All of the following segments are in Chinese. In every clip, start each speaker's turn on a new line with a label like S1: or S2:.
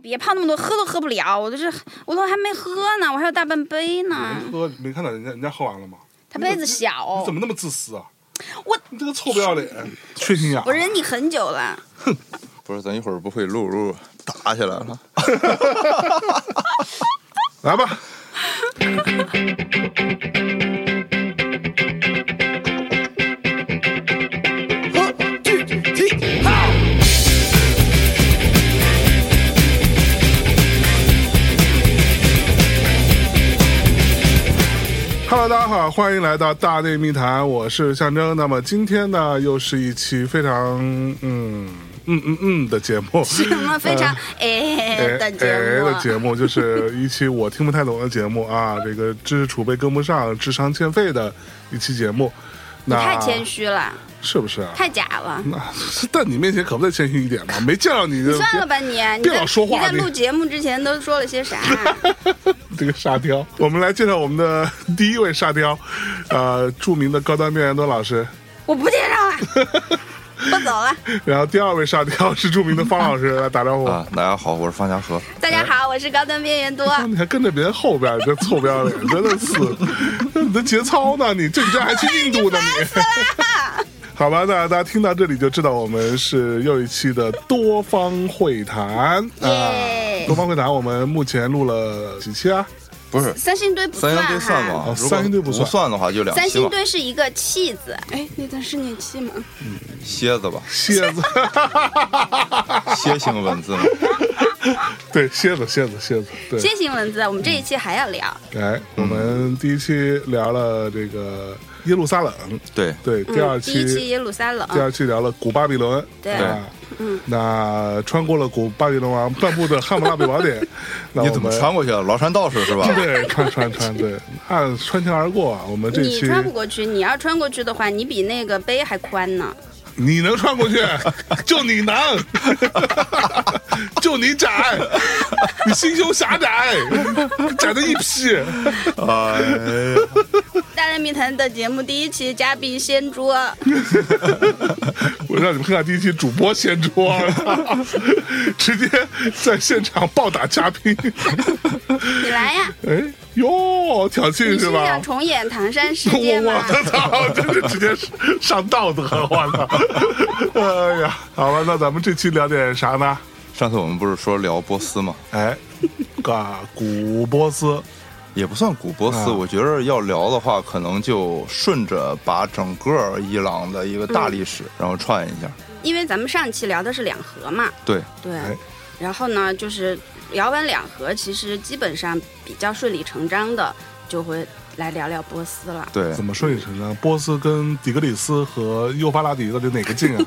S1: 别泡那么多，喝都喝不了。我就是我都还没喝呢，我还有大半杯呢。
S2: 没喝，没看到人家人家喝完了吗？
S1: 他杯子小
S2: 你嗯怎，么那么自私啊？
S1: 我
S2: 你这个臭不要脸，啊缺心眼儿。
S1: 我忍你很久了。
S3: 不是，咱一会儿不会录录打起来了。
S2: 来吧，Hello，大家好，欢迎来到大内密谈，我是象征。那么今天呢，又是一期非常嗯嗯嗯嗯的节目，
S1: 什么非常哎的节
S2: 哎的
S1: 目，
S2: 节目，就是一期我听不太懂的节目啊，这个知识储备跟不上，智商欠费的一期节目。
S1: 你
S2: 那
S1: 太谦虚了，
S2: 是不是啊？
S1: 太假了。
S2: 那在你面前可不得谦虚一点嘛，没见到你就
S1: 算了吧你，你
S2: 别
S1: 在
S2: 老说话
S1: 你在
S2: 你
S1: 录节目之前都说了些啥？
S2: 这个沙雕。我们来介绍我们的 第一位沙雕，呃，著名的高端面员多老师。
S1: 我不介绍了，我走了。
S2: 然后第二位沙雕是著名的方老师，来打招呼。
S3: 啊，大家好，我是方家和。
S1: 大家好，我是高端边缘多。
S2: 你还跟着别人后边，你这臭不要脸，真的是！你这节操呢？你这你这还去印度呢？你 好吧，那大家听到这里就知道我们是又一期的多方会谈啊。
S1: 耶
S2: 多方会谈，我们目前录了几期啊？
S3: 不是
S1: 三星堆不
S3: 三
S1: 算
S3: 星堆算
S1: 哈，
S3: 吗？
S2: 哦
S3: 如果
S2: 三星堆不
S3: 不
S2: 算
S3: 算的话，就两
S1: 三
S3: 期
S1: 星
S3: 嘛。
S1: 堆是一个弃字。哎，那段是念弃吗？
S3: 蝎子吧，
S2: 蝎子，
S3: 楔形文字嘛。
S2: 对，蝎子，蝎子，蝎子，对。
S1: 楔形文字，我们这一期还要聊。
S2: 哎，我们第一期聊了这个耶路撒冷，
S3: 对，
S2: 对，第二
S1: 嗯第一期耶路撒冷，
S2: 第二期聊了古巴比伦，
S1: 对嗯
S2: 啊，那穿过了古巴比伦王颁布的《汉谟拉比宝典》，那
S3: 你
S2: 我
S3: 怎么
S2: 们
S3: 穿过去了？崂山道士是吧？
S2: 对穿穿穿对，按穿墙而过啊。我们这
S1: 你
S2: 期
S1: 穿不过去，你要穿过去的话，你比那个杯还宽呢。
S2: 你能穿 过去，就你能， 就你窄，你心胸狭窄，窄的一批。
S3: 哎呀
S1: 大内密谈的节目第一期嘉宾掀桌，
S2: 我让你们看看第一期主播掀桌，直接在现场暴打嘉宾。
S1: 你来呀！
S2: 哎哟，挑
S1: 你
S2: 衅
S1: 是
S2: 是吧？
S1: 想重演唐山事
S2: 我
S1: 件吗？
S2: 我操！真是直接上道德，我操！ 哎呀，好了，那咱们这期聊点啥呢？
S3: 上次我们不是说聊波斯吗？
S2: 哎，啊，古波斯，
S3: 也不算古波斯，
S2: 啊
S3: 我觉得要聊的话，可能就顺着把整个伊朗的一个大历
S2: 嗯
S3: 史，然后串一下。
S1: 因为咱们上期聊的是两河嘛，
S3: 对，
S1: 对
S2: 哎。
S1: 然后呢，就是聊完两河，其实基本上比较顺理成章的就会来聊聊波斯了。
S3: 对
S2: 怎，么顺理成章？波斯跟底格里斯和幼发拉底到底哪个近 啊？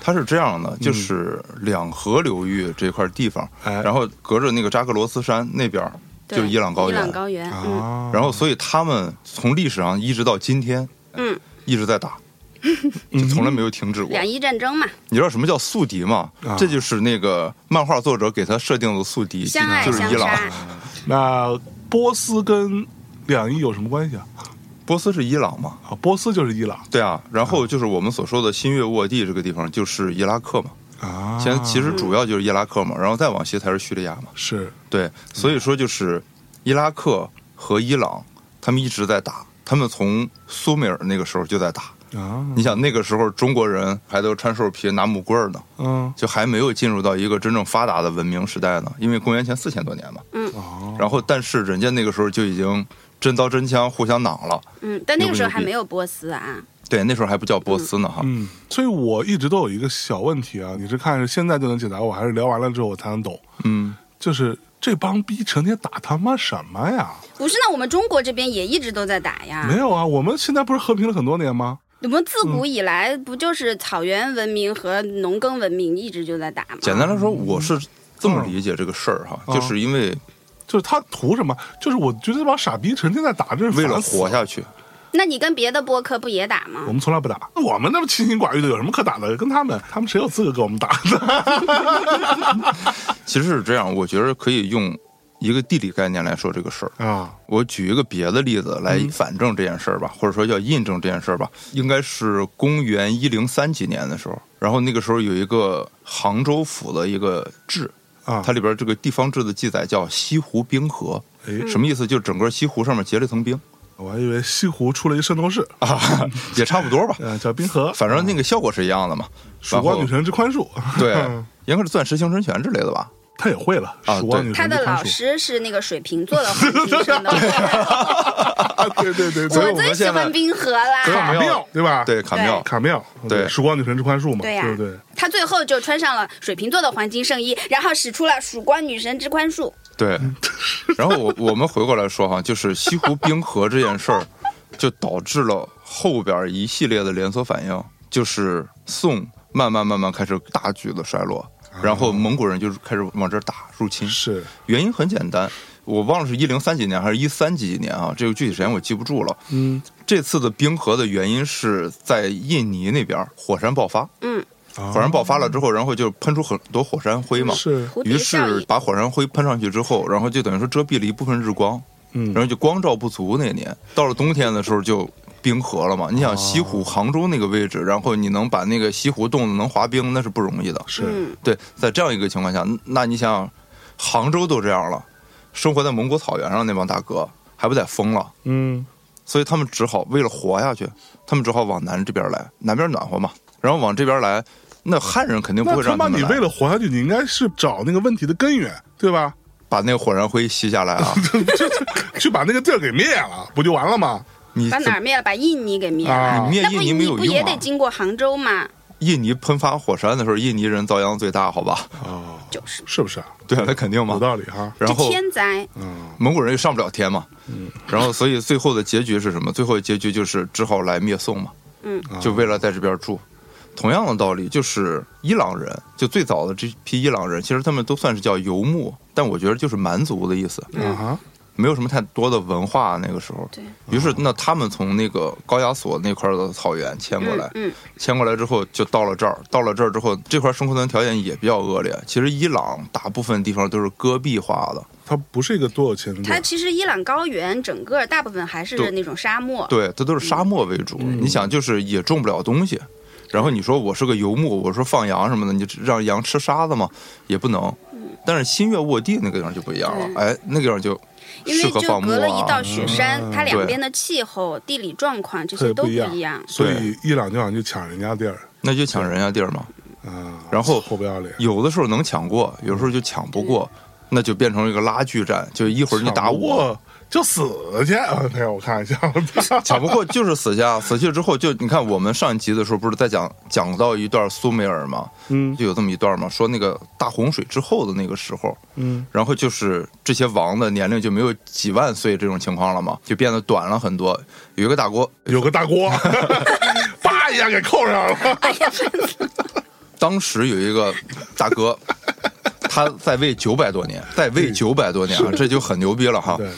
S3: 它是这样的，
S2: 嗯
S3: 就是两河流域这块地方，
S2: 哎
S3: 然后隔着那个扎克罗斯山那边儿
S1: 对
S3: 就是伊朗高
S1: 伊
S3: 原
S1: 朗，高原，嗯，
S2: 啊，
S3: 然后所以他们从历史上一直到今天，
S1: 嗯，
S3: 一直 在打，就从来没有停止过。
S1: 两伊战争嘛，
S3: 你知道什么叫宿敌吗
S2: 啊？
S3: 这就是那个漫画作者给他设定的宿敌，
S1: 相爱
S3: 就是
S1: 相
S3: 伊朗。
S1: 杀。
S2: 那波斯跟两伊有什么关系啊？
S3: 波斯是伊朗嘛？
S2: 啊，波斯就是伊朗
S3: 对啊，然后就是我们所说的新月沃地这个地方，就是伊拉克嘛。
S2: 啊，
S3: 现在其
S1: 嗯
S3: 实主要就是伊拉克嘛，然后再往西才是叙利亚嘛。
S2: 是
S3: 对，所以说就是伊拉克和伊朗，他们一直在打，他们从苏美尔那个时候就在打。
S2: 啊，
S3: 你想那个时候中国人还都穿兽皮拿木棍儿呢，
S2: 嗯
S3: 就还没有进入到一个真正发达的文明时代呢，因为公元前四千多年嘛。
S2: 哦，
S3: 然后但是人家那个时候就已经真刀真枪互相攮了，
S1: 嗯，但那个时候
S3: 牛不牛逼
S1: 还没有波斯啊。
S3: 对，那时候还不叫波斯呢哈。
S2: 嗯，所以我一直都有一个小问题啊，你是看是现在就能解答我，还是聊完了之后我才能懂？
S3: 嗯，
S2: 就是这帮逼成天打他妈什么呀？
S1: 不是，那我们中国这边也一直都在打呀。
S2: 没有啊，我们现在不是和平了很多年吗？
S1: 我们自
S3: 嗯
S1: 古以来不就是草原文明和农耕文明一直就在打吗？
S3: 简单来说，我是这么理解这个事儿哈，
S2: 嗯
S3: 就是因为
S2: 就是他图什么？就是我觉得这帮傻逼成天在打，这是
S3: 为了
S2: 烦死
S3: 活。下去，
S1: 那你跟别的播客不也打吗
S2: 我？们从来不打，我们那么清心寡欲的，有什么可打的？跟他们，他们谁有资格跟我们打呢？
S3: 其实是这样，我觉得可以用一个地理概念来说这个事儿。
S2: 啊，
S3: 我举一个别的例子
S2: 嗯
S3: 来反证这件事儿吧，或者说叫印证这件事儿吧。应该是公元一零三几年的时候，然后那个时候有一个杭州府的一个制，
S2: 啊
S3: 它里边这个地方志的记载叫西湖冰河，
S2: 哎
S3: 什么意思？就整个西湖上面结了一层冰
S2: 我还以为西湖出了一圣斗士，
S3: 啊， 也差不多吧。
S2: 呃，叫冰 河，
S3: 反正那个效果是一样的嘛。
S2: 啊曙光女
S3: 然后
S2: 神之嗯宽恕，
S3: 对，应该是钻石形成拳之类的吧？
S2: 他也会了，
S3: 啊
S2: 曙光女
S1: 他
S2: 神之
S1: 的老
S2: 宽恕，
S1: 师是那个水瓶座的黄金 圣斗士，
S2: 啊， 对对对
S3: 所以
S1: 我
S2: 对，
S3: 我们
S1: 最喜
S3: 现在
S1: 欢冰河啦。
S3: 所以我
S2: 卡
S3: 们
S2: 妙
S3: 要
S2: 对吧？
S3: 对卡妙，
S2: 卡妙，
S3: 对
S2: 曙光女神之宽恕嘛，
S1: 对呀、
S2: 对不对？
S1: 他最后就穿上了水瓶座的黄金圣衣，然后使出了曙光女神之宽恕。
S3: 对。然后我我们回过来说哈，就是西湖冰河这件事儿，就导致了后边一系列的连锁反应，就是宋慢慢慢慢开始大举的衰落，然后蒙古人就开始往这儿打入侵。
S2: 是，
S3: 原因很简单，我忘了是一零三几年还是一三几年啊，这个具体时间我记不住了。
S2: 嗯，
S3: 这次的冰河的原因是在印尼那边火山爆发，
S1: 嗯，
S3: 火山爆发了之后，然后就喷出很多火山灰嘛，
S2: 是，
S1: 蝴蝶
S3: 于
S1: 效
S3: 是
S1: 应，
S3: 把火山灰喷上去之后，然后就等于说遮蔽了一部分日光，
S2: 嗯
S3: 然后就光照不足。那年到了冬天的时候就冰河了嘛。你想西
S2: 哦
S3: 湖、杭州那个位置，然后你能把那个西湖冻得能滑冰，那是不容易的。
S2: 是，
S1: 嗯，
S3: 对，在这样一个情况下，那你想想，杭州都这样了，生活在蒙古草原上那帮大哥还不得疯了？
S2: 嗯，
S3: 所以他们只好为了活下去，他们只好往南这边来，南边暖和嘛，然后往这边来，那汉人肯定不
S2: 那
S3: 会
S2: 他
S3: 让
S2: 妈
S3: 们
S2: 你
S3: 来
S2: 为了活下去，你应该是找那个问题的根源，对吧？
S3: 把那个火山灰吸下 来啊！
S2: 去把那个地儿给灭了，不就完了吗？
S3: 你
S1: 把
S3: 怎
S1: 哪儿灭了？把印尼给灭了。
S2: 啊
S3: 你灭
S1: 那不
S3: 印尼没有
S1: 不也
S3: 用
S1: 得
S3: 啊！
S1: 经过杭州吗？
S3: 印尼喷发火山的时候，印尼人遭殃最大，好吧？
S2: 哦，
S1: 就是
S2: 是不是啊？
S3: 对啊，那肯定嘛
S2: 有。道理哈。
S3: 然
S1: 这
S3: 后
S1: 天灾，
S2: 嗯，
S3: 蒙古人又上不了天嘛，然后所以最后的结局是什么？最后的结局就是只好来灭宋嘛。
S1: 嗯，
S3: 就为了在这边住。同样的道理，就是伊朗人，就最早的这批伊朗人，其实他们都算是叫游牧，但我觉得就是蛮族的意思，
S2: 啊哈，
S3: 没有什么太多的文化。那个时候，
S1: 嗯对，
S3: 于是那他们从那个高加索那块儿的草原迁过来，
S1: 嗯，嗯
S3: 迁过来之后就到了这儿，到了这儿之后，这块生活的条件也比较恶劣。其实伊朗大部分地方都是戈壁化的，
S2: 它不是一个多有钱的地
S1: 它
S2: 儿，
S1: 其实伊朗高原整个大部分还是
S3: 对
S1: 那种沙漠，
S3: 对，它都是沙漠为主。
S1: 嗯
S3: 你想，就是也种不了东西。然后你说我是个游牧，我说放羊什么的，你只让羊吃沙子吗？也不能。但是新月沃地那个地方就不一样了，
S1: 对
S3: 哎，那个地方就
S1: 因为
S3: 适合
S1: 就
S3: 放牧
S1: 隔了一
S3: 啊
S1: 道。雪山，它两边的气候、地理状况这
S2: 特
S1: 些
S2: 别
S1: 都
S2: 不一样
S1: 一样。
S2: 所以伊朗就想去抢人家地儿
S3: 那就抢人家地儿嘛。
S2: 啊。
S3: 然后
S2: 臭不要脸，
S3: 有的时候能抢过，有时候就抢不过，
S1: 嗯
S3: 那就变成一个拉锯战，就一会儿你打我，
S2: 我就死去啊！那我看一下，
S3: 抢不过就是死去啊。 死去之后就你看，我们上一集的时候不是在讲讲到一段苏美尔吗？
S2: 嗯
S3: 就有这么一段嘛，说那个大洪水之后的那个时候，
S2: 嗯，
S3: 然后就是这些王的年龄就没有几万岁这种情况了嘛，就变得短了很多。有一个大国，
S2: 有个大锅， 叭一下给扣上了。
S1: 哎呀，
S3: 当时有一个大哥， 他在位九百多年，在位九百多年啊，这就很牛逼了哈。
S2: 对，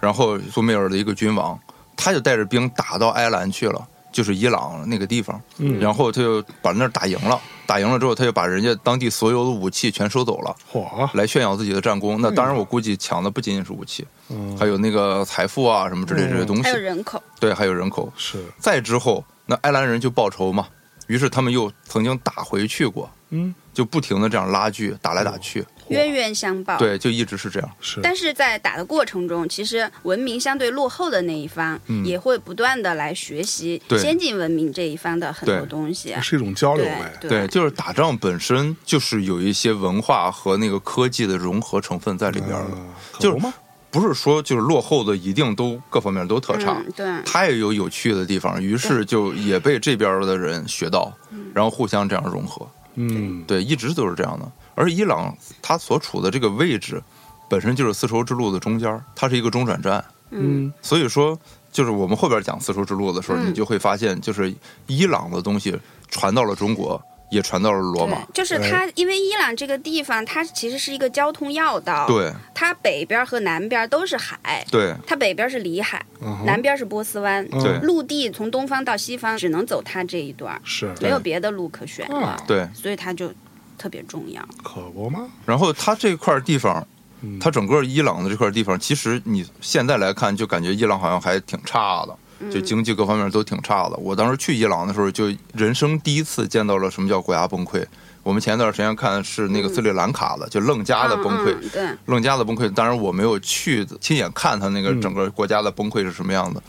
S3: 然后苏美尔的一个君王，他就带着兵打到埃兰去了，就是伊朗那个地方。
S2: 嗯
S3: 然后他就把那儿打赢了，打赢了之后，他就把人家当地所有的武器全收走了。
S2: 嚯，
S3: 来炫耀自己的战功，那当然，我估计抢的不仅仅是武器，
S2: 嗯
S3: 还有那个财富啊什么之类这些东西，
S1: 还有人口，
S3: 对，还有人口。
S2: 是，
S3: 再之后，那埃兰人就报仇嘛，于是他们又曾经打回去过，
S2: 嗯，
S3: 就不停的这样拉锯，打来打去，
S1: 冤冤相报。
S3: 对，就一直是这样。
S2: 是，
S1: 但是在打的过程中，其实文明相对落后的那一方、也会不断的来学习
S3: 嗯对
S1: 先进文明这一方的很多
S3: 对
S1: 东西。
S2: 是一种交流
S1: 对
S2: 呗。
S3: 对，就是打仗本身就是有一些文化和那个科技的融合成分在里边的，
S2: 啊可
S3: 就是
S2: 不嘛，
S3: 不是说就是落后的一定都各方面都特差，
S1: 嗯，对，
S3: 他也有有趣的地方，于是就也被这边的人学到，
S1: 嗯
S3: 然后互相这样融合。
S2: 嗯，
S3: 对，一直都是这样的。而伊朗它所处的这个位置，本身就是丝绸之路的中间儿，它是一个中转站。
S1: 嗯，
S3: 所以说，就是我们后边讲丝绸之路的时候，
S1: 嗯
S3: 你就会发现，就是伊朗的东西传到了中国，也传到了罗马
S1: 对。，就是它，因为伊朗这个地方，它其实是一个交通要道，，
S3: 对
S1: 它北边和南边都是海，
S3: 对
S1: 它北边是里海，
S2: 嗯哼
S1: 南边是波斯湾，
S2: 嗯
S3: 对
S1: 陆地从东方到西方只能走它这一段儿，
S2: 是，
S1: 没有别的路可选了，
S2: 啊
S3: 对。
S1: 所以它就特别重要。
S2: 可不嘛，
S3: 然后它这块地方
S2: 嗯，
S3: 它整个伊朗的这块地方，其实你现在来看，就感觉伊朗好像还挺差的。就
S1: 嗯
S3: 经济各方面都挺差的。我当时去伊朗的时候，就人生第一次见到了什么叫国家崩溃，我们前一段时间看的是那个斯里兰卡的，就楞加的崩溃，
S1: 嗯嗯嗯对，
S3: 楞加的崩溃，当然我没有去亲眼看他那个
S2: 嗯
S3: 整个国家的崩溃是什么样的。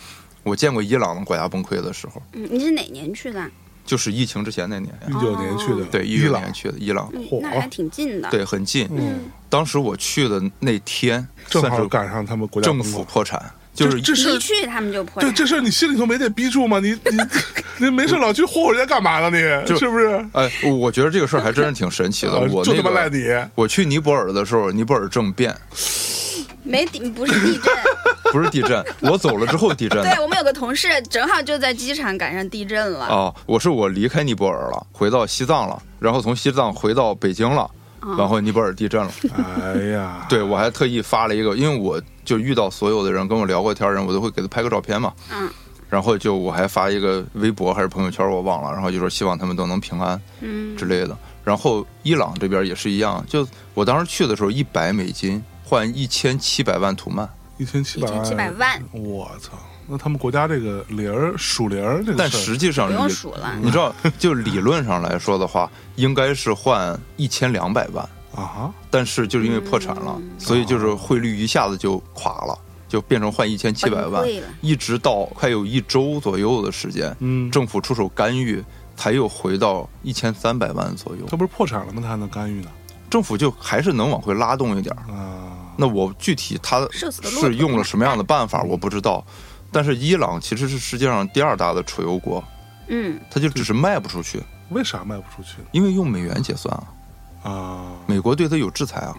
S3: 我见过伊朗的国家崩溃的时候，
S1: 嗯，你是哪年去的？
S3: 就是疫情之前那年，
S2: 一九年去的，
S3: 哦对，一
S2: 伊
S3: 六
S2: 朗
S3: 年，去的伊朗，
S1: 嗯
S2: 嚯，
S1: 那还挺近的。，
S3: 对，很近。
S2: 嗯，
S3: 当时我去的那天，
S2: 正
S3: 算
S2: 好
S3: 是
S2: 赶上他们国家
S3: 政
S2: 崩溃
S3: 府破产，就是
S2: 这这事
S1: 一
S2: 儿
S1: 去他们就破
S2: 对
S1: 产。
S2: 这事儿，你心里头没得逼住吗？你 你你没事老去霍霍人家干嘛呢？你
S3: 就是
S2: 不是？
S3: 哎，我我觉得这个事儿还真是挺神奇的。
S2: 啊
S3: 我
S2: 就
S3: 那
S2: 他妈赖
S3: 个，
S2: 你，
S3: 我去尼泊尔的时候，尼泊尔政变，
S1: 没地不是地 震，
S3: 不是地震，我走了之后地震的
S1: 对。我们有个同事正好就在机场赶上地震了。
S3: 哦，我是我离开尼泊尔了，回到西藏了，然后从西藏回到北京了，
S1: 哦
S3: 然后尼泊尔地震了。
S2: 哎呀，
S3: 对我还特意发了一个，因为我就遇到所有的人跟我聊过天儿人，我都会给他拍个照片嘛。
S1: 嗯。
S3: 然后就我还发一个微博还是朋友圈，我忘了，然后就说希望他们都能平安
S1: 嗯
S3: 之类的。然后伊朗这边也是一样，就我当时去的时候，一百美金换一千七百万土曼，
S2: 一千七
S1: 一
S2: 百
S1: 千
S2: 万，
S1: 七百万，
S2: 我操！那他们国家这个零儿数零儿这个
S3: 但
S2: 事儿，
S3: 实际上
S1: 不用
S3: 理
S1: 数了
S3: 你知道，就理论上来说的话，应该是换一千两百万。
S2: 啊哈，
S3: 但是就是因为破产了，
S1: 嗯
S3: 所以就是汇率一下子就垮了，就变成换一千七百万
S1: 崩溃了，
S3: 一直到快有一周左右的时间，
S2: 嗯，
S3: 政府出手干预，才又回到一千三百万左右。
S2: 他不是破产了吗？他还能干预呢？
S3: 政府就还是能往回拉动一点儿。
S2: 啊，
S3: 那我具体他
S1: 社死的骆驼
S3: 是用了什么样的办法，我不知道。但是伊朗其实是世界上第二大的储油国，
S1: 嗯，
S3: 它就只是卖不出去，
S2: 为啥卖不出去呢？
S3: 因为用美元结算啊，
S2: 啊，
S3: 美国对它有制裁啊，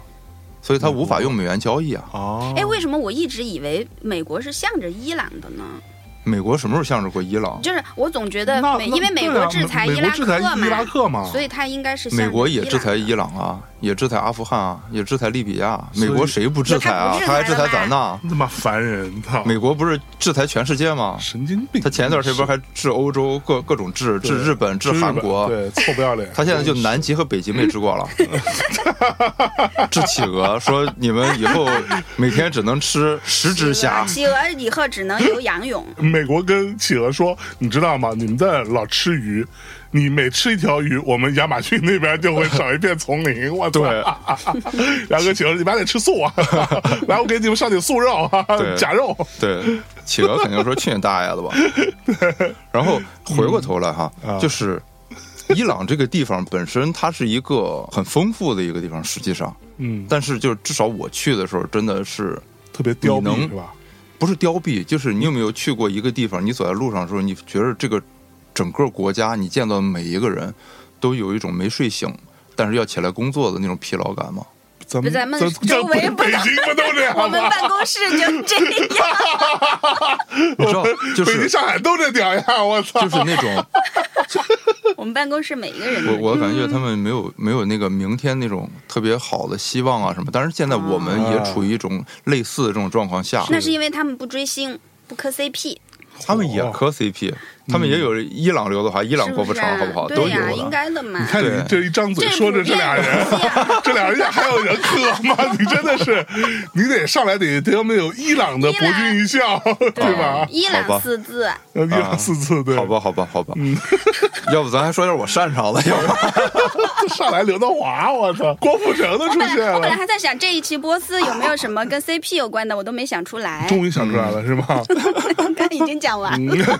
S3: 所以它无法用美元交易啊。
S2: 哦，
S1: 哎，为什么我一直以为美国是向着伊朗的呢？
S3: 美国什么时候向着过伊朗？
S1: 就是我总觉得
S2: 那
S1: 美，
S2: 那
S1: 因为美国制裁
S2: 对啊美
S1: 伊
S2: 美
S1: 拉
S2: 国制裁
S1: 克
S2: 伊拉
S1: 嘛，
S2: 克啊嘛，
S1: 所以他应该是向着
S3: 美国也制裁
S1: 伊朗
S3: 伊朗啊，也制裁阿富汗啊，也制裁利比亚。
S2: 所以
S3: 美国谁不制裁啊？
S1: 那
S3: 他
S1: 他
S3: 还
S1: 不
S3: 制
S1: 制裁
S3: 裁咱呢。
S2: 他妈烦人，操！
S3: 美国不是制裁全世界吗？
S2: 神经病。
S3: 啊他前一段时间不是还治欧洲各各种治，
S2: 对
S3: 治日本，治
S2: 日
S3: 韩
S2: 本
S3: 国。
S2: 对，臭不要脸。
S3: 他现在就南极和北极没治 过了，治企鹅，说你们以后每天只能吃十只
S2: 啊
S3: 虾。
S1: 企鹅以后只能游仰泳，
S2: 美国跟企鹅说，你知道吗？你们在老吃鱼，你每吃一条鱼，我们亚马逊那边就会少一片丛林。我操！
S3: 对
S2: 然后跟企鹅说，你们还得吃素啊， 来，我给你们上点素肉啊
S3: 对，
S2: 假肉。
S3: 对，企鹅肯定说去你大爷的吧。 然后回过头来哈，
S2: 嗯啊
S3: 就是伊朗这个地方本身它是一个很丰富的一个地方，实际上，
S2: 嗯，
S3: 但是就至少我去的时候，真的是
S2: 特别刁
S3: 你能
S2: 民是吧？
S3: 不是凋敝，就是你有没有去过一个地方，你走在路上的时候，你觉得这个整个国家你见到的每一个人都有一种没睡醒，但是要起来工作的那种疲劳感吗？
S2: 咱们
S1: 咱们
S2: 咱
S1: 周围
S2: 咱
S1: 不
S2: 北京不都这样
S1: 我们
S2: 吗？
S1: 办公室就这样。
S3: 你知道，就
S2: 北京、
S3: 是
S2: 上海都这屌样，我操！
S3: 就是那种
S1: 我们办公室每一个人
S3: 我
S1: 都
S3: 我感觉他们没有没有那个明天那种特别好的希望啊什么。但是现在我们也处于一种类似的这种状况下，
S1: 那是因为他们不追星，不磕 CP，
S3: 他们也磕 CP，他们也有伊朗流的话，伊朗
S1: 是
S3: 过不
S1: 是
S3: 长
S1: 啊？
S3: 好不好？都
S1: 对呀、
S3: 有
S1: 应
S3: 的。
S1: 该的嘛
S2: 你。看你
S3: 对
S2: 这一张嘴说着这俩人，
S1: 普遍的现象
S2: 这俩人家还有人磕吗？你真的是，你得上来得得我们有伊朗的
S1: 伊
S2: 博
S1: 朗
S2: 君一笑，对吧？
S1: 伊
S3: 好吧
S1: 朗四字，
S2: 伊朗四次，对，
S3: 好吧，好吧，好吧， 要不咱还说点我擅长的，要不然
S2: 上来刘德华，我操，郭富城都出
S1: 本
S2: 现
S1: 来我本来
S2: 了，
S1: 还在想这一期波斯有没有什么跟 CP 有关的，我都没想出来。
S2: 终于想出来了，是吗？
S1: 刚刚已经讲完
S2: 嗯
S1: 了，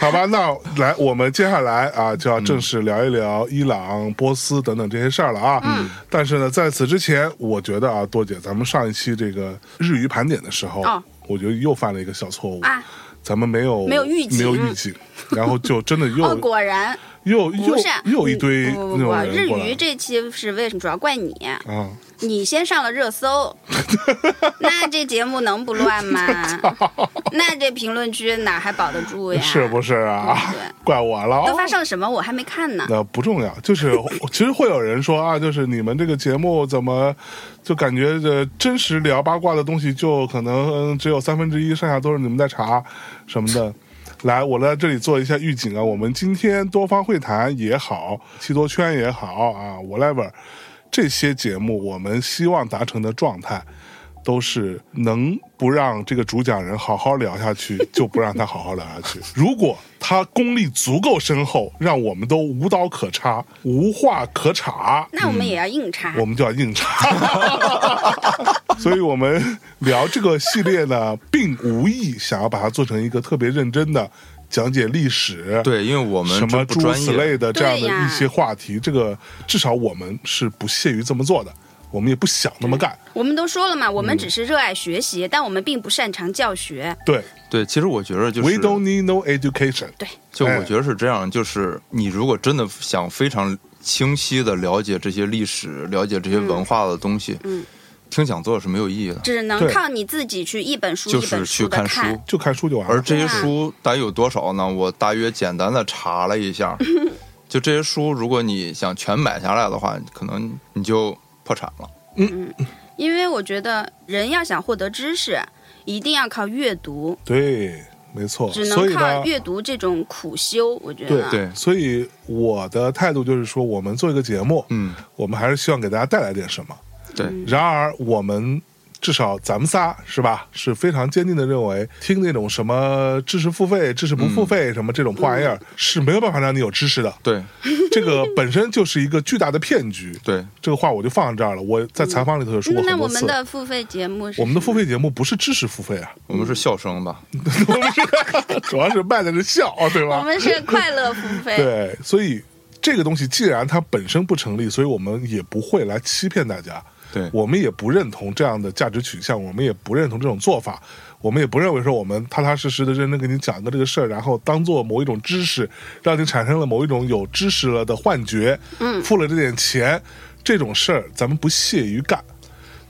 S2: 好吧，那来，我们接下来啊就
S3: 嗯
S2: 要正式聊一聊伊朗、波斯等等这些事儿了啊。嗯。但是呢，在此之前，我觉得啊，多姐，咱们上一期这个日语盘点的时候，
S1: 哦
S2: 我觉得又犯了一个小错误
S1: 啊。
S2: 咱们没有
S1: 没有预警
S2: 没有预警，然后就真的又、
S1: 哦，果然
S2: 又又
S1: 不是，嗯
S2: 又一堆
S1: 不不不不
S2: 那种
S1: 不，
S2: 人
S1: 日
S2: 过来
S1: 语这期是为什么？主要怪你，
S2: 啊，
S1: 你先上了热 搜，那这节目能不乱吗？那这评论区哪还保得住呀？嗯
S2: 是不是啊
S1: 对？
S2: 怪我了
S1: 都。发生了什么？我还没看呢。
S2: 那不重要，就是 其实会有人说啊，就是你们这个节目怎么就感觉这真实聊八卦的东西就可能嗯只有三分之一，剩下都是你们在查什么的。来，我在这里做一下预警啊，我们今天多方会谈也好，七多圈也好啊，whatever，这些节目我们希望达成的状态，都是能不让这个主讲人好好聊下 去，就不让他好好聊下去。如果他功力足够深厚，让我们都无刀可插、无话可插，
S1: 那我们也要硬插。
S2: 嗯我们就要硬 插。所以我们聊这个系列呢，并无意想要把它做成一个特别认真的讲解历 史，
S3: 对，因为我们
S2: 什
S3: 这
S2: 么
S3: 不
S2: 诸
S3: 专
S2: 此
S3: 业，
S2: 类的这样
S1: 对
S2: 的
S1: 呀
S2: 一些话题，这个至少我们是不屑于这么做的，我们也不想那么干。
S1: 我们都说了嘛，我
S2: 嗯
S1: 们只是热爱学习，但我们并不擅长教学。
S2: 对
S3: 对，其实我觉得就是
S2: ，We don't need no education。
S1: 对，
S3: 就
S2: 哎
S3: 我觉得是这样，就是你如果真的想非常清晰的了解这些历史、了解这些文化的东西，
S1: 嗯
S3: 听讲座是没有意义的，
S1: 只能
S2: 对
S1: 靠你自己去一本书
S3: 就
S1: 一
S3: 是
S1: 本
S3: 去
S1: 书的
S3: 书。
S1: 看。
S2: 就看书就完
S3: 而
S2: 了。
S3: 这些
S1: 对啊
S3: 书大约有多少呢？我大约简单的查了一 下，就这些书，如果你想全买下来的话，可能你就破产了。
S1: 因为我觉得人要想获得知识，一定要靠阅读，
S2: 对，没错。
S1: 只
S2: 所
S1: 能
S2: 以呢
S1: 靠，阅啊读这种苦修。我觉
S2: 对
S1: 得，
S3: 对
S2: 所以我的态度就是说，我们做一个节目，
S3: 嗯，
S2: 我们还是希望给大家带来点什么。
S3: 对，
S1: 嗯
S2: 然而，我们至少咱们仨是吧，是非常坚定的认为，听那种什么知识付费、知识不付
S3: 嗯
S2: 费什么这种破玩意儿，是没有办法让你有知识 的。
S3: 对，
S2: 这个本身就是一个巨大的骗局。
S3: 对，
S2: 这个话我就放在这儿了。我在采访里头也说过
S1: 嗯那
S2: 很
S1: 我
S2: 多
S1: 们
S2: 次，
S1: 的付费节目是
S2: 我们的付费节目不是知识付费啊，
S3: 我们是笑声吧？
S2: 主要是卖的是笑，对
S1: 我
S2: 吧？
S1: 们是快乐付费。
S2: 啊 对，所以这个东西既然它本身不成立，所以我们也不会来欺骗大家。
S3: 对，
S2: 我们也不认同这样的价值取向，我们也不认同这种做法，我们也不认为说我们踏踏实实的认真给你讲一个这个事儿，然后当做某一种知识，让你产生了某一种有知识了的幻觉，嗯，付了这点钱，这种事儿咱们不屑于干。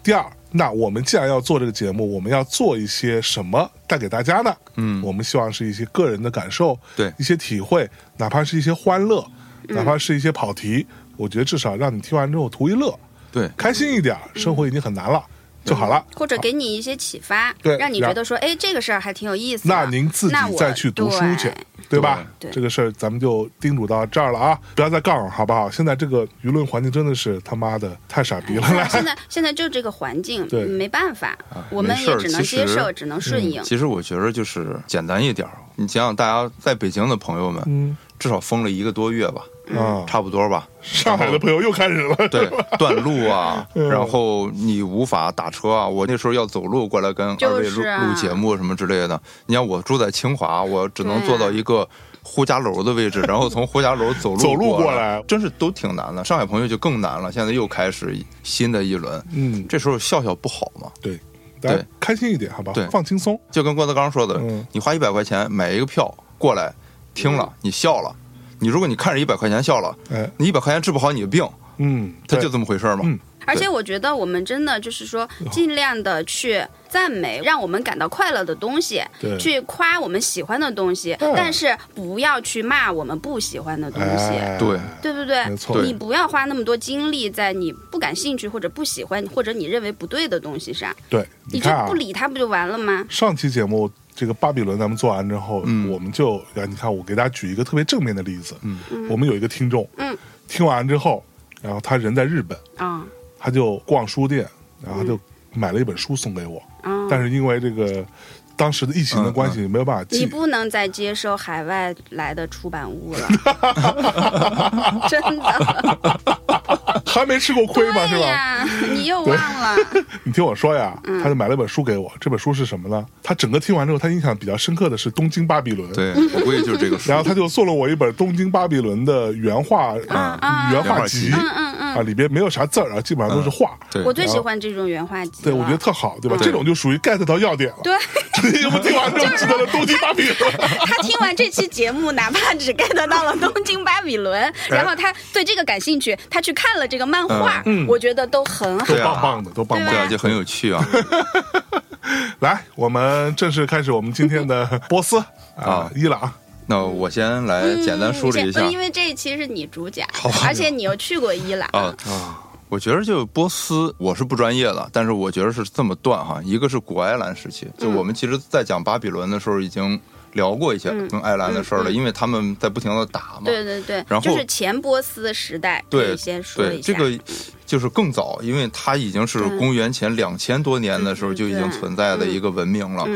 S2: 第二，那我们既然要做这个节目，我们要做一些什么带给大家呢？嗯，我们希望是一些个人的感受，
S3: 对
S2: 一些体会，哪怕是一些欢乐，哪怕是一些跑题，我觉得至少让你听完之后图一乐。
S3: 对，
S2: 开心一点儿，生活已经很难了，
S1: 嗯
S2: 就好了。
S1: 或者给你一些启发，
S2: 对
S1: 让你
S2: 然
S1: 觉得说，哎，这个事儿还挺有意思的。
S2: 那您自己
S1: 啊那我
S2: 再去读书去
S1: 对，
S2: 对吧？
S1: 对对
S2: 这个事儿咱们就叮嘱到这儿了啊，不要再杠了，好不好？现在这个舆论环境真的是他妈的太傻 逼了，
S1: 对 啊现在现在就这个环境，
S2: 对啊
S1: 没办法，我
S3: 没
S1: 们
S3: 事
S1: 也
S3: 儿
S1: 只能
S3: 其
S1: 接
S3: 实
S1: 受，只能顺
S2: 嗯
S1: 应。
S3: 其实我觉得就是简单一点儿。你想想，大家在北京的朋友们，
S2: 嗯
S3: 至少封了一个多月吧，
S2: 啊！
S3: 差不 多吧。
S2: 上海的朋友又开始了，
S3: 对，断路啊，
S2: 嗯
S3: 然后你无法打车啊。我那时候要走路过来跟二位
S1: 就
S3: 录、
S1: 是啊
S3: 录节目什么之类的。你看我住在清华，我只能
S1: 对啊
S3: 坐到一个呼家楼的位置，然后从呼家楼走路
S2: 走路
S3: 过
S2: 过来
S3: 真是都挺难的。上海朋友就更难了，现在又开始新的一轮。
S2: 嗯，
S3: 这时候笑笑不好嘛，
S2: 对，大家
S3: 对
S2: 开心一点，好不好
S3: 对？
S2: 放轻松，
S3: 就跟郭德纲说的，
S2: 嗯
S3: 你花一百块钱买一个票过来听了，你笑了，你如果你看着一百块钱笑了，
S2: 哎，
S3: 你一百块钱治不好你的病，
S2: 嗯，
S3: 它
S2: 对
S3: 就这么回事儿嘛。
S2: 嗯
S1: 而且我觉得我们真的就是说，尽量的去赞美让我们感到快乐的东西
S2: 对，
S1: 去夸我们喜欢的东西，
S2: 嗯
S1: 但是不要去骂我们不喜欢的东西。
S2: 哎
S3: 对
S1: 对不对？
S2: 没错
S1: 你不要花那么多精力在你不感兴趣或者不喜欢或者你认为不对的东西上，
S2: 对，
S1: 你就
S2: 看啊
S1: 不，理它不就完了吗？
S2: 上期节目这个巴比伦咱们做完之后，
S3: 嗯
S2: 我们就啊，你看我给大家举一个特别正面的例子，
S3: 嗯，
S2: 我们有一个听众，
S1: 嗯，
S2: 听完之后，然后他人在日本，
S1: 啊
S2: 他就逛书店，然后他
S1: 嗯
S2: 就买了一本书送给我，
S1: 啊！
S2: 但是因为这个当时的疫
S3: 嗯
S2: 情的关系，没有办法
S1: 你
S2: 寄。
S1: 不能再接收海外来的出版物了，真的。
S2: 还没吃过亏嘛，是
S1: 对
S2: 吧？
S1: 呀，嗯你又忘了。
S2: 你听我说呀，他就买了一本书给我，这本书是什么呢？他整个听完之后，他印象比较深刻的是《东京巴比伦》。
S3: 对，我估计就 是这个数
S2: 然。后他就送了我一本《东京巴比伦》的原画
S3: 啊
S1: 啊
S2: 原
S3: 原
S2: 画
S3: 画集嗯
S2: 集
S1: 嗯嗯嗯，
S2: 啊，里边没有啥字儿啊，基本上都是画。
S3: 对，
S1: 我最喜欢这种原画集了。
S2: 对，我觉得特好，对吧？
S3: 嗯
S2: 这种就属于 get 到要点了。
S1: 对
S2: 你有没有听完之后记得了《东京巴比伦》？
S1: 他听完这期节目，哪怕只 get 到了《东京巴比
S2: 哎
S1: 伦》，然后他对这个感兴趣，他去看了这个漫画，
S2: 嗯
S1: 我觉得都很好
S2: 都
S3: 对。啊
S2: 棒棒的，都棒棒
S3: 对
S2: 的。
S3: 啊，就很有趣 啊。
S2: 来，我们正式开始我们今天的 波斯啊
S3: 啊，
S2: 伊朗。
S3: 那我先来简单梳理一
S1: 嗯
S3: 下
S1: 你先因为嗯这一期是你主讲
S3: 好吧，
S1: 而且你又去过伊朗，
S3: 啊。我觉得就波斯，我是不专业的，但是
S1: 嗯
S3: 我觉得是这么断哈。一个是古埃兰时期，就我们其实在讲巴比伦的时候已经聊过一下跟艾兰的事儿了，因为他们在不停的打嘛。
S1: 嗯对对对，
S3: 然后
S1: 就是前波斯时代，可
S3: 对
S1: 以先说
S3: 对，
S1: 一下
S3: 这个就是更早，因为它已经是公元前两千多年的时候
S1: 嗯
S3: 就已经存在的一个文明了。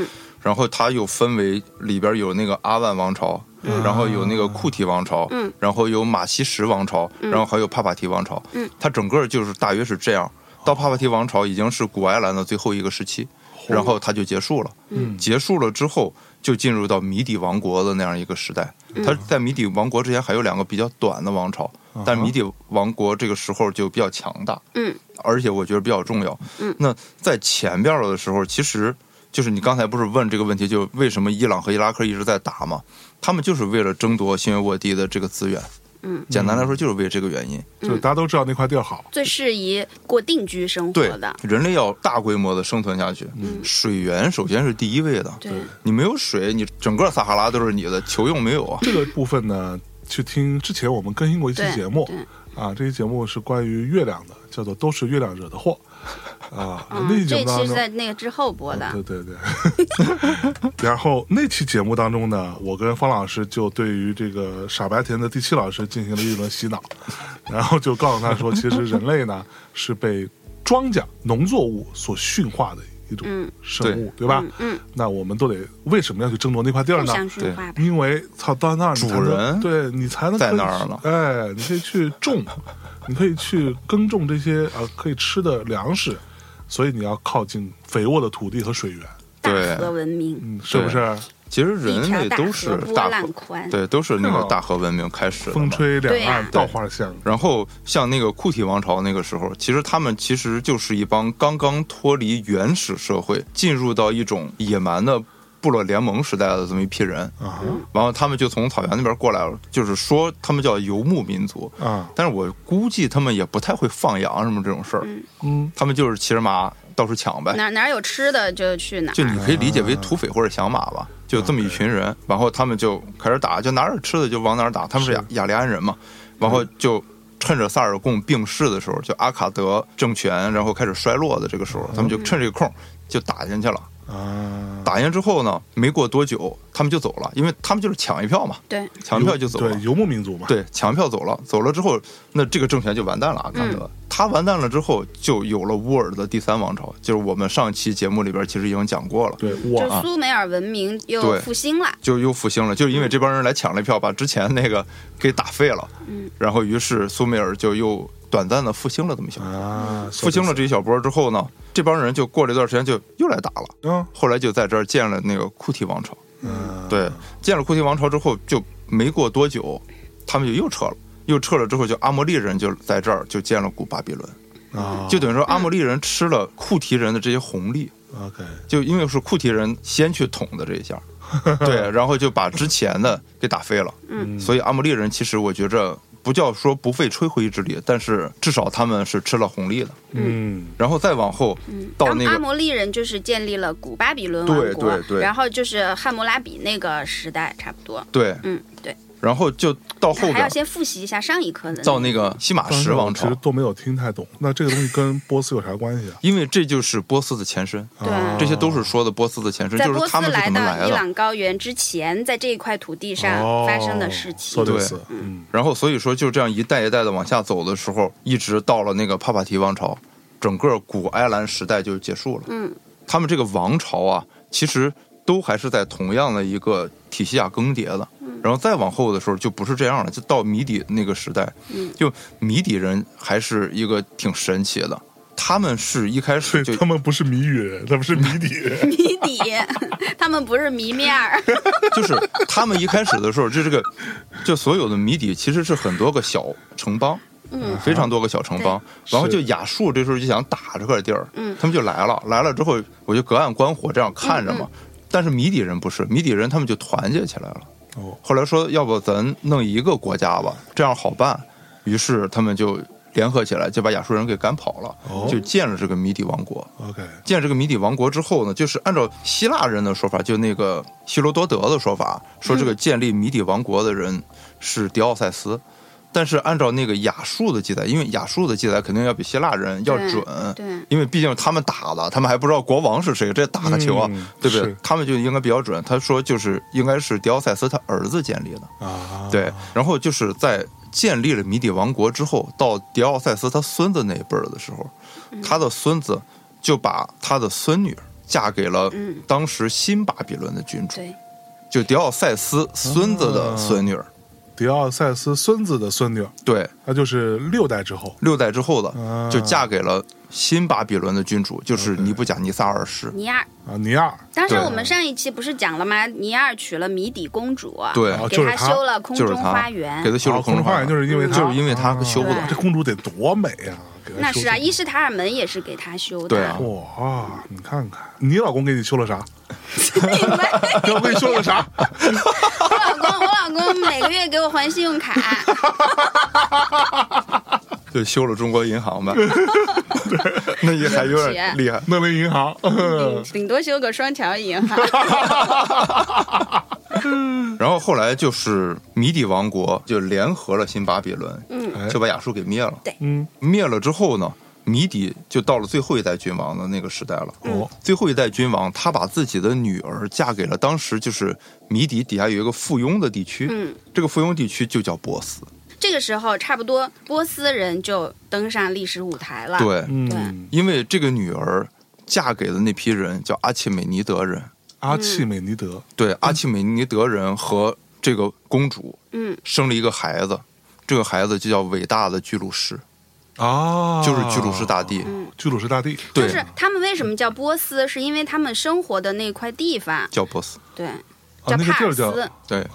S3: 然后它又分为里边有那个阿万王朝，然后有那个库提王朝，
S1: 嗯
S3: 然后有马其什王朝，然后还有帕帕提王朝。
S1: 嗯
S3: 它整个就是大约是这样。到帕帕提王朝已经是古埃兰的最后一个时期，然后它就结束了。
S2: 嗯
S3: 结束了之后，就进入到米底王国的那样一个时代。
S1: 嗯
S3: 它在米底王国之前还有两个比较短的王朝，但米底王国这个时候就比较强大，
S1: 嗯
S3: 而且我觉得比较重要。
S1: 嗯
S3: 那在前边儿的时候，其实就是你刚才不是问这个问题，就为什么伊朗和伊拉克一直在打嘛？他们就是为了争夺新维沃地的这个资源。
S1: 嗯，
S3: 简单来说就是为这个原因。
S2: 就是大家都知道那块地儿好，
S1: 最适宜过定居生
S3: 对
S1: 活的，，嗯
S3: 人类要大规模的生存下去，水源首先是第一位的。
S1: 对，
S3: 你没有水，你整个撒哈拉都是你的，求用没有啊？
S2: 这个部分呢，去听之前我们更新过一期
S1: 对
S2: 节目
S1: 对
S2: 啊，这期节目是关于月亮的，叫做“都是月亮惹的祸”啊，
S1: 嗯
S2: 那期节
S1: 这
S2: 目当
S1: 期是
S2: 中。
S1: 在那个之后播的，
S3: 嗯
S1: 嗯
S2: 对对对， 然后那期节目当中呢，我跟方老师就对于这个傻白甜的第七老师进行了一轮洗脑，然后就告诉他说，其实人类呢是被庄稼、农作物所驯化的一种
S1: 嗯
S2: 生物，对吧？
S1: 嗯，
S2: 那我们都得为什么要去争夺那块地儿
S1: 互
S2: 呢？
S1: 相驯化吧，
S2: 因为操到那儿你才能
S3: 主人
S2: 对你才能
S3: 在
S2: 可以
S3: 那儿
S2: 去
S3: 了
S2: 哎，你可以去 种，你可以去耕种这些呃可以吃的粮食，所以你要靠近肥沃的土地和水源，
S1: 大
S3: 对
S1: 河文明，
S2: 嗯，是不是？
S3: 其实
S1: 一
S3: 人
S1: 条
S3: 类
S1: 大
S3: 都是
S1: 河波
S3: 大
S1: 浪
S3: 河，
S1: 宽，
S3: 对，都是那个大河文明开始的嘛
S2: 风吹两
S1: 对
S2: 岸
S1: 呀
S2: 稻花香，
S3: 然后像那个库提王朝那个时候，其实他们其实就是一帮刚刚脱离原始社会，进入到一种野蛮的部落联盟时代的这么一批人。
S2: 啊
S3: 然后他们就从草原那边过来了，就是说他们叫游牧民族，
S2: 啊，
S3: 但是我估计他们也不太会放羊什么这种事儿，
S2: 嗯，
S3: 他们就是骑着马到处抢呗。
S1: 哪哪有吃的就去哪儿，
S3: 就你可以理解为土匪或者响马吧，就这么一群人，然后他们就开始打，就哪儿有吃的就往哪儿打，他们是雅雅利安人嘛，然后就趁着萨尔贡病逝的时候，就阿卡德政权然后开始衰落的这个时候，他们就趁这个空就打进去了。
S2: 啊，
S3: 打进去之后呢，没过多久他们就走了，因为他们就是抢一票嘛，
S1: 对，
S3: 抢一票就走了
S2: 对，。游牧民族嘛，
S3: 对，抢票走了，走了之后，那这个政权就完蛋了。阿卡德、他完蛋了之后，就有了乌尔的第三王朝，就是我们上期节目里边其实已经讲过了。
S2: 对，
S1: 就
S2: 我啊
S1: 是苏美尔文明又
S3: 啊对
S1: 复兴了，
S3: 就又复兴了，就是因为这帮人来抢了一票，把之前那个给打废了，
S1: 嗯，
S3: 然后于是苏美尔就又短暂的复兴了这么一小波，
S2: 啊，
S3: 复兴嗯了这一小波之后呢，这帮人就过了一段时间就又来打了，
S2: 啊，
S3: 后来就在这儿建了那个库提王朝，
S2: 嗯，
S3: 对，建了库提王朝之后就没过多久，他们就又撤了。又撤了之后，就阿摩利人就在这儿就建了古巴比伦，
S2: 啊，
S3: 就等于说阿摩利人吃了库提人的这些红利，
S2: OK，
S3: 就因为是库提人先去捅的这一下，对，然后就把之前的给打飞了。
S1: 嗯
S3: 所以阿姆利人其实我觉着不叫说不费吹灰之力，但是至少他们是吃了红利的。
S2: 嗯，
S3: 然后再往后到那
S1: 嗯阿阿
S3: 个
S1: 摩利人就是建立了古巴比伦王国，
S3: 对对对
S1: 然后就是汉谟拉比那个时代差不多，
S3: 对，
S1: 嗯，对，
S3: 然后就到后
S1: 还要
S3: 边
S1: 先复习一下上一课的，
S3: 到那个西马什王
S2: 当时我其
S3: 朝
S2: 实，都没有听太懂，那这个东西跟波斯有啥关系啊？
S3: 因为这就是波斯的前身，
S1: 对
S2: 啊
S3: 这些都是说的波斯的前身，
S1: 在
S3: 就
S1: 波
S3: 是
S1: 斯
S3: 他们是
S1: 来
S3: 怎么
S1: 到
S3: 来
S1: 伊
S3: 的。
S1: 朗高原之前，在这一块土地上发生的事情。
S2: 哦
S3: 对
S2: そうです嗯，
S3: 然后所以说就这样一代一代的往下走的时候，一直到了那个帕帕提王朝，整个古埃兰时代就结束了。
S1: 嗯，
S3: 他们这个王朝啊，其实都还是在同样的一个体系下更迭的。然后再往后的时候就不是这样了，就到米底那个时代，就米底人还是一个挺神奇的。他们是一开
S2: 所
S3: 始就
S2: 以他们不是谜语人，他们是谜底人，
S1: 谜底， 他们不是谜面 儿，
S3: 就是他们一开始的时候，就这个就所有的谜底其实是很多个小城邦，
S1: 嗯，
S3: 非常多个小城邦。
S2: 对
S3: 然后就是亚述这时候就想打这块地儿，
S1: 嗯
S3: 他们就来了，来了之后我就隔岸观火这样看着嘛。
S1: 嗯
S3: 但是米底人不是，米底人他们就团结起来了。
S1: 嗯
S2: 哦，
S3: 后来说，要不咱弄一个国家吧，这样好办。于是他们就联合起来，就把亚述人给赶跑了，
S2: 哦
S3: 就建了这个米底王国。
S2: OK，
S3: 建这个米底王国之后呢，就是按照希腊人的说法，就那个希罗多德的说法，说这个建立米底王国的人是迪奥塞斯。但是按照那个雅述的记载，因为雅述的记载肯定要比希腊人要准，
S1: 对
S3: 因为毕竟他们打了，他们还不知道国王是谁，这打个球啊，
S2: 嗯
S3: 对不对
S2: 是？
S3: 他们就应该比较准。他说就是应该是迪奥塞斯他儿子建立的，
S2: 啊，
S3: 对，然后就是在建立了米底王国之后，到迪奥塞斯他孙子那一辈儿的时候，
S1: 嗯
S3: 他的孙子就把他的孙女嫁给了
S1: 嗯
S3: 当时新巴比伦的君主，
S1: 对，
S3: 就迪奥塞斯孙子的孙女儿，
S2: 迪奥塞斯孙子的孙女，
S3: 对，
S2: 那就是六代之后
S3: 六代之后
S2: 啊
S3: 的就嫁给了新巴比伦的君主，就是尼布甲尼撒二世，
S1: 尼尔。
S2: 啊，尼二
S1: 当时
S3: 对
S1: 我们上一期不是讲了吗？尼尔娶了米底公主，
S3: 对
S2: 哦，
S1: 给
S2: 就是
S1: 她
S2: 他
S1: 修了空
S3: 就是
S1: 中
S3: 他
S1: 花园
S3: 给。他修了
S2: 啊空中花园就是因为他
S3: 就是因为他
S2: 啊
S3: 修不懂
S1: 对。
S2: 这公主得多美啊！给她
S1: 那
S2: 修
S1: 是啊，
S2: 修
S1: 伊什塔尔门也是给他修的。
S3: 对啊
S2: 哇，你看看，你老公给你修了啥？
S1: 你们
S2: 你老公给你修了 啥？
S1: 我老公，我老公每个月给我还信用卡，
S3: 对，修了中国银 行吧， 那也还有点厉害。
S2: 那为银行，嗯
S1: 顶顶多修个双条银行。
S3: 然后后来就是米底王国就联合了新巴比伦，
S1: 嗯，
S3: 就把亚述给灭了。
S2: 哎嗯，
S3: 灭了之后呢，米底就到了最后一代君王的那个时代了。
S2: 哦，
S3: 最后一代君王他把自己的女儿嫁给了当时就是米底底下有一个附庸的地区，
S1: 嗯，
S3: 这个附庸地区就叫波斯。
S1: 这个时候差不多波斯人就登上历史舞台了。，
S3: 对，
S2: 嗯，
S3: 因为这个女儿嫁给的那批人叫阿契美尼德人，
S2: 阿契美尼德，
S3: 对，阿契美尼德人和这个公主
S1: 嗯，
S3: 生了一个孩子，这个孩子就叫伟大的居鲁士，
S2: 啊，
S3: 嗯就是居鲁士大帝。
S2: 居鲁士大帝，
S3: 对，
S1: 就是他们为什么叫波斯，是因为他们生活的那块地方，
S3: 叫波斯。
S1: 对，
S2: 啊，那个
S1: 帕
S2: 地
S1: 尔
S2: 儿
S1: 斯。
S2: 叫
S3: 对，
S2: 啊，
S1: 对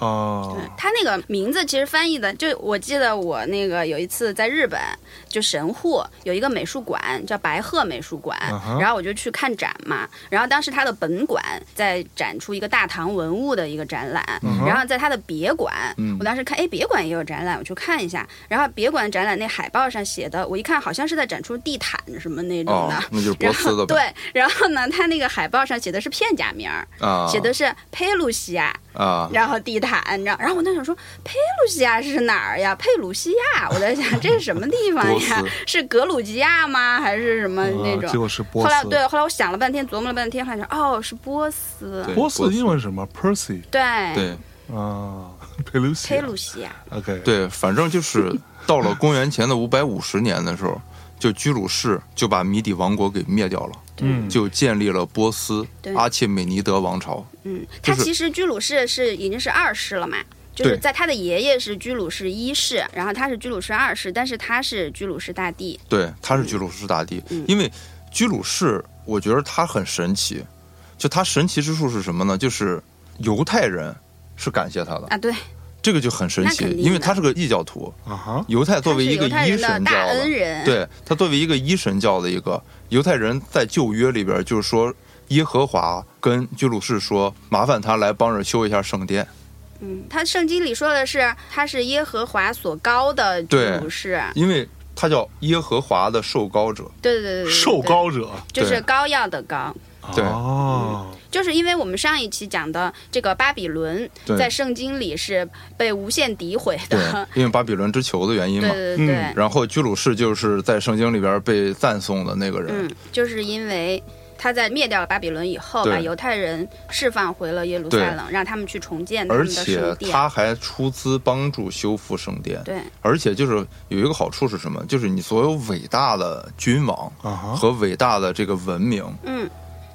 S1: 嗯他那个名字其实翻译的，就我记得我那个有一次在日本，就神户有一个美术馆叫白鹤美术馆
S2: 嗯哼
S1: 然后我就去看展嘛。然后当时他的本馆在展出一个大唐文物的一个展览
S2: 哼
S1: 然后在他的别馆
S3: 嗯
S1: 我当时看，哎，别馆也有展览，我去看一下。然后别馆展览那海报上写的，我一看好像是在展出地毯什么那种
S3: 哦
S1: 的，，
S3: 那就是
S1: 嗯然
S3: 波斯
S1: 后
S3: 的呗。
S1: 对，然后呢，他那个海报上写的是片假名儿，
S3: 啊，
S1: 写的是佩鲁西亚。
S3: 啊，
S1: 然后地毯，你知道？然后我那时候说，佩鲁西亚是哪儿呀？佩鲁西亚，我在想这是什么地方
S3: 波
S1: 呀
S3: 斯？
S1: 是格鲁吉亚吗？还是什么呃那
S2: 啊结
S1: 种？
S2: 果是波
S1: 后
S2: 斯，
S1: 来对，后来我想了半天，琢磨了半天，发现哦，是波斯，
S3: 对
S2: 波斯英文是什么？Percy
S1: 对，
S3: 对
S2: 啊， 佩鲁西
S1: 佩鲁西亚，
S2: ，OK，，
S3: 对，反正就是到了公元前的五百五十年的时候，就居鲁士就把米底王国给灭掉了，
S2: 嗯，
S3: 就建立了波斯
S1: 对
S3: 阿契美尼德王朝。
S1: 嗯，他
S3: 就是
S1: 其实居鲁士是已经是二世了嘛。就是
S3: 对
S1: 在他的爷爷是居鲁士一世，然后他是居鲁士二世，但是他是居鲁士大帝，
S3: 对，他是居鲁士大帝，
S1: 嗯
S3: 因为居鲁士，我觉得他很神奇，就他神奇之处是什么呢？就是犹太人是感谢他的，
S1: 啊，对，
S3: 这个就很神
S1: 那
S3: 奇
S1: 肯，定的
S3: 因为他是个异教徒，
S2: 啊哈，
S3: 犹太作为一个
S1: 他是
S3: 一
S1: 犹太人
S3: 神
S1: 的
S3: 教
S1: 大
S3: 的
S1: 恩， 人，
S3: 对他作为一个一神教的一个犹太人，在旧约里边就是说。耶和华跟居鲁士说：“麻烦他来帮着修一下圣殿。
S1: 嗯，他圣经里说的是他是耶和华所高的居
S3: 对
S1: 鲁士，”
S3: 因为他叫耶和华的受膏者，
S1: 对对对对对，
S2: 受
S1: 对，
S2: 高者，
S1: 就是膏药的膏。
S3: 对嗯
S2: 哦，
S1: 就是因为我们上一期讲的这个巴比伦，
S3: 对
S1: 在圣经里是被无限诋毁
S3: 对
S1: 的，，
S3: 因为巴比伦之囚的原 因
S1: 对
S3: 嘛，
S1: 对对对，
S3: 然后居鲁士就是在圣经里边被赞颂的那个人，
S1: 嗯，就是因为他在灭掉了巴比伦以后，
S3: 对
S1: 把犹太人释放回了耶路撒冷，让他们去重建他
S3: 而
S1: 们的
S3: 且
S1: 圣殿。
S3: 他还出资帮助修复圣殿。
S1: 对，
S3: 而且就是有一个好处是什么？就是你所有伟大的君王
S2: 啊哈，
S3: 和伟大的这个文明
S1: 嗯，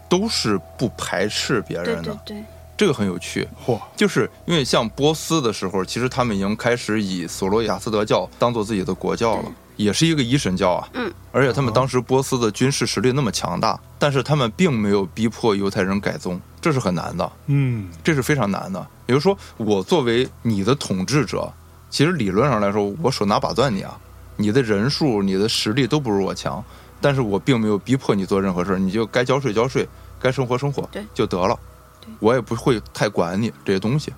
S3: 都是不排斥别
S1: 对
S3: 人
S1: 对
S3: 的，
S1: 对，
S3: 这个很有趣。
S2: 嚯，
S3: 就是因为像波斯的时候，其实他们已经开始以索罗亚斯德教当做自己的国教了，也是一个一神教啊。
S1: 嗯，
S3: 而且他们当时波斯的军事实力那么强大，但是他们并没有逼迫犹太人改宗，这是很难的，
S2: 嗯，
S3: 这是非常难的。也就是说，我作为你的统治者，其实理论上来说，我手拿把攥你啊，你的人数、你的实力都不如我强，但是我并没有逼迫你做任何事儿，你就该交税交税，该生活生活
S1: 对
S3: 就得了
S1: 对。
S3: 我也不会太管你这些东西。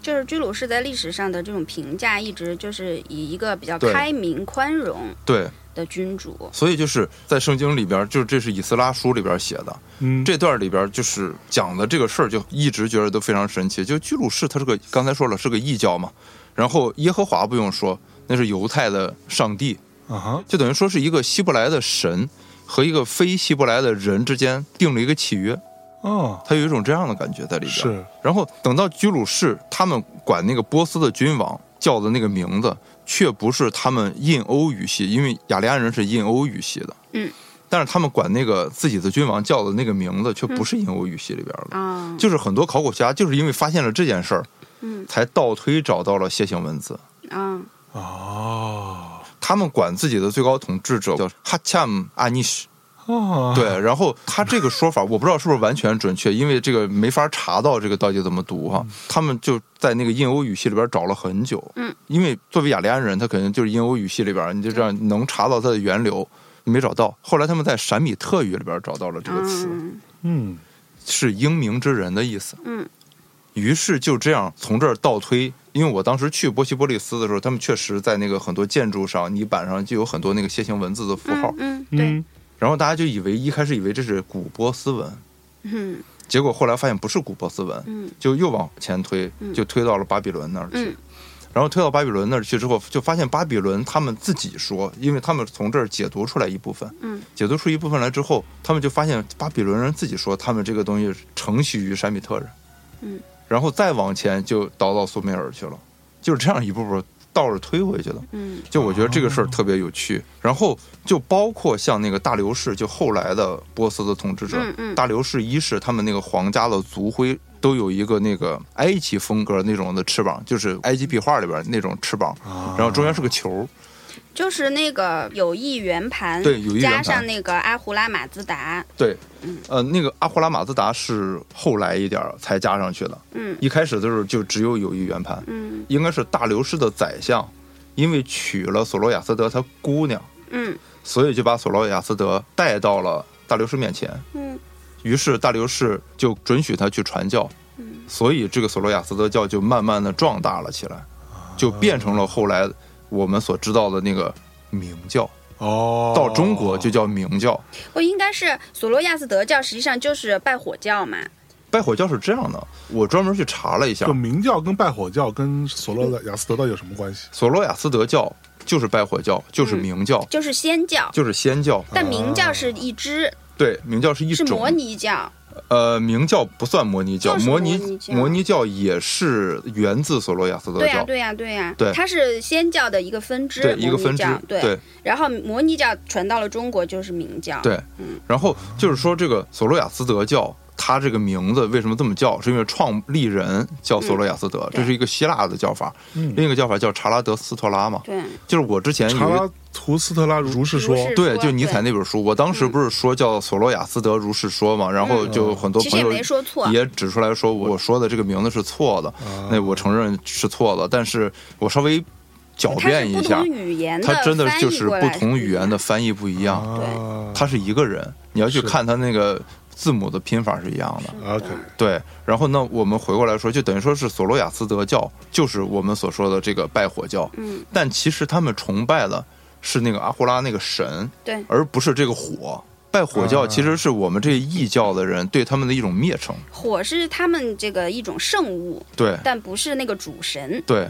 S1: 就是居鲁士在历史上的这种评价，一直就是以一个比较
S3: 对
S1: 开明、宽容
S3: 对，
S1: 的君主。
S3: 所以就是在圣经里边，就是这是以斯拉书里边写的
S2: 嗯，
S3: 这段里边，就是讲的这个事儿，就一直觉得都非常神奇。就居鲁士他是个刚才说了是个异教嘛，然后耶和华不用说，那是犹太的上帝，
S2: 啊哈，
S3: 就等于说是一个希伯来的神和一个非希伯来的人之间定了一个契约，
S2: 哦，
S3: 他有一种这样的感觉在里边。
S2: 是，
S3: 然后等到居鲁士他们管那个波斯的君王叫的那个名字，却不是他们印欧语系，因为雅利安人是印欧语系的。
S1: 嗯。
S3: 但是他们管那个自己的君王叫的那个名字，却不是印欧语系里边的。
S1: 啊，
S3: 就是很多考古学家就是因为发现了这件事儿，
S1: 嗯
S3: 才倒推找到了楔形文字。
S1: 啊，
S2: 哦，
S3: 他们管自己的最高统治者叫哈恰姆阿尼什，
S2: 哦，
S3: 对。然后他这个说法，我不知道是不是完全准确，因为这个没法查到这个到底怎么读哈。他们就在那个印欧语系里边找了很久，
S1: 嗯，
S3: 因为作为雅利安人，他肯定就是印欧语系里边，你就这样能查到它的源流，没找到。后来他们在闪米特语里边找到了这个词，
S1: 嗯
S2: 嗯，
S3: 是英明之人的意思。
S1: 嗯
S3: 于是就这样从这儿倒推，因为我当时去波西波利斯的时候，他们确实在那个很多建筑上、泥板上就有很多那个楔形文字的符号，
S1: 嗯，对，
S2: 嗯，
S3: 然后大家就以为一开始以为这是古波斯文，
S1: 嗯
S3: 结果后来发现不是古波斯文，
S1: 嗯
S3: 就又往前推，就推到了巴比伦那儿去。
S1: 嗯
S3: 然后推到巴比伦那儿去之后，就发现巴比伦他们自己说，因为他们从这儿解读出来一部分，
S1: 嗯
S3: 解读出一部分来之后，他们就发现巴比伦人自己说他们这个东西承袭于闪米特人，
S1: 嗯，
S3: 然后再往前就倒到苏美尔去了，就是这样一步步倒着推回去的。
S1: 嗯
S3: 就我觉得这个事儿特别有趣，然后就包括像那个大流士，就后来的波斯的统治者，
S1: 嗯嗯
S3: 大流士一世，他们那个皇家的族徽都有一个那个埃及风格那种的翅膀，就是埃及壁画里边那种翅膀，
S2: 啊
S3: 然后中间是个球，
S1: 就是那个友谊圆盘，
S3: 对友谊圆
S1: 加
S3: 盘
S1: 上那个阿胡拉马兹达，
S3: 对，
S1: 嗯
S3: 呃，那个阿胡拉马自达是后来一点儿才加上去的，
S1: 嗯
S3: 一开始的时候就只有友谊圆盘，
S1: 嗯
S3: 应该是大流士的宰相，因为娶了索罗亚斯德他姑娘，
S1: 嗯
S3: 所以就把索罗亚斯德带到了大流士面前。
S1: 嗯
S3: 于是大流士就准许他去传教，
S1: 嗯
S3: 所以这个索罗亚斯德教就慢慢的壮大了起来，就变成了后来我们所知道的那个明教，
S2: 哦，
S3: 到中国就叫明教。
S1: 不应该是索罗亚斯德教，实际上就是拜火教嘛。
S3: 拜火教是这样的，我专门去查了一下
S2: 就，明教跟拜火教跟索罗亚斯德到底有什么关系？
S3: 索罗亚斯德教就是拜火教，就是明
S2: 嗯
S3: 教，
S1: 就是仙教，
S3: 就是仙教。
S1: 但明教是一支，
S3: 对，明教是一
S1: 是
S3: 种，
S1: 摩尼教。
S3: 呃，明教不算摩尼教，
S1: 就是
S3: 摩
S1: 摩尼教
S3: 摩尼教也是源自索罗亚斯德
S1: 对呀、
S3: 教，
S1: 对啊呀、对呀、
S3: 对
S1: 它是仙教的一个分支，
S3: 对一个
S1: 摩
S3: 分
S1: 尼
S3: 支
S1: 教，，对。
S3: 对。
S1: 然后摩尼教传到了中国，就是明教。，
S3: 对，
S1: 嗯
S3: 然后就是说这个索罗亚斯德教，它这个名字为什么这么叫？是因为创立人叫索罗亚斯德，这是一个希腊的叫法，
S2: 嗯
S3: 另一个叫法叫查拉德斯托拉嘛。
S1: 对
S3: 就是我之前
S2: 查
S3: 有
S2: 拉
S3: 一。
S2: 图斯特拉如是说
S1: 如，是
S3: 对，
S1: 说嗯
S3: 就尼采那本书，我当时不是说叫索罗亚斯德如是说嘛，然后就很多
S1: 其实
S3: 朋
S1: 也
S3: 友
S1: 没说错。嗯
S3: 也指出来说我说的这个名字是错的，
S2: 啊
S3: 那我承认是错的，但是我稍微狡
S1: 它是
S3: 辩
S1: 不
S3: 一下
S1: 同，语言的
S3: 它真的
S1: 翻译
S3: 就是
S1: 过
S3: 不
S1: 来
S3: 同语言的翻译不一样，
S2: 啊
S3: 他是一个人，你要去
S2: 是
S3: 看他那个字母的拼法是一样的。
S2: OK，
S3: 对，然后呢，我们回过来说，就等于说是索罗亚斯德教，就是我们所说的这个拜火教。
S1: 嗯，
S3: 但其实他们崇拜的是那个阿胡拉那个神，
S1: 对，
S3: 而不是这个火。拜火
S2: 啊
S3: 教其实是我们这异教的人对他们的一种蔑称。
S1: 火是他们这个一种圣物，
S3: 对
S1: 但不是那个主神。
S3: 对，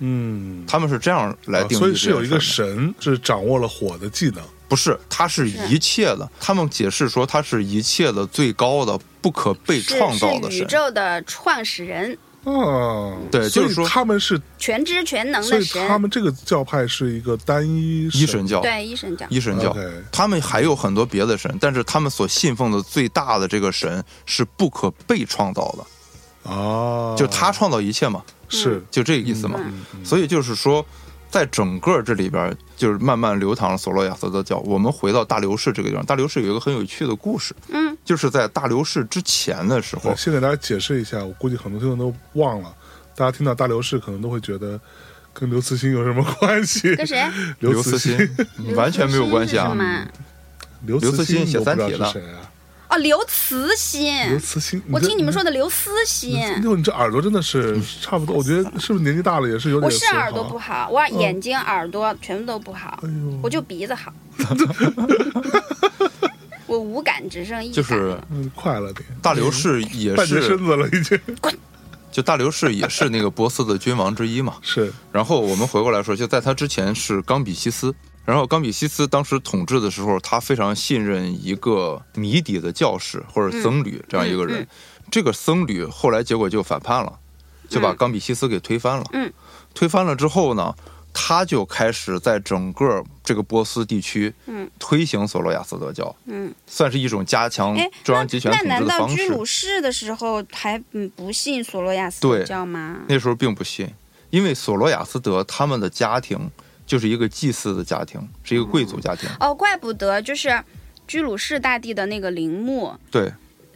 S2: 嗯，
S3: 他们是这样来
S2: 啊
S3: 定义、
S2: 所以是有一个，神是掌握了火的技能，
S3: 不是，它是一切的。他们解释说，它是一切的最高的、不可被
S1: 是
S3: 创造的
S1: 是宇
S3: 神。
S1: 宙的创始人，
S2: 嗯，
S3: 对
S2: 所
S3: 就是
S2: 以
S3: 说
S2: 他们是，
S1: 全知全能
S2: 所
S1: 的
S2: 以
S1: 神。
S2: 他们这个教派是一个单一
S3: 一神教，
S1: 对一神教，
S3: 一神教
S2: OK
S3: 他们还有很多别的神，但是他们所信奉的最大的这个神是不可被创造的，
S2: 啊，
S3: 就他嗯创造一切嘛，
S1: 嗯
S2: 是
S3: 就这个意思嘛。所以就是说，在整个这里边，就是慢慢流淌了索罗亚斯德教。我们回到大流士这个地方，大流士有一个很有趣的故事，
S1: 嗯，
S3: 就是在大流士之前的时候
S2: 我，呃先给大家解释一下，我估计很多听众都忘了，大家听到大刘氏可能都会觉得跟刘慈欣有什么关系？
S1: 跟谁？
S2: 刘
S3: 慈
S2: 欣
S3: 欣， 完全没有关系
S1: 刘慈欣是
S3: 啊。
S1: 吗
S2: 刘慈
S3: 刘慈欣写
S2: 我不知道
S3: 三体
S2: 是
S3: 的
S2: 谁啊？
S1: 哦，刘慈欣。
S2: 刘慈欣，
S1: 嗯我
S2: 这
S1: 听你们说的刘慈欣，
S2: 哟，你这耳朵真的
S3: 嗯
S2: 是差不多，我觉得是不是年纪大了也是有点
S1: 我是耳朵不
S2: 不
S1: 好，我眼睛、耳朵全部都不好，
S2: 哎
S1: 我就鼻子 好。我无感只剩一感。
S3: 就是
S2: 嗯，快了点，
S3: 大流士也
S2: 半截
S3: 是
S2: 身子了已经。
S3: 就大流士也是那个波斯的君王之一嘛。
S2: 是
S3: 然后我们回过来说，就在他之前是冈比西斯。然后冈比西斯当时统治的时候，他非常信任一个谜底的教士或者僧侣这样一个人。
S1: 嗯
S3: 这个僧侣后来结果就反叛了，就把
S1: 嗯
S3: 冈比西斯给推翻了。
S1: 嗯
S3: 推翻了之后呢，他就开始在整个这个波斯地区
S1: 嗯
S3: 推行索罗亚斯德教，
S1: 嗯，
S3: 算是一种加强
S1: 哎，
S3: 中央集权
S1: 那
S3: 统
S1: 那难
S3: 治的
S1: 道
S3: 方
S1: 居
S3: 式。
S1: 鲁士的时候还嗯不信索罗亚斯
S3: 对
S1: 教吗？
S3: 那时候并不信，因为索罗亚斯德他们的家庭就是一个祭祀的家庭，是一个贵族家庭。
S1: 哦，怪不得就是居鲁士大帝的那个陵墓
S3: 对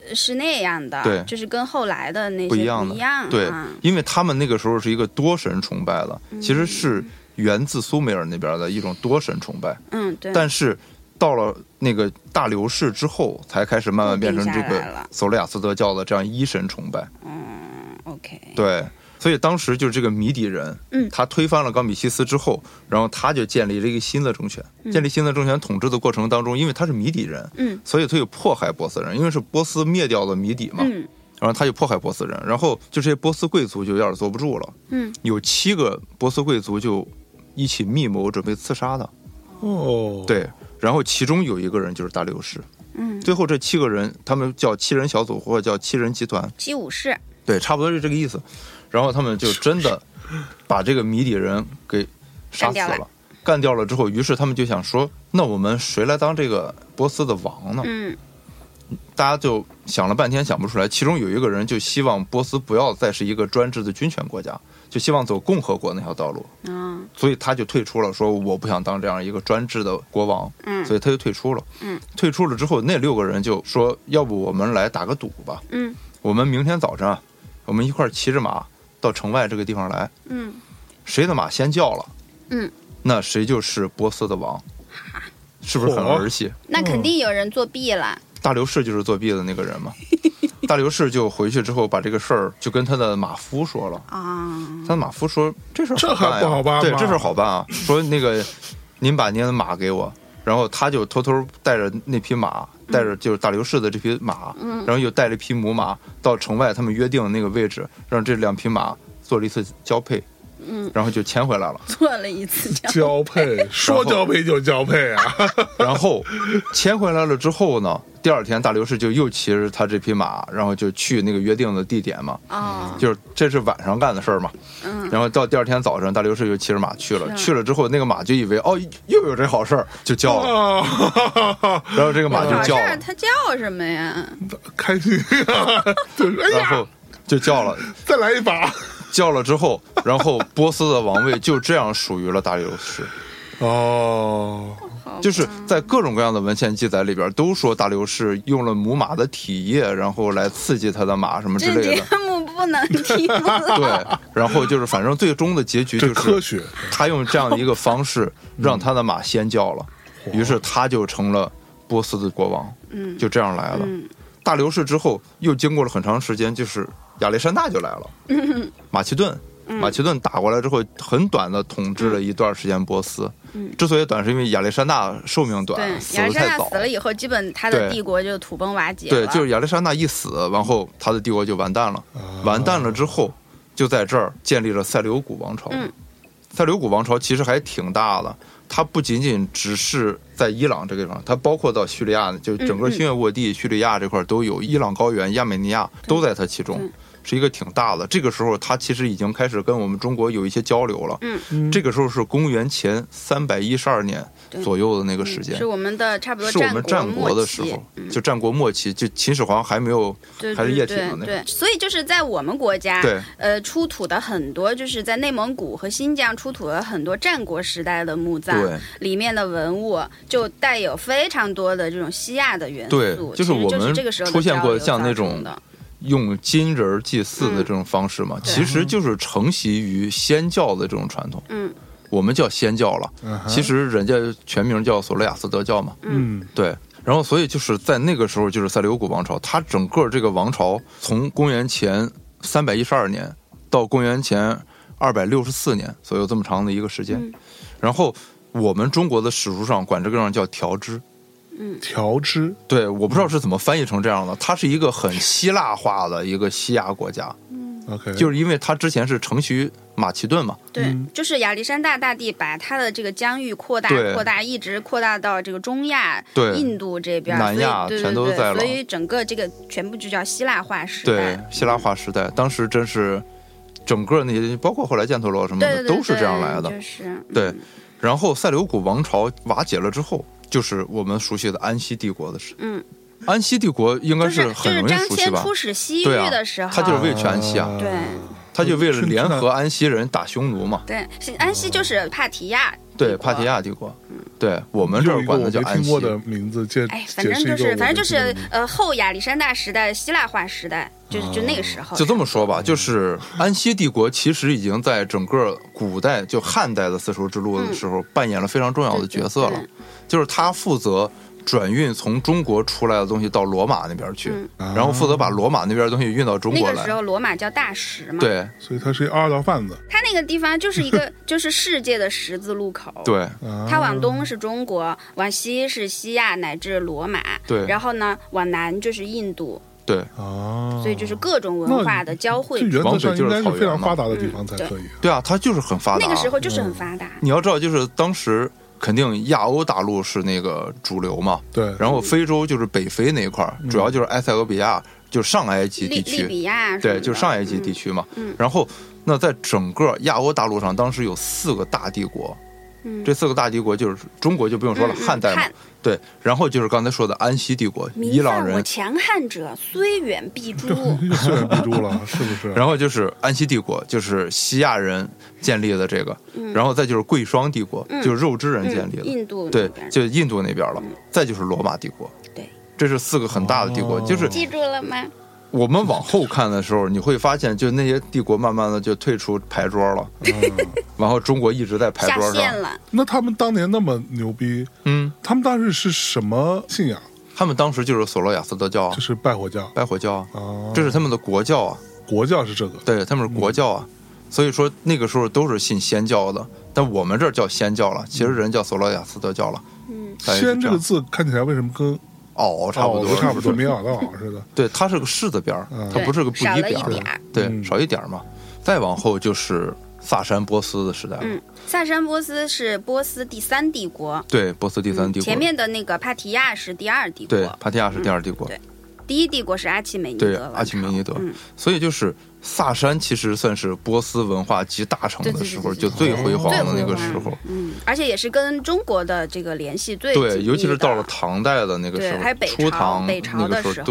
S1: 呃是那样的，
S3: 对
S1: 就是跟后来的那些
S3: 不一样的
S1: 不一样啊
S3: 对，因为他们那个时候是一个多神崇拜的，
S1: 嗯
S3: 其实是源自苏美尔那边的一种多神崇拜。
S1: 嗯，对，
S3: 但是到了那个大流士之后，才开始慢慢变成这
S1: 固定下来了
S3: 个索罗亚斯德教的这样一神崇拜。
S1: OK，
S3: 对，所以当时就是这个谜底人，
S1: 嗯
S3: 他推翻了冈比西斯之后，然后他就建立了一个新的政权。建立新的政权统治的过程当中，因为他是谜底人，
S1: 嗯
S3: 所以他就迫害波斯人，因为是波斯灭掉了谜底嘛，
S1: 嗯
S3: 然后他就迫害波斯人，然后就这些波斯贵族就有点坐不住了，
S1: 嗯，
S3: 有七个波斯贵族就一起密谋准备刺杀他，
S2: 哦，，
S3: 对，然后其中有一个人就是大流士，
S1: 嗯，
S3: 最后这七个人他们叫七人小组或者叫七人集团，
S1: 七武士，
S3: 对，差不多是这个意思。然后他们就真的把这个谜底人给杀
S1: 干
S3: 死
S1: 掉了
S3: 干掉了之后，于是他们就想说，那我们谁来当这个波斯的王呢？
S1: 嗯
S3: 大家就想了半天想不出来。其中有一个人就希望波斯不要再是一个专制的军权国家，就希望走共和国那条道路，
S1: 啊
S3: 所以他就退出了，说我不想当这样一个专制的国王，
S1: 嗯
S3: 所以他就退出了。
S1: 嗯，
S3: 退出了之后，那六个人就说，要不我们来打个赌吧。
S1: 嗯
S3: 我们明天早晨啊，我们一块儿骑着马到城外这个地方来，
S1: 嗯
S3: 谁的马先叫了，
S1: 嗯，
S3: 那谁就是波斯的王，是不是很
S2: 嚯
S3: 儿戏？
S1: 那肯定有人作弊了，
S3: 大流士就是作弊的那个人嘛。大流士就回去之后，把这个事儿就跟他的马夫说了。
S1: 啊，
S3: 他的马夫说：“这事儿
S2: 这还
S3: 办呀
S2: 不好办吗
S3: 对，这事儿好办啊。说那个，您把您的马给我。”然后他就偷偷带着那匹马，带着就是大流士的这匹马，然后又带了一匹母马到城外他们约定的那个位置，让这两匹马做了一次交配，
S1: 嗯，
S3: 然后就牵回来了。
S1: 做了一次 这样，
S2: 交配，说交配就交配 啊，
S3: 然后牵回来了之后呢，第二天大流士就又骑着他这匹马，然后就去那个约定的地点嘛，
S1: 哦，
S3: 就是这是晚上干的事儿嘛。
S1: 嗯，
S3: 然后到第二天早上，大流士又骑着马去了。
S1: 是
S3: 去了之后，那个马就以为哦又有这好事儿，就叫了。
S2: 啊，哈哈哈
S3: 然后这个马就
S1: 好哦事
S3: 叫
S1: 儿，
S3: 了，
S1: 他叫什么呀？
S2: 开心啊，就是哎
S3: 然
S2: 呀
S3: 后，就叫了，
S2: 再来一把，
S3: 叫了之后，然后波斯的王位就这样属于了大流士。
S2: 哦，
S1: 好吧
S3: 就是在各种各样的文献记载里边都说大流士用了母马的体液，然后来刺激他的马什么之
S1: 这
S3: 类
S1: 节
S3: 的。
S1: 目不 能听了，
S3: 对，然后就是反正最终的结局
S2: 这
S3: 就
S2: 科
S3: 是
S2: 学，
S3: 他用这样的一个 方式
S1: 嗯
S3: 让他的马先叫了，于是他就成了波斯的国王，
S1: 嗯
S3: 就这样来了。
S1: 嗯
S3: 大流士之后又经过了很长时间，就是亚历山大就来了， 马其顿。
S1: 嗯
S3: 马其顿打过来之后，很短的统治了一段时间波斯。
S1: 嗯
S3: 之所以短，是因为亚历山大寿命
S1: 对
S3: 短，，死
S1: 亚
S3: 的
S1: 历山
S3: 太
S1: 大
S3: 早
S1: 死。了以后，基本他的
S3: 对
S1: 帝国就土崩瓦解
S3: 对，
S1: 了。
S3: 就是亚历山大一死，然后他的帝国就完蛋了。完蛋了之后，就在这儿建立了塞琉古王朝。
S1: 嗯
S3: 塞琉古王朝其实还挺大的，它不仅仅只是在伊朗这个地方，它包括到叙利亚，就整个
S1: 嗯嗯
S3: 新月沃地、叙利亚这块儿都有，伊朗高原、亚美尼亚都在它其中
S1: 对，
S3: 是一个挺大的。这个时候，它其实已经开始跟我们中国有一些交流了。
S2: 嗯
S3: 这个时候是公元前三百一十二年
S1: 对嗯
S3: 左右的那个时间
S1: 是。我们的差不多
S3: 是我们战
S1: 国
S3: 国
S1: 末
S3: 的
S1: 期嗯
S3: 时候，就战国末期，就秦始皇还没有
S1: 对
S3: 还是
S1: 对
S3: 液体
S1: 对
S3: 的那
S1: 对
S3: 个，，
S1: 所以就是在我们国家，
S3: 对
S1: 呃，出土的很多，就是在内蒙古和新疆出土了很多战国时代的墓葬
S3: 对，
S1: 里面的文物就带有非常多的这种西亚的元素。
S3: 对
S1: 其实
S3: 就是
S1: 就是
S3: 我们
S1: 这个时候的
S3: 出现过
S1: 交流
S3: 像那
S1: 造成
S3: 种
S1: 的，
S3: 用金人儿祭祀的这种方式嘛，
S1: 嗯
S3: 其实就是承袭于先教的这种传统，
S1: 嗯
S3: 我们叫先教了，
S2: 嗯哼
S3: 其实人家全名叫索罗亚斯德教嘛，
S2: 嗯，
S3: 对。然后，所以就是在那个时候，就是塞琉古王朝，它整个这个王朝从公元前三百一十二年到公元前二百六十四年左右这么长的一个时间。
S1: 嗯
S3: 然后，我们中国的史书上管这个地方叫调支，
S2: 调汁，
S3: 对，我不知道是怎么翻译成这样的。它是一个很希腊化的一个西亚国家，
S2: OK，
S3: 就是因为他之前是城徐马其顿嘛，
S1: 对
S2: 嗯，
S1: 就是亚历山大大帝把他的这个疆域扩大、
S3: 对
S1: 扩大，一直扩大到这个中亚、
S3: 对
S1: 印度这边，
S3: 南
S1: 所
S3: 亚
S1: 以对
S3: 全都
S1: 对对
S3: 在了
S1: 所以整个这个全部就叫希腊化时
S3: 对
S1: 代。，
S3: 希腊化时代，当时真是整个那些，包括后来犍陀罗什么
S1: 对
S3: 的
S1: 对对，
S3: 都是这样来的
S1: 就。是嗯
S3: 对，然后塞琉古王朝瓦解了之后，就是我们熟悉的安息帝国的事。
S1: 嗯，
S3: 安息帝国应该
S1: 就是是就
S3: 很
S1: 是
S3: 容易
S1: 张
S3: 熟悉
S1: 骞
S3: 吧
S1: 出？使西域
S3: 对啊
S1: 的时候，
S3: 他就是为全息
S2: 嗯
S3: 啊，
S1: 对
S3: 他就为了
S2: 是
S3: 联合安息人打匈奴嘛。
S1: 对，是安息就是帕提亚，
S3: 对，帕提，亚帝国，
S1: 嗯
S3: 对我们这
S2: 又
S3: 儿
S2: 一个
S3: 管
S2: 我没
S3: 它叫安
S2: 听
S3: 息
S2: 过。的名字，解
S1: 哎，反
S2: 解
S1: 正
S2: 释一
S1: 就
S2: 个
S1: 是
S2: 我没听过的名字，
S1: 反正就是呃后亚历山大时代希腊化时代，就是就哦那个时候
S3: 嗯就这么说吧，就是安息帝国其实已经在整个古代就汉代的丝绸之路的时候扮演了非常重要的角色了。
S1: 嗯对对
S3: 就是他负责转运从中国出来的东西到罗马那边去，
S2: 嗯
S3: 然后负责把罗马那边的东西运到中
S1: 那
S3: 国
S1: 个时
S3: 来。
S1: 候罗马叫大食嘛，，
S3: 对
S2: 所以他是一二道贩子。
S1: 它那个地方就是一 个就是世界的十字路口，。
S3: 对
S2: 啊
S1: 它往东是中国，往西是西亚乃至罗马，
S3: 对
S1: 然后呢，往南就是印度，
S3: 对
S2: 啊，
S1: 所以就是各种文化的交汇
S2: 这。原则上应该是非常
S3: 往北就是草原嘛
S2: 发达的地方
S1: 嗯
S2: 才可以。
S3: 对啊，它就是很发达。
S1: 那个时候就是很发达，
S3: 你要知道，就是当时肯定亚欧大陆是那个主流嘛，
S2: 对，
S3: 然后非洲就是北非那一块儿，主要就是埃塞俄比亚，就上埃及
S1: 利
S3: 地
S1: 利
S3: 区，
S1: 比亚什么
S3: 对，
S1: 的嗯
S3: 就上埃及地。区嘛。然后那在整个亚欧大陆上，当时有四个大帝国，
S1: 嗯
S3: 这四个大帝国就是中国就不用
S1: 嗯
S3: 说了，
S1: 嗯
S3: 汉代嘛
S1: 汉，
S3: 对，然后就是刚才说的安息帝国，
S1: 民
S3: 伊朗
S1: 犯我
S3: 人，
S1: 强汉者，虽远必 诛。
S2: 又虽然不住了，是不是？
S3: 然后就是安息帝国，就是西亚人建立的这个，然后再就是贵霜帝国，
S1: 嗯
S3: 就是肉汁人
S1: 嗯
S3: 建立的，
S1: 印度那
S3: 对
S1: 边，嗯
S3: 就印度那边了，再就是罗马帝国，
S1: 对，
S3: 这是四个很大的帝国，
S2: 哦
S3: 就是
S1: 记住了吗？
S3: 我们往后看的时候，你会发现，就那些帝国慢慢的就退出牌桌了，
S2: 嗯
S3: 然后中国一直在牌
S1: 下
S3: 桌
S1: 线
S3: 上，
S1: 了，
S2: 那他们当年那么牛逼，
S3: 嗯，
S2: 他们当时是什么信仰？
S3: 他们当时就是索罗亚斯德教啊
S2: 就，是拜火教
S3: 拜火教啊，
S2: 啊，
S3: 这是他们的国教啊，
S2: 国教是这个
S3: 对，他们是国教啊，
S2: 嗯
S3: 所以说那个时候都是信仙教的，但我们这儿叫仙教了，其实人叫索罗亚斯德教了。
S1: 嗯，
S3: 大概是
S2: 嗯仙这
S3: 这
S2: 个
S3: 样
S2: 字看起来为什么跟哦
S3: 袄差不
S2: 袄
S3: 多，
S2: 子差不多，
S3: 是
S2: 没
S3: 是
S2: 袄的袄似的？
S3: 对，它是个士字边儿
S2: 嗯，
S3: 它不是个不
S1: 少了
S3: 边
S1: 一点
S3: 儿，
S1: 儿。
S3: 对，
S2: 嗯
S3: 少一点儿嘛。再往后就是萨珊波斯的时代了
S1: 嗯，，萨珊波斯是波斯第三帝国，
S3: 对，波斯第三帝国，
S1: 前面的那个帕提亚是第二帝
S3: 对
S1: 国，嗯
S3: 帕提亚是第二帝国
S1: 对，第一帝国是阿契美尼德
S3: 对
S1: 王朝。
S3: 阿契美尼德
S1: 嗯，
S3: 所以就是萨珊其实算是波斯文化集大成
S1: 对
S3: 的
S1: 对
S3: 时
S1: 对
S3: 候，
S1: 对
S3: 就最辉煌
S1: 最
S3: 的那
S1: 辉
S3: 个
S1: 煌
S3: 时候，
S1: 嗯，而且也是跟中国的这个联系最紧
S3: 对，
S1: 密
S3: 尤其是
S1: 的
S3: 到了唐代的那个时
S1: 对，还有
S3: 候，
S1: 北朝
S3: 初唐
S1: 北
S3: 那
S1: 朝
S3: 个
S1: 的
S3: 时候，
S1: 时候，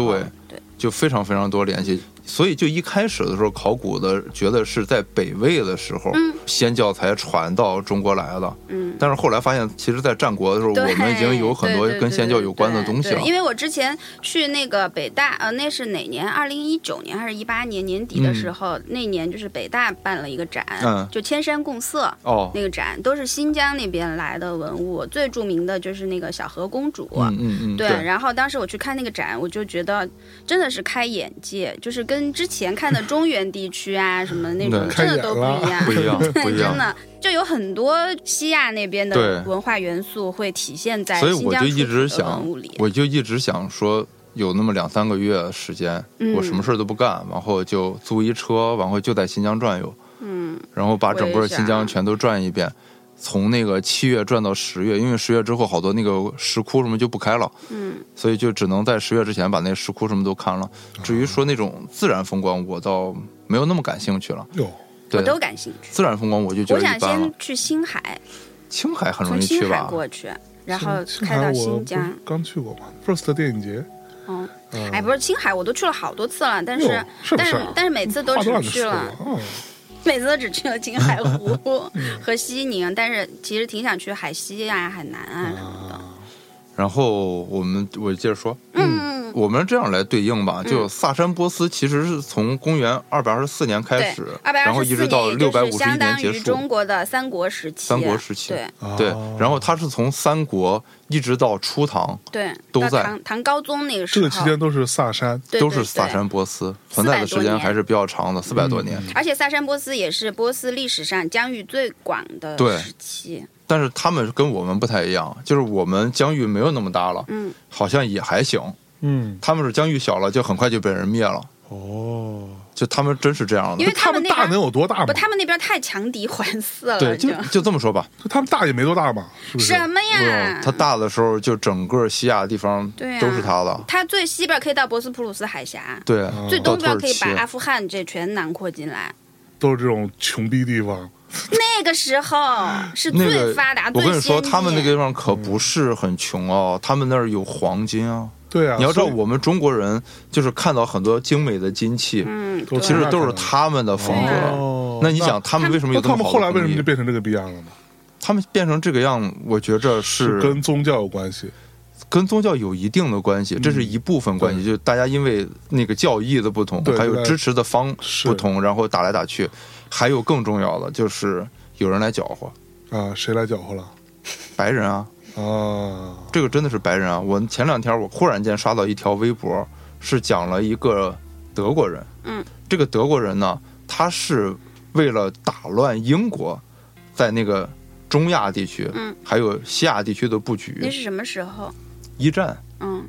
S3: 对，就非常非常多联系。所以就一开始的时候，考古的觉得是在北魏的时候，
S1: 嗯
S3: 仙教才传到中国来的。
S1: 嗯。
S3: 但是后来发现，其实，在战国的时候，
S1: 对
S3: 我们已经有很多
S1: 对对
S3: 跟
S1: 对
S3: 仙教有关的
S1: 对
S3: 东西
S1: 对
S3: 了。
S1: 因为我之前去那个北大，呃，那是哪年？二零一九年还是一八年年底的时候？那年就是北大办了一个展，
S3: 嗯
S1: 就千山共色。
S3: 哦，
S1: 那个展都是新疆那边来的文物，最著名的就是那个小河公主。
S3: 嗯嗯嗯，
S1: 对，然后当时我去看那个展，我就觉得真的是开眼界，就是跟之前看的中原地区啊什么那种，
S3: 对
S1: 真的都不一样，
S3: 不一 样，不
S1: 对，
S3: 一
S1: 真
S3: 样。
S1: 的就有很多西亚那边的
S3: 对
S1: 文化元素会体现在
S3: 所以
S1: 新
S3: 我
S1: 疆
S3: 就一
S1: 出
S3: 直
S1: 土的文
S3: 想
S1: 物里，。
S3: 我就一直想说，有那么两三个月时间，
S1: 嗯
S3: 我什么事儿都不干，然后就租一车，然后就在新疆转悠，
S1: 嗯，
S3: 然后把整
S1: 我也
S3: 个
S1: 啊想
S3: 新疆全都转一遍。从那个七月转到十月，因为十月之后好多那个石窟什么就不开了，
S1: 嗯，
S3: 所以就只能在十月之前把那石窟什么都看了。至于说那种自然风光，我倒没有那么感兴趣了。
S2: 哟，
S1: 我
S3: 对，
S1: 都感兴趣。
S3: 自然风光我就觉
S1: 我
S3: 得
S1: 想
S3: 一般了
S1: 先。去青海，
S3: 青海很容
S1: 从
S3: 易去
S1: 青海
S3: 吧？
S1: 过去， 然后
S2: 青
S1: 开
S2: 海
S1: 到
S2: 我
S1: 新
S2: 不是
S1: 疆。
S2: 刚去过嘛，First 电影节，
S1: 哦，
S2: 嗯
S1: 哎，不是青海，我都去了好多次了，但是
S2: 哟是不
S1: 但
S2: 是
S1: 是
S2: 啊
S1: 但是每次都
S2: 话
S1: 只
S2: 都让你
S1: 去
S2: 说
S1: 了
S2: 了，，嗯
S1: 每次都只去了青海 湖和西宁，但是其实挺想去海西呀、海南啊什么的。
S3: 然后我们我接着说，
S1: 嗯，
S3: 我们这样来对应吧，就萨珊波斯其实是从公元二百二十四年开
S1: 对
S3: 始，，
S1: 二百
S3: 然后
S1: 二
S3: 一
S1: 十
S3: 直
S1: 四
S3: 到
S1: 年，
S3: 六
S1: 也
S3: 百
S1: 就是
S3: 五十一
S1: 相
S3: 年
S1: 当
S3: 结
S1: 于
S3: 束
S1: 中，国的三国时期。
S3: 三国时期
S1: 对
S3: 对
S2: 哦。
S3: 然后它是从三国一直到初唐，
S1: 对，
S3: 都
S1: 到
S3: 在
S1: 唐唐高宗那个时
S2: 这
S1: 候，
S2: 个期间都是萨珊，
S1: 对
S3: 都
S1: 对
S3: 是
S1: 对
S3: 萨珊波斯存在的时间还是比较长的，四百多年。
S1: 而且萨珊波斯也是波斯历史上疆域最广的
S3: 对
S1: 时期。
S3: 但是他们跟我们不太一样，就是我们疆域没有那么大了，
S1: 嗯，
S3: 好像也还行。
S2: 嗯，
S3: 他们是疆域小了，就很快就被人灭了。
S2: 哦，
S3: 就他们真是这样
S1: 因
S3: 的
S1: 为。
S2: 他
S1: 他们那
S2: 大
S1: 边
S2: 能有多大
S1: 不，
S2: 嘛？
S1: 他们那边太强敌环伺了，
S3: 对，就
S1: 就
S3: 就这么说吧。
S2: 他们大也没多大嘛，是不是？
S1: 什么呀？
S3: 他大的时候，就整个西亚地方
S1: 嗯对啊
S3: 都是他的。
S1: 它最西边可以到博斯普鲁斯海峡，
S3: 对，
S2: 嗯
S1: 最
S3: 嗯到
S1: 东
S3: 土耳
S1: 边
S3: 其
S1: 可以把阿富汗这全囊括进来。
S2: 都是这种穷逼地方，
S1: 那个时候是
S3: 那个
S1: 最发达、
S3: 我跟
S1: 最
S3: 你
S1: 先
S3: 说，
S1: 进。
S3: 他们那个地方可不是很穷哦，他们那儿有黄金啊。
S2: 对啊。
S3: 你要知道，
S2: 所以
S3: 我们中国人就是看到很多精美的金器，
S1: 嗯，
S2: 都
S1: 对
S3: 其实都是他们的房子。
S2: 哦
S3: 那你想，他们为什么有
S2: 那
S3: 这
S2: 他
S3: 么
S2: 们
S3: 好
S2: 后
S3: 的
S2: 来为什么
S3: 工
S2: 就
S3: 艺
S2: 变成这个逼样了呢？
S3: 他们变成这个样？我觉着是
S2: 跟宗教有关系。
S3: 跟宗教有一定的关系，这
S2: 嗯
S3: 是一部分关系，就是大家因为那个教义的不同
S2: 对，
S3: 还
S2: 对
S3: 有支持的方
S2: 是
S3: 不同，然后打来打去，还有更重要的就是有人来搅和，
S2: 啊，谁来搅和了？
S3: 白人啊，
S2: 啊，
S3: 这个真的是白人啊！我前两天我忽然间刷到一条微博，是讲了一个德国人，
S1: 嗯，
S3: 这个德国人呢，他是为了打乱英国在那个中亚地区，
S1: 嗯，
S3: 还有西亚地区的布
S1: 那
S3: 局，
S1: 是什么时候？
S3: 一战。
S1: 嗯，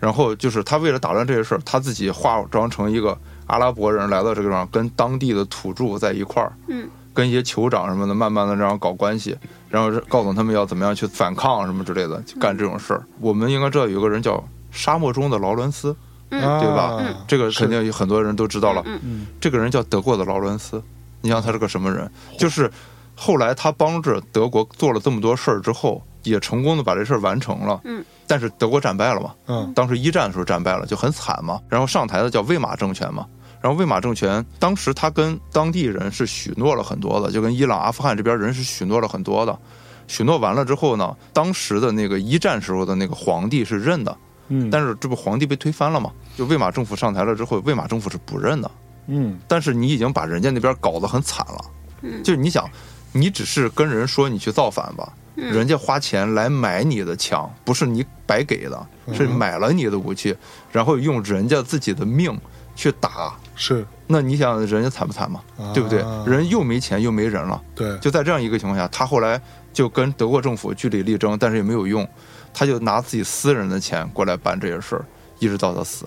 S3: 然后就是他为了打乱这些事儿，他自己化妆成一个阿拉伯人来到这个地方，跟当地的土著在一块儿，
S1: 嗯，
S3: 跟一些酋长什么的，慢慢的这样搞关系，然后告诉他们要怎么样去反抗什么之类的，就干这种事儿。我们应该知道有个人叫沙漠中的劳伦斯，
S1: 嗯
S3: 对吧
S2: 啊
S3: 这个
S2: 是
S3: 肯定有很多人都知道了。
S1: 嗯
S2: 嗯
S3: 这个人叫德国的劳伦斯，你想他是个什么人？就是后来他帮着德国做了这么多事儿之后，也成功的把这事儿完成了。
S1: 嗯，
S3: 但是德国战败了嘛。
S2: 嗯
S3: 当时一战的时候战败了，就很惨嘛。然后上台的叫魏玛政权嘛。然后魏玛政权当时他跟当地人是许诺了很多的，就跟伊朗、阿富汗这边人是许诺了很多的。许诺完了之后呢，当时的那个一战时候的那个皇帝是认的，
S2: 嗯，
S3: 但是这不皇帝被推翻了嘛？就魏玛政府上台了之后，魏玛政府是不认的。
S2: 嗯
S3: 但是你已经把人家那边搞得很惨了，
S1: 嗯
S3: 就是你想，你只是跟人说你去造反吧，
S1: 嗯
S3: 人家花钱来买你的枪，不是你白给的，
S2: 嗯
S3: 是买了你的武器，然后用人家自己的命去打，
S2: 是，
S3: 那你想人家惨不惨嘛？
S2: 啊
S3: 对不对？人又没钱又没人了，
S2: 对
S3: 就在这样一个情况下，他后来就跟德国政府据理力争，但是也没有用，他就拿自己私人的钱过来办这些事儿，一直到他死。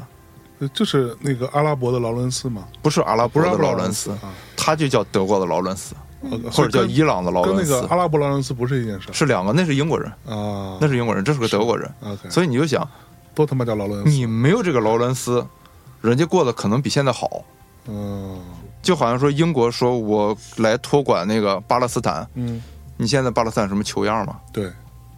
S2: 就是那个阿拉伯的劳伦斯嘛，
S3: 不是阿拉
S2: 不
S3: 伯
S2: 是阿
S3: 的
S2: 拉伯
S3: 劳
S2: 劳
S3: 伦
S2: 伦
S3: 斯，
S2: 啊，
S3: 他就叫德国的劳伦斯。
S2: 呃
S3: 或者叫
S2: 跟
S3: 伊朗的劳
S2: 跟那
S3: 伦斯啊
S2: 个，阿拉伯劳伦斯不是一件事
S3: 是两个，那是英国人，
S2: 啊，
S3: 那是英国人，这是个德国人，
S2: OK，
S3: 所以你就想，
S2: 都他妈叫劳伦斯，
S3: 你没有这个劳伦斯，人家过得可能比现在好，
S2: 嗯
S3: 就好像说英国说我来托管那个巴勒斯坦，
S2: 嗯，
S3: 你现在巴勒斯坦什么球样嘛，
S2: 对，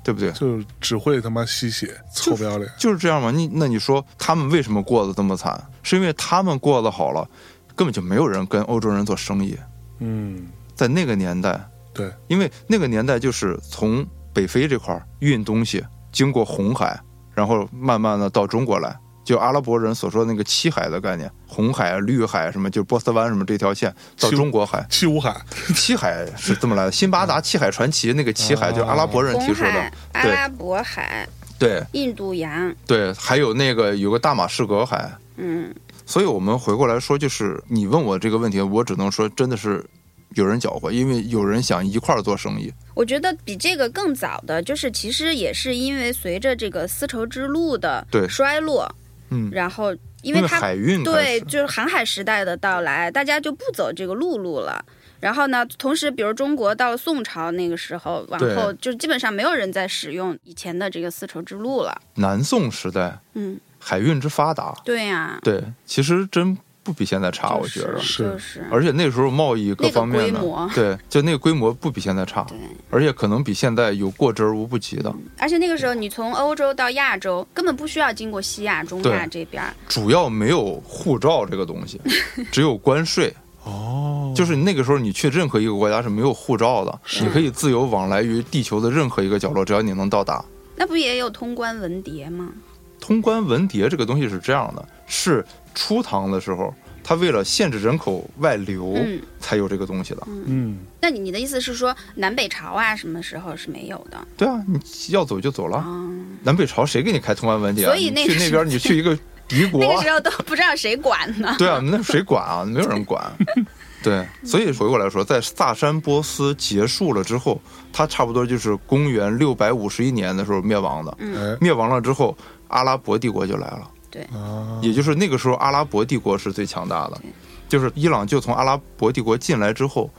S3: 对不对？
S2: 就是只会他妈吸血，臭不要脸，
S3: 就是这样嘛，你那你说他们为什么过得这么惨？是因为他们过得好了，根本就没有人跟欧洲人做生意，
S2: 嗯，
S3: 在那个年代，
S2: 对，
S3: 因为那个年代就是从北非这块儿运东西，经过红海，然后慢慢的到中国来，就阿拉伯人所说的那个七海的概念，红海、绿海什么，就波斯湾什么这条线到
S2: 七
S3: 中国海，
S2: 七五海，
S3: 七海是这么来的。辛巴达七海传奇那个七海，就是阿拉伯人提
S1: 红
S3: 出的
S1: 海、，阿
S3: 对
S1: 拉伯海、
S3: 对
S1: 印度洋，
S3: 对，还有那个有个大马士革海，
S1: 嗯，
S3: 所以我们回过来说，就是你问我这个问题，我只能说真的是有人搅和，因为有人想一块儿做生意，
S1: 我觉得比这个更早的，就是其实也是因为随着这个丝绸之路的
S3: 对
S1: 衰落，
S3: 嗯，
S1: 然后因
S3: 因
S1: 为它
S3: 海运开
S1: 对，
S3: 始
S1: 就是航海时代的到来，大家就不走这个陆路了。然后呢，同时，比如中国到了宋朝那个时候，往
S3: 对
S1: 后就基本上没有人在使用以前的这个丝绸之路了。
S3: 南宋时代。
S1: 嗯，
S3: 海运之发达，
S1: 对呀、
S3: 对，其实真不比现在差，
S1: 就
S3: 我觉着。
S1: 是就是，
S3: 而且那时候贸易各方面
S1: 那
S3: 的
S1: 个规模，
S3: 对，就那个规模不比现 在差，而且可能比现在有过之而无不及的。
S1: 而且那个时候你从欧洲到亚洲，根本不需要经过西亚、中亚
S3: 对
S1: 这边儿。
S3: 主要没有护照这个 东西，只有关税。
S1: 嗯
S2: 哦，
S3: 就是那个时候，你去任何一个国家是没有护照的，你可以自由往来于地球的任何一个角落，只要你能到达。
S1: 那不也有通关文牒吗？
S3: 通关文牒这个东西是这样的，是初唐的时候，他为了限制人口外流
S1: 嗯
S3: 才有这个东西的。
S2: 嗯，
S1: 那你你的意思是说南北朝啊，什么时候是没有的？
S3: 对啊，你要走就走了。
S1: 嗯，
S3: 南北朝谁给你开通关文牒、啊？
S1: 所以那
S3: 你
S1: 个
S3: 去那
S1: 时
S3: 边，你去一个敌 国，
S1: 那个时候都不知道谁管呢。
S3: 对啊，那谁管啊？没有人 管。对，所以回过来说，在萨珊波斯结束了之后，它差不多就是公元六百五十一年的时候灭亡的。
S1: 嗯
S2: 哎，
S3: 灭亡了之后，阿拉伯帝国就来了。
S1: 对，
S2: 啊，
S3: 也就是那个时候阿拉伯帝国是最强大的，就是伊朗就从阿拉伯帝国进来之后，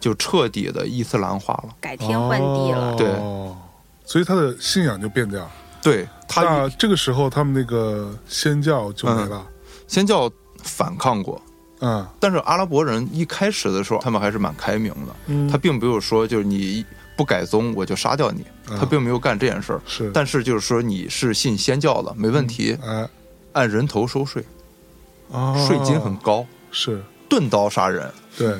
S3: 就彻底的伊斯兰化了。
S1: 改天换地了。
S3: 对
S2: 哦，所以他的信仰就变掉。
S3: 对他嗯
S2: 那这个时候他们那个仙教就没了。
S3: 先叫反抗过，
S2: 嗯
S3: 但是阿拉伯人一开始的时候，他们还是蛮开明的，
S2: 嗯
S3: 他并没有说就是你不改宗我就杀掉你，
S2: 嗯
S3: 他并没有干这件事儿。
S2: 是，
S3: 但是就是说你是信仙教的，没问题，
S2: 哎，
S3: 按人头收税，
S2: 哦
S3: 税金很高，
S2: 是，
S3: 钝刀杀人
S2: 对，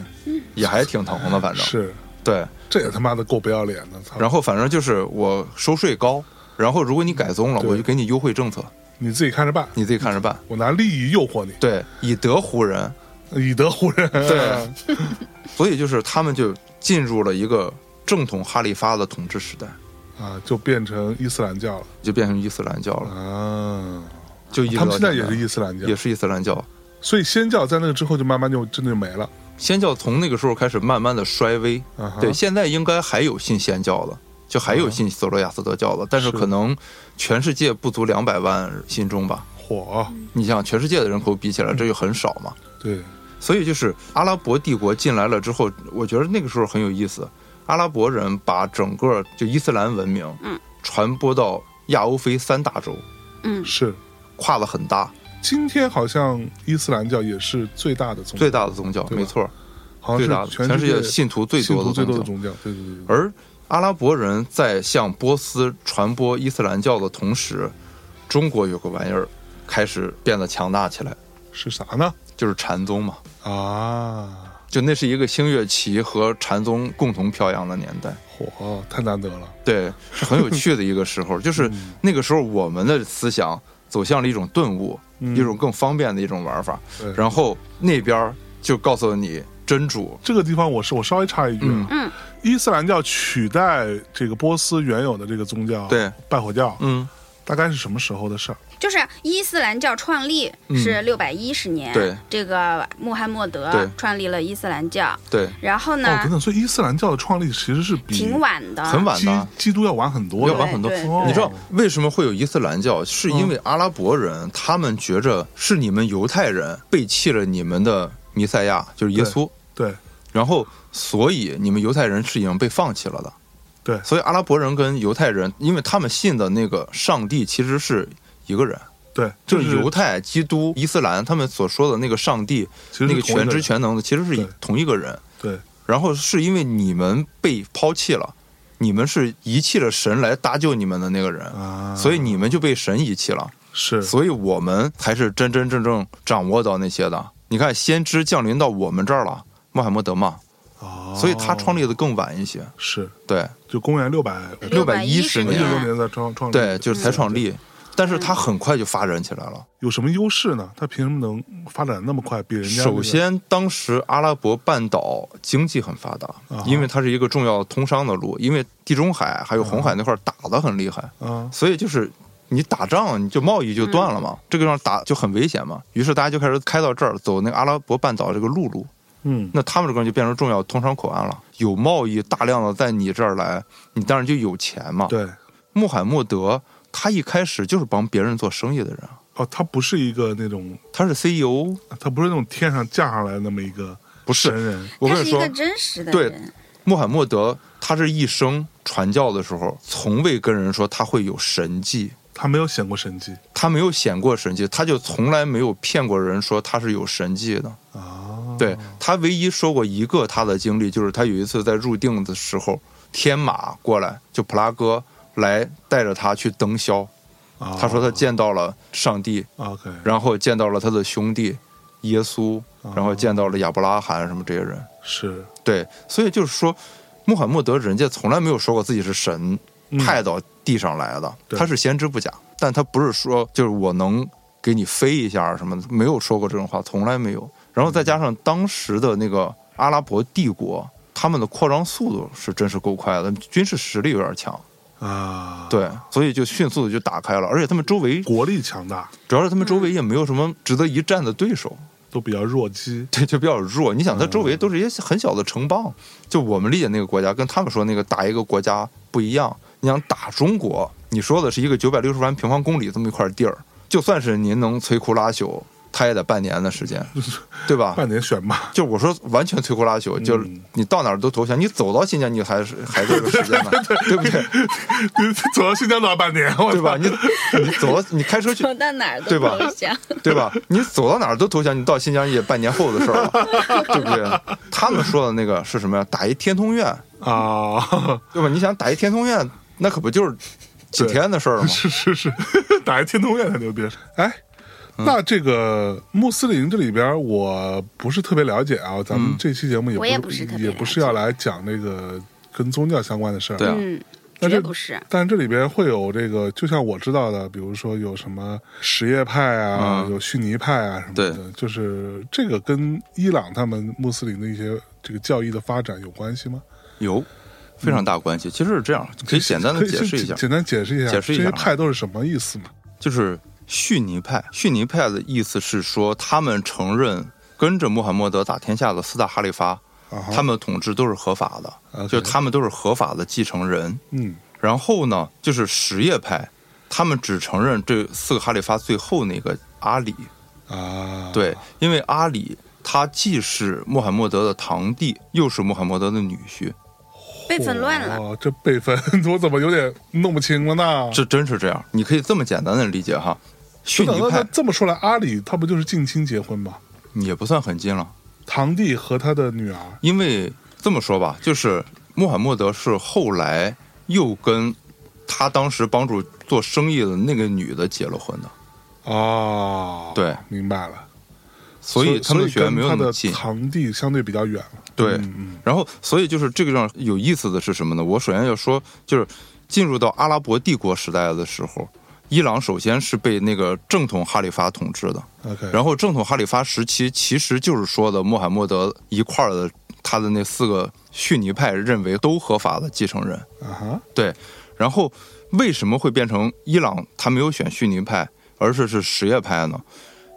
S3: 也还挺疼的，反正
S2: 是，
S3: 对。
S2: 这也他妈的够不要脸的，操！
S3: 然后反正就是我收税高，然后如果你改宗了，
S2: 对
S3: 我就给你优惠政策，
S2: 你自己看着办，
S3: 你自己看着办。
S2: 我拿利益诱惑你，
S3: 对，以德服人，
S2: 以德服人。
S3: 对，所以就是他们就进入了一个正统哈里发的统治时代，
S2: 啊，就变成伊斯兰教了
S3: 就变成伊斯兰教了。
S2: 啊。
S3: 就伊
S2: 他们现在也
S3: 朗
S2: 是伊斯兰教
S3: 也，是伊斯兰教。
S2: 所以仙教在那个之后就慢慢就真的就没了。
S3: 仙教从那个时候开始慢慢的衰微，
S2: 啊哈
S3: 对，现在应该还有信仙教的，就还有信索罗亚斯德教的，但是
S2: 是
S3: 可能全世界不足两百万信众吧。
S2: 火，
S3: 你想，全世界的人口比起来，这就很少嘛。
S2: 对，
S3: 所以就是阿拉伯帝国进来了之后，我觉得那个时候很有意思。阿拉伯人把整个就伊斯兰文明，
S1: 嗯，
S3: 传播到亚欧非三大洲，
S1: 嗯，
S2: 是。
S3: 跨的很大，
S2: 今天好像伊斯兰教也是最大的宗教，
S3: 最大的宗教，
S2: 对吧
S3: 没错，
S2: 好
S3: 最
S2: 像
S3: 大的
S2: 是全
S3: 全
S2: 世
S3: 世
S2: 界
S3: 界信徒最
S2: 信
S3: 多
S2: 徒
S3: 的
S2: 最
S3: 宗
S2: 多
S3: 教
S2: 的。宗教。对对对对，
S3: 而阿拉伯人在向波斯传播伊斯兰教的同时，中国有个玩意儿开始变得强大起来，
S2: 是啥呢？
S3: 就是禅宗嘛。
S2: 啊，
S3: 就那是一个星月旗和禅宗共同飘扬的年代，
S2: 火太难得了。
S3: 对，是很有趣的一个时候。就是
S2: 嗯
S3: 那个时候，我们的思想走向了一种顿悟，
S2: 嗯
S3: 一种更方便的一种玩法。
S2: 对
S3: 然后那边儿就告诉你真主，
S2: 这个地方我是我稍微插一句啊，
S1: 嗯嗯
S2: 伊斯兰教取代这个波斯原有的这个宗教，
S3: 对，
S2: 拜火教，
S3: 嗯，
S2: 大概是什么时候的事儿？
S1: 就是伊斯兰教创立是六百一十年，
S3: 嗯对，
S1: 这个穆罕默德
S3: 对
S1: 创立了伊斯兰教，
S3: 对，
S1: 然后
S2: 哦，等
S1: 呢，
S2: 等，所以伊斯兰教的创立其实是比
S1: 挺晚的，
S3: 很晚
S2: 基
S3: 的。
S2: 基督要晚很多的，
S3: 要晚很多
S1: 对
S2: 哦嗯
S1: 对
S3: 你知道为什么会有伊斯兰教？是因为阿拉伯人他们觉着是你们犹太人背弃了你们的弥赛亚，就是耶稣，
S2: 对
S3: 然后所以你们犹太人是已经被放弃了的。
S2: 对
S3: 所以阿拉伯人跟犹太人，因为他们信的那个上帝其实是一个人，
S2: 对，
S3: 就
S2: 就是
S3: 犹太、基督、伊斯兰他们所说的那个上帝，
S2: 其实是
S3: 那个
S2: 同一
S3: 全
S2: 人
S3: 知全能的，其实是一
S2: 对
S3: 同一个人。
S2: 对
S3: 然后是因为你们被抛弃了，你们是遗弃了神来搭救你们的那个人，
S2: 啊，
S3: 所以你们就被神遗弃了。
S2: 是
S3: 所以我们才是真真正正掌握到那些的。你看，先知降临到我们这儿了，穆罕默德嘛，
S2: 哦，
S3: 所以他创立的更晚一些。
S2: 是
S3: 对
S2: 就公元六百
S1: 六百
S3: 610
S2: 六
S1: 年
S2: 六年才创创立，嗯
S3: 对，就是才创立，但是他很快就发展起来了。
S2: 有什么优势呢？他凭什么能发展那么快？比人家那个
S3: 首先，当时阿拉伯半岛经济很发达
S2: 啊哈，
S3: 因为它是一个重要通商的路，因为地中海还有红海那块儿打得很厉害，
S2: 啊，
S3: 所以就是你打仗你就贸易就断了嘛，
S1: 嗯
S3: 这个地方打就很危险嘛。于是大家就开始开到这儿，走那个阿拉伯半岛这个陆路，
S2: 嗯，
S3: 那他们这块就变成重要通商口岸了，有贸易大量的在你这儿来，你当然就有钱嘛。
S2: 对，
S3: 穆罕默德他一开始就是帮别人做生意的人，
S2: 哦，他不是一个那种，
S3: 他是 E CEO，
S2: 他不是那种天上降上来那么一个
S3: 不
S2: 神
S3: 是。
S2: 人，
S3: 我
S1: 他
S3: 跟
S1: 是
S3: 你
S1: 一
S3: 说
S1: 个，真实的
S3: 对
S1: 人，
S3: 穆罕默德他这一生传教的时候，从未跟人说他会有神迹，
S2: 他没有显过神迹
S3: 他没有显过神迹，他就从来没有骗过人说他是有神迹的。
S2: 啊。
S3: 对他唯一说过一个他的经历，就是他有一次在入定的时候，天马过来就普拉哥来带着他去登霄，
S2: 啊，
S3: 他说他见到了上帝，
S2: 哦 OK，
S3: 然后见到了他的兄弟耶稣，
S2: 哦
S3: 然后见到了亚伯拉罕什么这些人。
S2: 是
S3: 对，所以就是说，穆罕默德人家从来没有说过自己是神
S2: 嗯
S3: 派到地上来的，
S2: 对
S3: 他是先知不假，但他不是说就是我能给你飞一下什么的，没有说过这种话，从来没有。然后再加上当时的那个阿拉伯帝国，他们的扩张速度是真是够快的，军事实力有点强，
S2: 啊，，
S3: 对，所以就迅速的就打开了，而且他们周围
S2: 国力强大
S3: 主要是他们周围也没有什么值得一战的对手，
S2: 都比较弱鸡，
S3: 对，就比较弱。你想，它周围都是一些很小的城邦，就我们理解那个国家跟他们说那个打一个国家不一样。你想打中国，你说的是一个九百六十万平方公里这么一块地儿，就算是您能摧枯拉朽，他也得半年的时 间，对吧？
S2: 半年选吧，
S3: 就我说完全摧枯拉朽，就你到哪儿都投降，你走到新疆你还是还是这个时间呢， 对不对？
S2: 你走到新疆都要半年，我
S3: 对吧？你你走到你开车去
S1: 走到哪儿都
S3: 对吧
S1: 投降，
S3: 对啊吧？你走到哪儿都投降，你到新疆也半年后的事儿了，对不对？他们说的那个是什么呀？打一天通苑，
S2: 啊，
S3: 对吧？你想打一天通苑，那可不就是几
S2: 对
S3: 天的事儿吗？
S2: 是是是，打一天通苑才牛逼。哎，
S3: 嗯
S2: 那这个穆斯林这里边我不是特别了解啊，咱
S3: 嗯
S2: 们这期节目也
S1: 我也不是特别
S2: 也
S1: 了
S2: 不是
S1: 解
S2: 要来讲那个跟宗教相关的事儿，
S3: 对啊
S1: 嗯，
S2: 那
S1: 绝
S2: 这
S1: 不是。
S2: 但这里边会有这个，就像我知道的，比如说有什么什叶派啊，
S3: 嗯
S2: 有逊尼派啊什么的，就是这个跟伊朗他们穆斯林的一些这个教义的发展有关系吗？
S3: 有非常大关系。其实是这样，可以简单的
S2: 可以
S3: 解释一
S2: 简
S3: 下，
S2: 简单解释一下，
S3: 解释一
S2: 这
S3: 下
S2: 些
S3: 啊
S2: 派都是什么意思嘛？
S3: 就是逊尼派。逊尼派的意思是说，他们承认跟着穆罕默德打天下的四大哈里发，
S2: 啊哈，
S3: 他们的统治都是合法的，
S2: OK
S3: 就他们都是合法的继承人。
S2: 嗯
S3: 然后呢，就是什叶派，他们只承认这四个哈里发最后那个阿里。
S2: 啊，
S3: 对，因为阿里他既是穆罕默德的堂弟，又是穆罕默德的女婿，
S1: 辈分乱了，
S2: 哦，这辈分我怎么有点弄不清了呢？
S3: 这真是这样。你可以这么简单的理解哈。逊
S2: 那
S3: 尼
S2: 那那
S3: 派
S2: 这么说来，阿里他不就是近亲结婚吗？
S3: 也不算很近了，
S2: 堂弟和他的女儿
S3: 因为这么说吧，就是穆罕默德是后来又跟他当时帮助做生意的那个女的结了婚的，
S2: 哦，
S3: 对，
S2: 明白了。
S3: 所以他们的血缘没有
S2: 所
S3: 那
S2: 以跟他
S3: 么近
S2: 的。堂弟相对比较远了。
S3: 对，
S2: 嗯
S3: 然后所以就是这个上有意思的是什么呢？我首先要说，就是进入到阿拉伯帝国时代的时候，伊朗首先是被那个正统哈里发统治的，
S2: 嗯，OK，
S3: 然后正统哈里发时期其实就是说的穆罕默德一块儿的他的那四个逊尼派认为都合法的继承人。
S2: 啊哈，
S3: 对，然后为什么会变成伊朗他没有选逊尼派，而是是什叶派呢？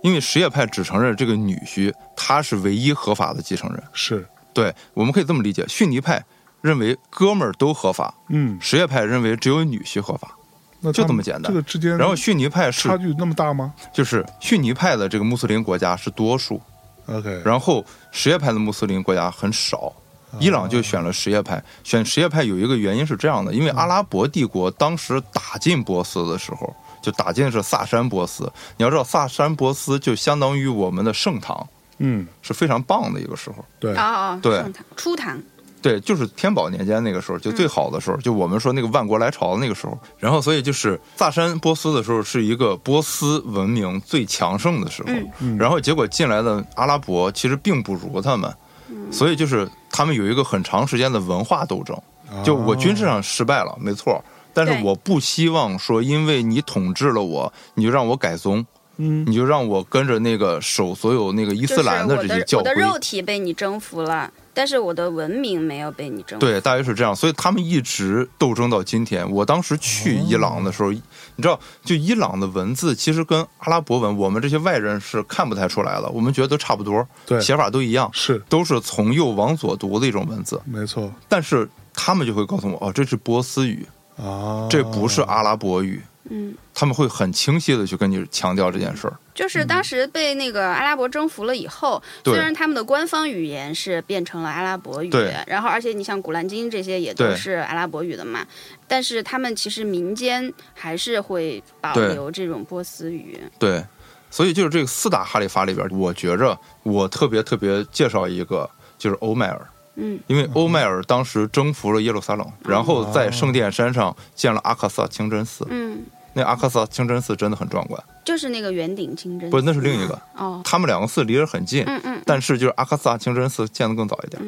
S3: 因为什叶派只承认这个女婿他是唯一合法的继承人。
S2: 是，
S3: 对，我们可以这么理解：逊尼派认为哥们儿都合法，
S2: 嗯，
S3: 什叶派认为只有女婿合法，
S2: 那
S3: 就
S2: 他
S3: 这么
S2: 们
S3: 简单
S2: 这个之间，
S3: 然后逊尼派
S2: 差
S3: 是
S2: 距那么大吗
S3: 就是逊尼派的这个穆斯林国家是多数，
S2: ？OK，
S3: 然后什叶派的穆斯林国家很少。伊朗就选了什叶派，选什叶派有一个原因是这样的，因为阿拉伯帝国当时打进波斯的时候，就打进的是萨珊波斯。你要知道，萨珊波斯就相当于我们的盛唐，
S2: 嗯，
S3: 是非常棒的一个时候。
S2: 对
S1: 哦，哦，
S3: 对
S1: 上堂初堂，
S3: 对，就是天宝年间那个时候，就
S1: 嗯
S3: 最好的时候，就我们说那个万国来朝那个时候。然后，所以就是萨珊波斯的时候，是一个波斯文明最强盛的时候。
S1: 嗯
S3: 然后结果进来的阿拉伯其实并不如他们，
S1: 嗯
S3: 所以就是他们有一个很长时间的文化斗争。
S2: 哦啊
S3: 就我军事上失败了，没错，但是
S1: 对
S3: 我不希望说，因为你统治了我，你就让我改宗，
S2: 嗯
S3: 你就让我跟着那个守所有那个伊
S1: 就
S3: 斯
S1: 是
S3: 兰
S1: 我
S3: 这些
S1: 的
S3: 教
S1: 我
S3: 规。
S1: 的肉体被你征服了，但是我的文明没有被你征服。
S3: 对，大约是这样，所以他们一直斗争到今天。我当时去伊朗的时候，你知道，就伊朗的文字其实跟阿拉伯文，我们这些外人是看不太出来的，我们觉得都差不多，
S2: 对
S3: 写法都一样，
S2: 是
S3: 都是从右往左读的一种文字。
S2: 没错
S3: 但是他们就会告诉我，哦，这是波斯语，
S2: 啊，
S3: 这不是阿拉伯语，
S1: 嗯，
S3: 他们会很清晰的去跟你强调这件事儿。
S1: 就是当时被那个阿拉伯征服了以后，
S3: 嗯对
S1: 虽然他们的官方语言是变成了阿拉伯语
S3: 对，
S1: 然后而且你像《古兰经》这些也都
S3: 对
S1: 是阿拉伯语的嘛，但是他们其实民间还是会保
S3: 对
S1: 留这种波斯语。
S3: 对，所以就是这个四大哈里发里边，我觉着我特别特别介绍一个，就是欧迈尔。
S1: 嗯，
S3: 因为欧迈尔当时征服了耶路撒冷，然后在圣殿山上建了阿克萨清真寺。
S1: 嗯，
S3: 那阿克萨清真寺真的很壮观，
S1: 就是那个圆顶清真寺，
S3: 不，那是另一个。
S1: 哦，
S3: 他们两个寺离着很近，
S1: 嗯嗯，
S3: 但是就是阿克萨清真寺建得更早一点。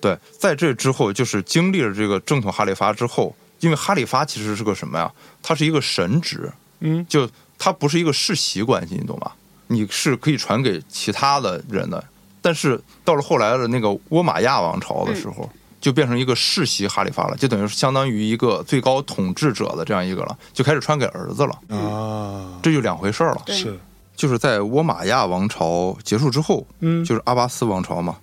S3: 对，在这之后，就是经历了这个正统哈里发之后，因为哈里发其实是个什么呀？它是一个神职，
S2: 嗯，
S3: 就它不是一个世袭关系，你懂吧？你是可以传给其他的人的，但是到了后来的那个倭马亚王朝的时候。
S1: 嗯
S3: 就变成一个世袭哈里发了，就等于是相当于一个最高统治者的这样一个了，就开始传给儿子了，
S2: 啊，
S3: 这就两回事儿了。
S1: 对
S2: 是
S3: 就是在倭马亚王朝结束之后，
S2: 嗯
S3: 就是阿巴斯王朝嘛。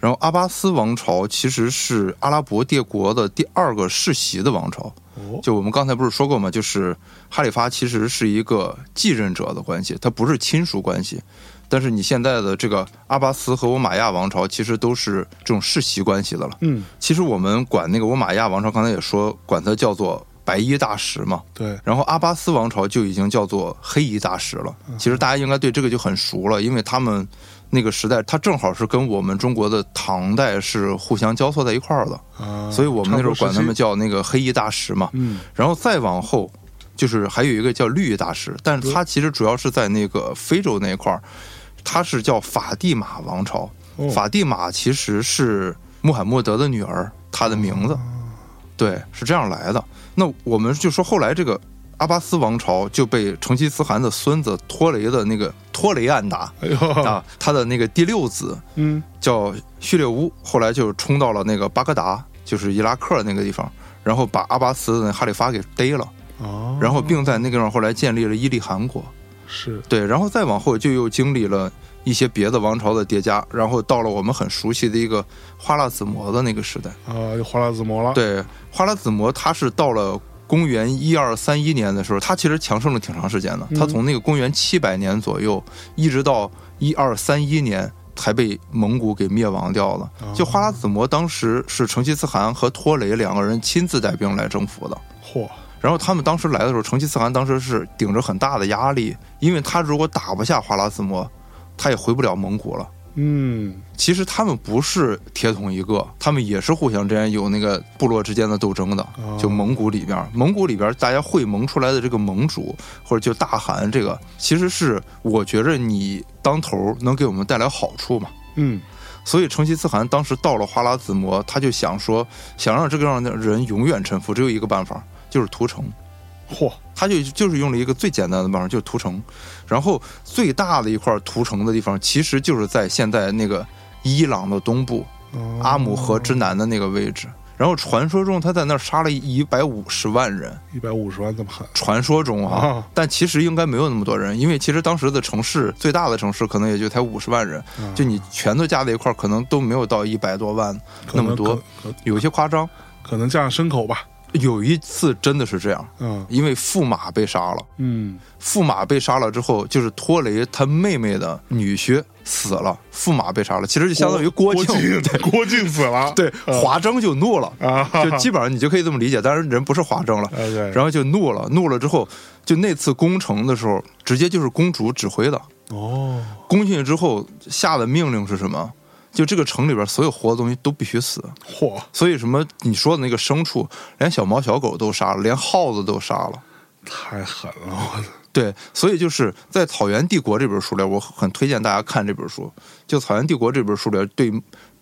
S3: 然后阿巴斯王朝其实是阿拉伯帝国的第二个世袭的王朝。
S2: 哦
S3: 就我们刚才不是说过吗？就是哈里发其实是一个继任者的关系，他不是亲属关系。但是你现在的这个阿巴斯和欧玛亚王朝其实都是这种世袭关系的了。
S2: 嗯，
S3: 其实我们管那个欧玛亚王朝，刚才也说管它叫做白衣大食嘛。
S2: 对，
S3: 然后阿巴斯王朝就已经叫做黑衣大食了。其实大家应该对这个就很熟了，因为他们那个时代，它正好是跟我们中国的唐代是互相交错在一块儿的。
S2: 啊，
S3: 所以我们那时候管他们
S2: 叫
S3: 叫那个黑衣大师嘛。
S2: 嗯，
S3: 然后再往后，就是还有一个叫绿衣大师，但是他其实主要是在那个非洲那一块儿，他是叫法蒂玛王朝。
S2: 哦
S3: 法蒂玛其实是穆罕默德的女儿，她的名字，对，是这样来的。那我们就说后来这个。阿巴斯王朝就被成吉思汗的孙子托雷的那个托雷安达
S2: 哎呦，
S3: 啊，他的那个第六子
S2: 嗯，
S3: 叫叙列乌，后来就冲到了那个巴格达，就是伊拉克那个地方，然后把阿巴斯的那哈里发给逮了，
S2: 哦，
S3: 然后并在那个地方后来建立了伊利汗国。
S2: 是
S3: 对，然后再往后就又经历了一些别的王朝的叠加，然后到了我们很熟悉的一个花剌子模的那个时代。
S2: 啊，就花剌子模了，，
S3: 对，花剌子模它是到了。公元一二三一年的时候，它其实强盛了挺长时间的。它从那个公元七百年左右，一直到一二三一年才被蒙古给灭亡掉了。就花剌子模当时是成吉思汗和托雷两个人亲自带兵来征服的。
S2: 嚯，
S3: 然后他们当时来的时候，成吉思汗当时是顶着很大的压力，因为他如果打不下花剌子模，他也回不了蒙古了。
S2: 嗯，
S3: 其实他们不是铁桶一个，他们也是互相之间有那个部落之间的斗争的。就蒙古里边，蒙古里边大家会盟出来的这个盟主，或者就大汗这个，其实是我觉着你当头能给我们带来好处嘛。
S2: 嗯，
S3: 所以成吉思汗当时到了花剌子模，他就想说，想让这个让人永远臣服，只有一个办法，就是屠城。
S2: 嚯，
S3: 他就就是用了一个最简单的办法，就是屠城。然后最大的一块屠城的地方，其实就是在现在那个伊朗的东部
S2: 哦
S3: 阿姆河之南的那个位置。然后传说中他在那儿杀了一百五十万人，
S2: 嗯一百五十万这么狠，
S3: 传说中啊
S2: 啊，
S3: 但其实应该没有那么多人，因为其实当时的城市最大的城市可能也就才五十万人，就你全都加在一块儿，可能都没有到一百多万
S2: 可
S3: 那
S2: 能
S3: 么多
S2: 可，可
S3: 有些夸张。
S2: 可能加上牲口吧，
S3: 有一次真的是这样，
S2: 嗯
S3: 因为驸马被杀了。
S2: 嗯，
S3: 驸马被杀了之后，就是托雷他妹妹的女婿死了，驸马被杀了，其实就相当于
S2: 郭
S3: 郭靖，
S2: 靖，郭靖死了，
S3: 对， 华筝就怒了，
S2: 啊，
S3: 就 基本上你就可以这么理解，当然人不是华筝了，
S2: OK
S3: 然后就怒了，怒了之后，就那次攻城的时候，直接就是公主指挥的，
S2: 哦，
S3: 攻进去之后下的命令是什么？就这个城里边所有活的东西都必须死，
S2: 嚯，
S3: 所以什么你说的那个牲畜，连小猫小狗都杀了，连耗子都杀了。
S2: 太狠了，我操，
S3: 对，所以就是在《草原帝国》这本书里，我很推荐大家看这本书。就《草原帝国》这本书里，对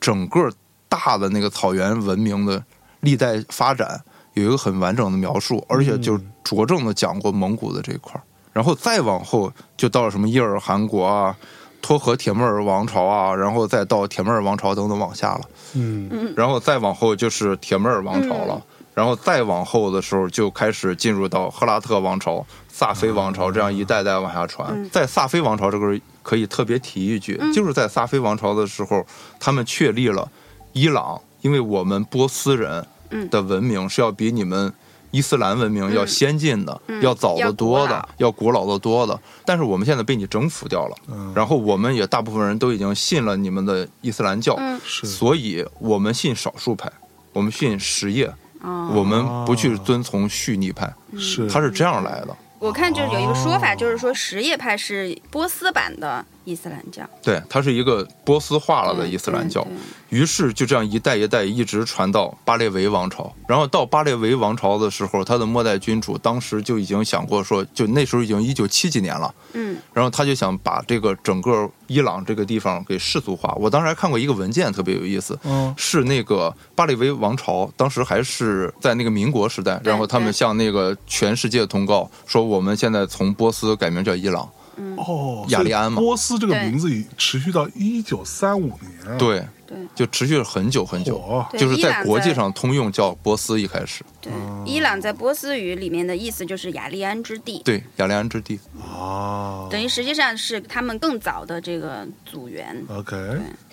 S3: 整个大的那个草原文明的历代发展有一个很完整的描述，而且就着重的讲过蒙古的这一块儿。然后再往后就到了什么伊尔汗国啊、托合铁木儿王朝啊，然后再到铁木儿王朝等等往下了。
S2: 嗯，
S3: 然后再往后就是铁木儿王朝了，然后再往后的时候就开始进入到赫拉特王朝、萨菲王朝这样一代代往下传。在萨菲王朝这个可以特别提一句，就是在萨菲王朝的时候，他们确立了伊朗，因为我们波斯人的文明是要比你们。伊斯兰文明要先进的，要早得多的，嗯要古老的多的。但是我们现在被你征服掉了，然后我们也大部分人都已经信了你们的伊斯兰教，
S2: 是，
S3: 所以我们信少数派，我们信什叶，
S1: 哦
S3: 我们不去遵从逊尼派，
S2: 是，
S3: 它是这样来的。
S1: 我看就是有一个说法，
S3: 哦
S1: 就是说什叶派是波斯版的伊斯兰教。嗯
S3: 对，它是一个波斯化了的伊斯兰教
S1: 对对，
S3: 于是就这样一代一代一直传到巴列维王朝。然后到巴列维王朝的时候，他的末代君主当时就已经想过说，就那时候已经一九七几年了，
S1: 嗯，
S3: 然后他就想把这个整个伊朗这个地方给世俗化。我当时还看过一个文件，特别有意思，
S2: 嗯
S3: 是那个巴列维王朝，当时还是在那个民国时代，然后他们
S1: 对
S3: 向那个全世界通告说，我们现在从波斯改名叫伊朗。
S2: 哦，
S3: 雅利安嘛
S2: 所以波斯这个
S1: 对
S2: 名字已持续到一九三五年
S1: 嗯
S2: 啊，
S3: 对
S1: 对
S3: 就持续了很久很久，
S2: 嚯，
S1: 对
S3: 就是
S1: 伊
S3: 在
S1: 朗
S3: 国际
S1: 在
S3: 上通用叫波斯一开始，
S1: 对，
S3: 哦
S1: 伊朗在波斯语里面的意思就是雅利安之地，
S3: 对雅利安之地。哦
S2: 啊
S1: 等于实
S3: 哦
S1: 际上是他们更早的这个组员。
S2: ，OK，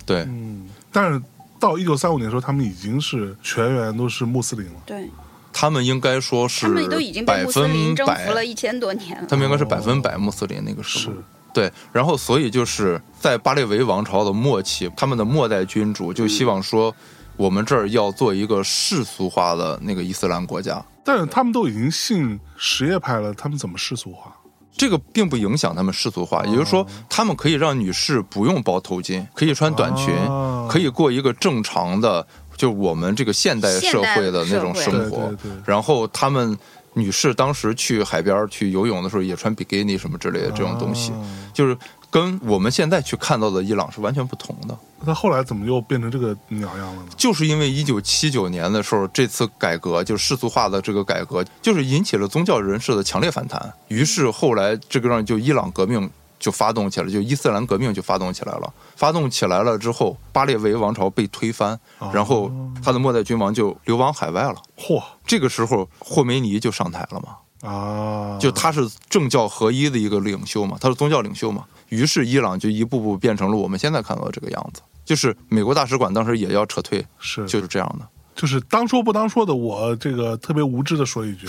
S3: 对，
S2: 嗯，但是到一九三五年的时候，他们已经是全员都是穆斯林了。
S1: 对，
S3: 他们应该说
S1: 他
S3: 是
S1: 们都已经被
S3: 百
S1: 穆斯林
S3: 分
S1: 征
S3: 百
S1: 服了一千多年 了。
S3: 他们应该是百分百穆斯林那个时候。
S2: 哦是
S3: 对，然后所以就是在巴列维王朝的末期，他们的末代君主就希望
S2: 嗯
S3: 说，我们这儿要做一个世俗化的那个伊斯兰国家。
S2: 但是他们都已经信什叶派了，他们怎么世俗化？
S3: 这个并不影响他们世俗化，也就是
S2: 哦
S3: 说，他们可以让女士不用包头巾，可以穿短裙，
S2: 哦
S3: 可以过一个正常的，就我们这个现代社会的那种
S1: 现代社
S3: 生
S1: 会
S3: 活。
S2: 对对对
S3: 然后他们女士当时去海边儿去游泳的时候，也穿比基尼什么之类的这种东西，
S2: 哦
S3: 就是跟我们现在去看到的伊朗是完全不同的。
S2: 那后来怎么又变成这个鸟样了呢？
S3: 就是因为一九七九年的时候，这次改革就是世俗化的这个改革，就是引起了宗教人士的强烈反弹。于是后来这个让就伊朗革命就发动起来，就伊斯兰革命就发动起来了。发动起来了之后，巴列维王朝被推翻，然后他的末代君王就流亡海外了。
S2: 嚯
S3: 这个时候，霍梅尼就上台了嘛，
S2: 啊！
S3: 就他是政教合一的一个领袖嘛，他是宗教领袖嘛。于是伊朗就一步步变成了我们现在看到的这个样子。就是美国大使馆当时也要撤退，
S2: 是
S3: 就是这样的。
S2: 就是当说不当说的，我这个特别无知的说一句，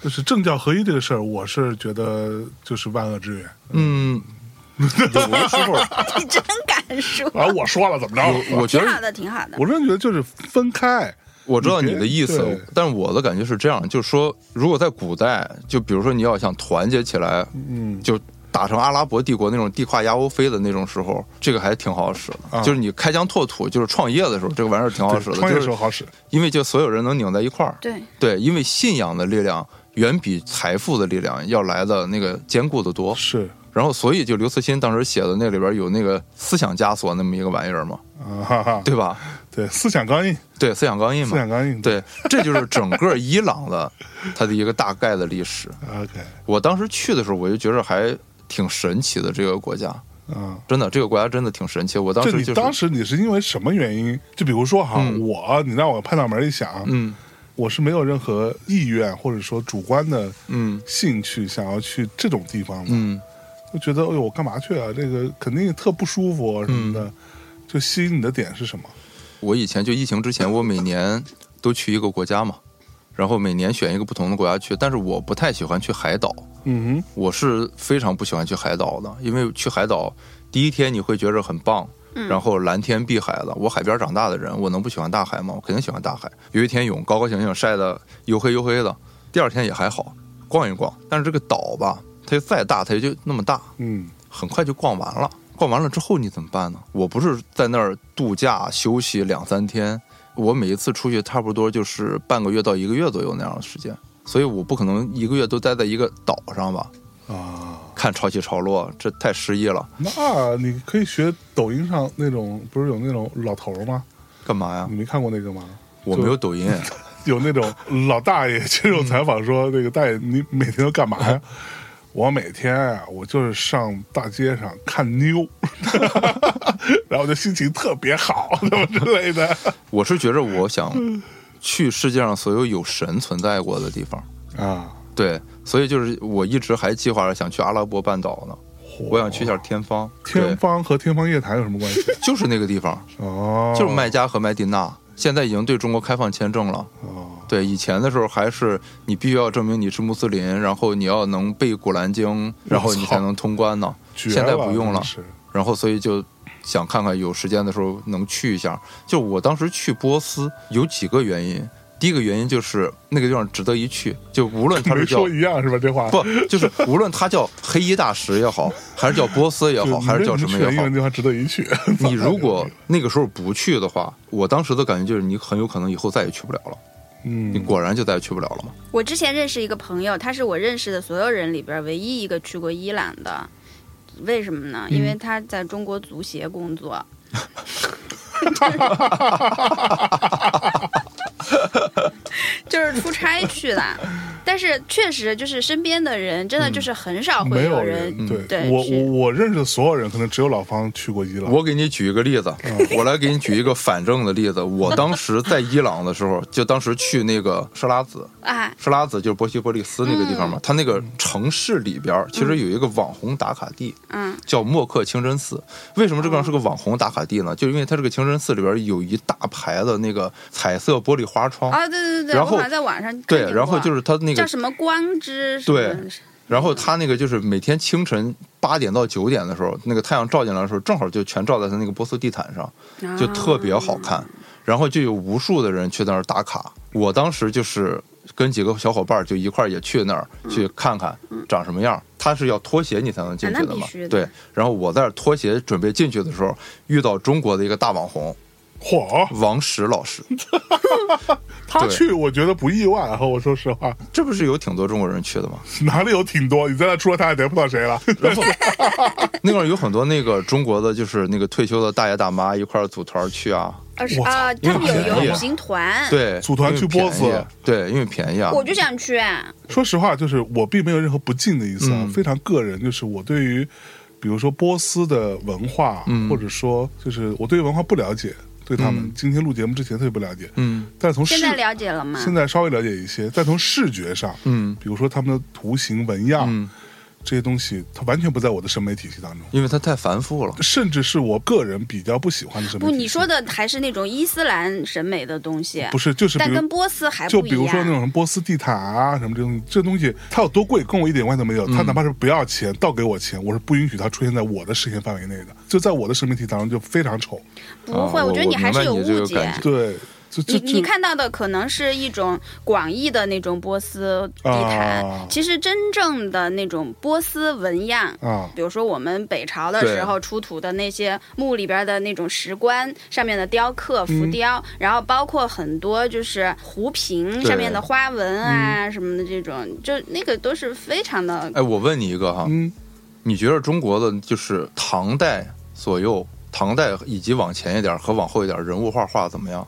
S2: 就是政教合一这个事儿，我是觉得就是万恶之源。
S3: 嗯，有的时候，
S1: 你真敢说，
S2: 啊，我说了怎么着？
S3: 哦嗯我觉
S1: 挺好
S3: 得
S1: 的，挺好的。
S2: 我真的觉得就是分开。
S3: 我知道你的意
S2: 对
S3: 思，但我的感觉是这样，就是说，如果在古代，就比如说你要想团结起来，
S2: 嗯
S3: 就打成阿拉伯帝国那种地跨亚欧非的那种时候，这个还挺好使的。
S2: 啊
S3: 就是你开疆拓土，就是创业的时候，这个玩意儿挺好使的，
S2: 创业
S3: 就
S2: 时候
S3: 是
S2: 好使，
S3: 因为就所有人能拧在一块儿。
S1: 对，
S3: 对，因为信仰的力量远比财富的力量要来的那个坚固的多。
S2: 是
S3: 然后，所以就刘慈欣当时写的那里边有那个思想枷锁那么一个玩意儿嘛，
S2: 啊，哈哈，
S3: 对吧？
S2: 对，思想刚硬，
S3: 对，思想刚印
S2: 思
S3: 嘛
S2: 想。刚硬，
S3: 对，这就是整个伊朗的它的一个大概的历史。
S2: ，OK，
S3: 我当时去的时候，我就觉得还挺神奇的这个国家，
S2: 嗯。
S3: 真的，这个国家真的挺神奇。我当
S2: 这
S3: 时
S2: 你
S3: 就是，
S2: 当时你是因为什么原因？就比如说哈，
S3: 嗯
S2: 我啊你让我拍脑门儿一想，
S3: 嗯
S2: 我是没有任何意愿或者说主观的
S3: 嗯
S2: 兴趣想要去这种地方的，
S3: 嗯，
S2: 就觉得哎呦我干嘛去啊？这个肯定特不舒服啊什么的。就吸引你的点是什么？
S3: 我以前就疫情之前，我每年都去一个国家嘛，然后每年选一个不同的国家去，但是我不太喜欢去海岛，
S2: 嗯哼，
S3: 我是非常不喜欢去海岛的，因为去海岛第一天你会觉着很棒，然后蓝天碧海的。我海边长大的人，我能不喜欢大海吗？我肯定喜欢大海。有一天泳高高兴兴晒得黝黑黝黑的，第二天也还好，逛一逛。但是这个岛吧，它就再大，它也就那么大，
S2: 嗯，
S3: 很快就逛完了。逛完了之后你怎么办呢？我不是在那儿度假休息两三天，我每一次出去差不多就是半个月到一个月左右那样的时间，所以我不可能一个月都待在一个岛上吧。
S2: 啊，
S3: 看潮起潮落，这太诗意了，
S2: 那你可以学抖音上那种，不是有那种老头儿吗？
S3: 干嘛呀
S2: 你？没看过那个吗？
S3: 我没有抖音，
S2: 有那种老大爷接受采访说：“那个大爷，你每天都干嘛 呀？”我每天啊，我就是上大街上看妞， 然后就心情特别好， 什么之类 的。
S3: 我是觉着我想去世界上所有有神存在过的地方，
S2: 啊，
S3: 对，所以就是我一直还计划着想去阿拉伯半岛呢，我想去一下天方，
S2: 天
S3: 对，
S2: 方和天方夜谭有什么关系？
S3: 就是那个地方，
S2: 哦，
S3: 就是麦加和麦地那，现在已经对中国开放签证了。
S2: 哦，
S3: 对，以前的时候还是你必须要证明你是穆斯林，然后你要能背古兰经，然后你才能通关呢。
S2: 绝
S3: 现在不用
S2: 了
S3: 了
S2: 真，是
S3: 然后所以就想看看有时间的时候能去一下。就我当时去波斯有几个原因，第一个原因就是那个地方值得一去，就无论它
S2: 没
S3: 是叫
S2: 说一样是吧？这话
S3: 不，就是无论它叫黑衣大食也好，还是叫波斯也好，
S2: 就
S3: 还是叫什么
S2: 你这
S3: 也
S2: 英
S3: 好
S2: 文，地方值得一 去。
S3: 你如果那个时候不去的话，我当时的感觉就是你很有可能以后再也去不了了。你
S2: 嗯，
S3: 果然就再也去不了了嘛。
S1: 我之前认识一个朋友，他是我认识的所有人里边唯一一个去过伊朗的。为什么呢？因
S3: 嗯
S1: 为他在中国足协工作， 就是出差去了，但是确实就是身边的人真的就是
S3: 嗯
S1: 很少会
S2: 没有
S1: 人嗯
S2: 人，
S1: 对
S2: 我
S1: 是
S2: 我我认识的所有人，可能只有老方去过伊朗。
S3: 我给你举一个例子， 我来给你举一个反证的例子。我当时在伊朗的时候，就当时去那个设拉子，
S1: 啊，
S3: 设拉子就是波西波利斯那个地方嘛，它那个城市里边儿其实有一个网红打卡地，
S1: 嗯
S3: 叫莫克清真寺。为什么这个是个网红打卡地呢？就因为它这个清真寺里边有一大排的那个彩色玻璃花窗，
S1: 啊，对对对，
S3: 然
S1: 我
S3: 后
S1: 好像在网上看
S3: 对，
S1: 见
S3: 然后
S1: 过
S3: 就是它那
S1: 叫
S3: 个，
S1: 什么光之什
S3: 对
S1: 么
S3: 然后它那个就是每天清晨八点到九点的时候，那个太阳照进来的时候，正好就全照在它那个波斯地毯上，
S1: 啊
S3: 就特别好看。然后就有无数的人去那儿打卡。我当时就是跟几个小伙伴儿就一块儿也去那儿
S1: 嗯
S3: 去看看长什么样。他是要脱鞋你才能进
S1: 啊
S3: 去
S1: 那
S3: 的
S1: 必
S3: 嘛
S1: 须？的
S3: 对。然后我在那儿脱鞋准备进去的时候，遇到中国的一个大网红
S2: 嚯，
S3: 王石老师，
S2: 他
S3: 对
S2: 去我觉得不意外。和我说实话，
S3: 这不是有挺多中国人去的吗？
S2: 哪里有挺多？你在那除了他，也得不到谁了。
S3: 然后那块儿有很多那个中国的，就是那个退休的大爷大妈一块儿组团去啊。
S1: 二十
S2: 我操
S1: 啊，他们有
S3: 因为
S1: 有
S3: 便宜
S1: 旅行团，，
S3: 对，
S2: 组团去
S3: 因为
S2: 波斯
S3: 便宜对，因为便宜啊。
S1: 我就想去啊，
S2: 说实话，就是我并没有任何不敬的意思啊，
S3: 嗯
S2: 非常个人，就是我对于，比如说波斯的文化，
S3: 嗯
S2: 或者说就是我对于文化不了解，对他们、
S3: 嗯
S2: 今天录节目之前特别不了解，
S3: 嗯
S2: 但从视
S1: 现在了解了吗？
S2: 现在稍微了解一些，但从视觉上，
S3: 嗯
S2: 比如说他们的图形、纹样、
S3: 嗯，
S2: 这些东西，它完全不在我的审美体系当中，
S3: 因为它太繁复了。
S2: 甚至是我个人比较不喜欢的审美
S1: 不，
S2: 体系。
S1: 你说的还是那种伊斯兰审美的东西，
S2: 不是，就是比
S1: 但
S2: 如
S1: 跟波斯还
S2: 就
S1: 不一
S2: 比如说那
S1: 样。
S2: 种什么波斯地毯啊，什么这东西，这东西它有多贵，跟我一点关系都没有。它
S3: 嗯
S2: 哪怕是不要钱，倒给我钱，我是不允许它出现在我的视线范围内的。就在我的审美体系当中，就非常丑。
S1: 不会，
S3: 啊我
S1: 觉得你还是有
S3: 我明白
S1: 误
S3: 你这个
S1: 解
S3: 感。觉
S2: 对，就
S1: 你
S2: 就
S1: 你
S2: 就
S1: 看到的可能是一种广义的那种波斯地毯，
S2: 啊
S1: 其实真正的那种波斯纹样，
S2: 啊，
S1: 比如说我们北朝的
S3: 对
S1: 时候出土的那些墓里边的那种石棺上面的雕刻、浮雕，
S3: 嗯
S1: 然后包括很多就是壶瓶
S3: 对
S1: 上面的花纹啊什么的这种，就那个都是非常的
S3: 哎，我问你一个哈，
S2: 嗯，
S3: 你觉得中国的就是唐代左右、唐代以及往前一点儿和往后一点儿人物画画怎么样？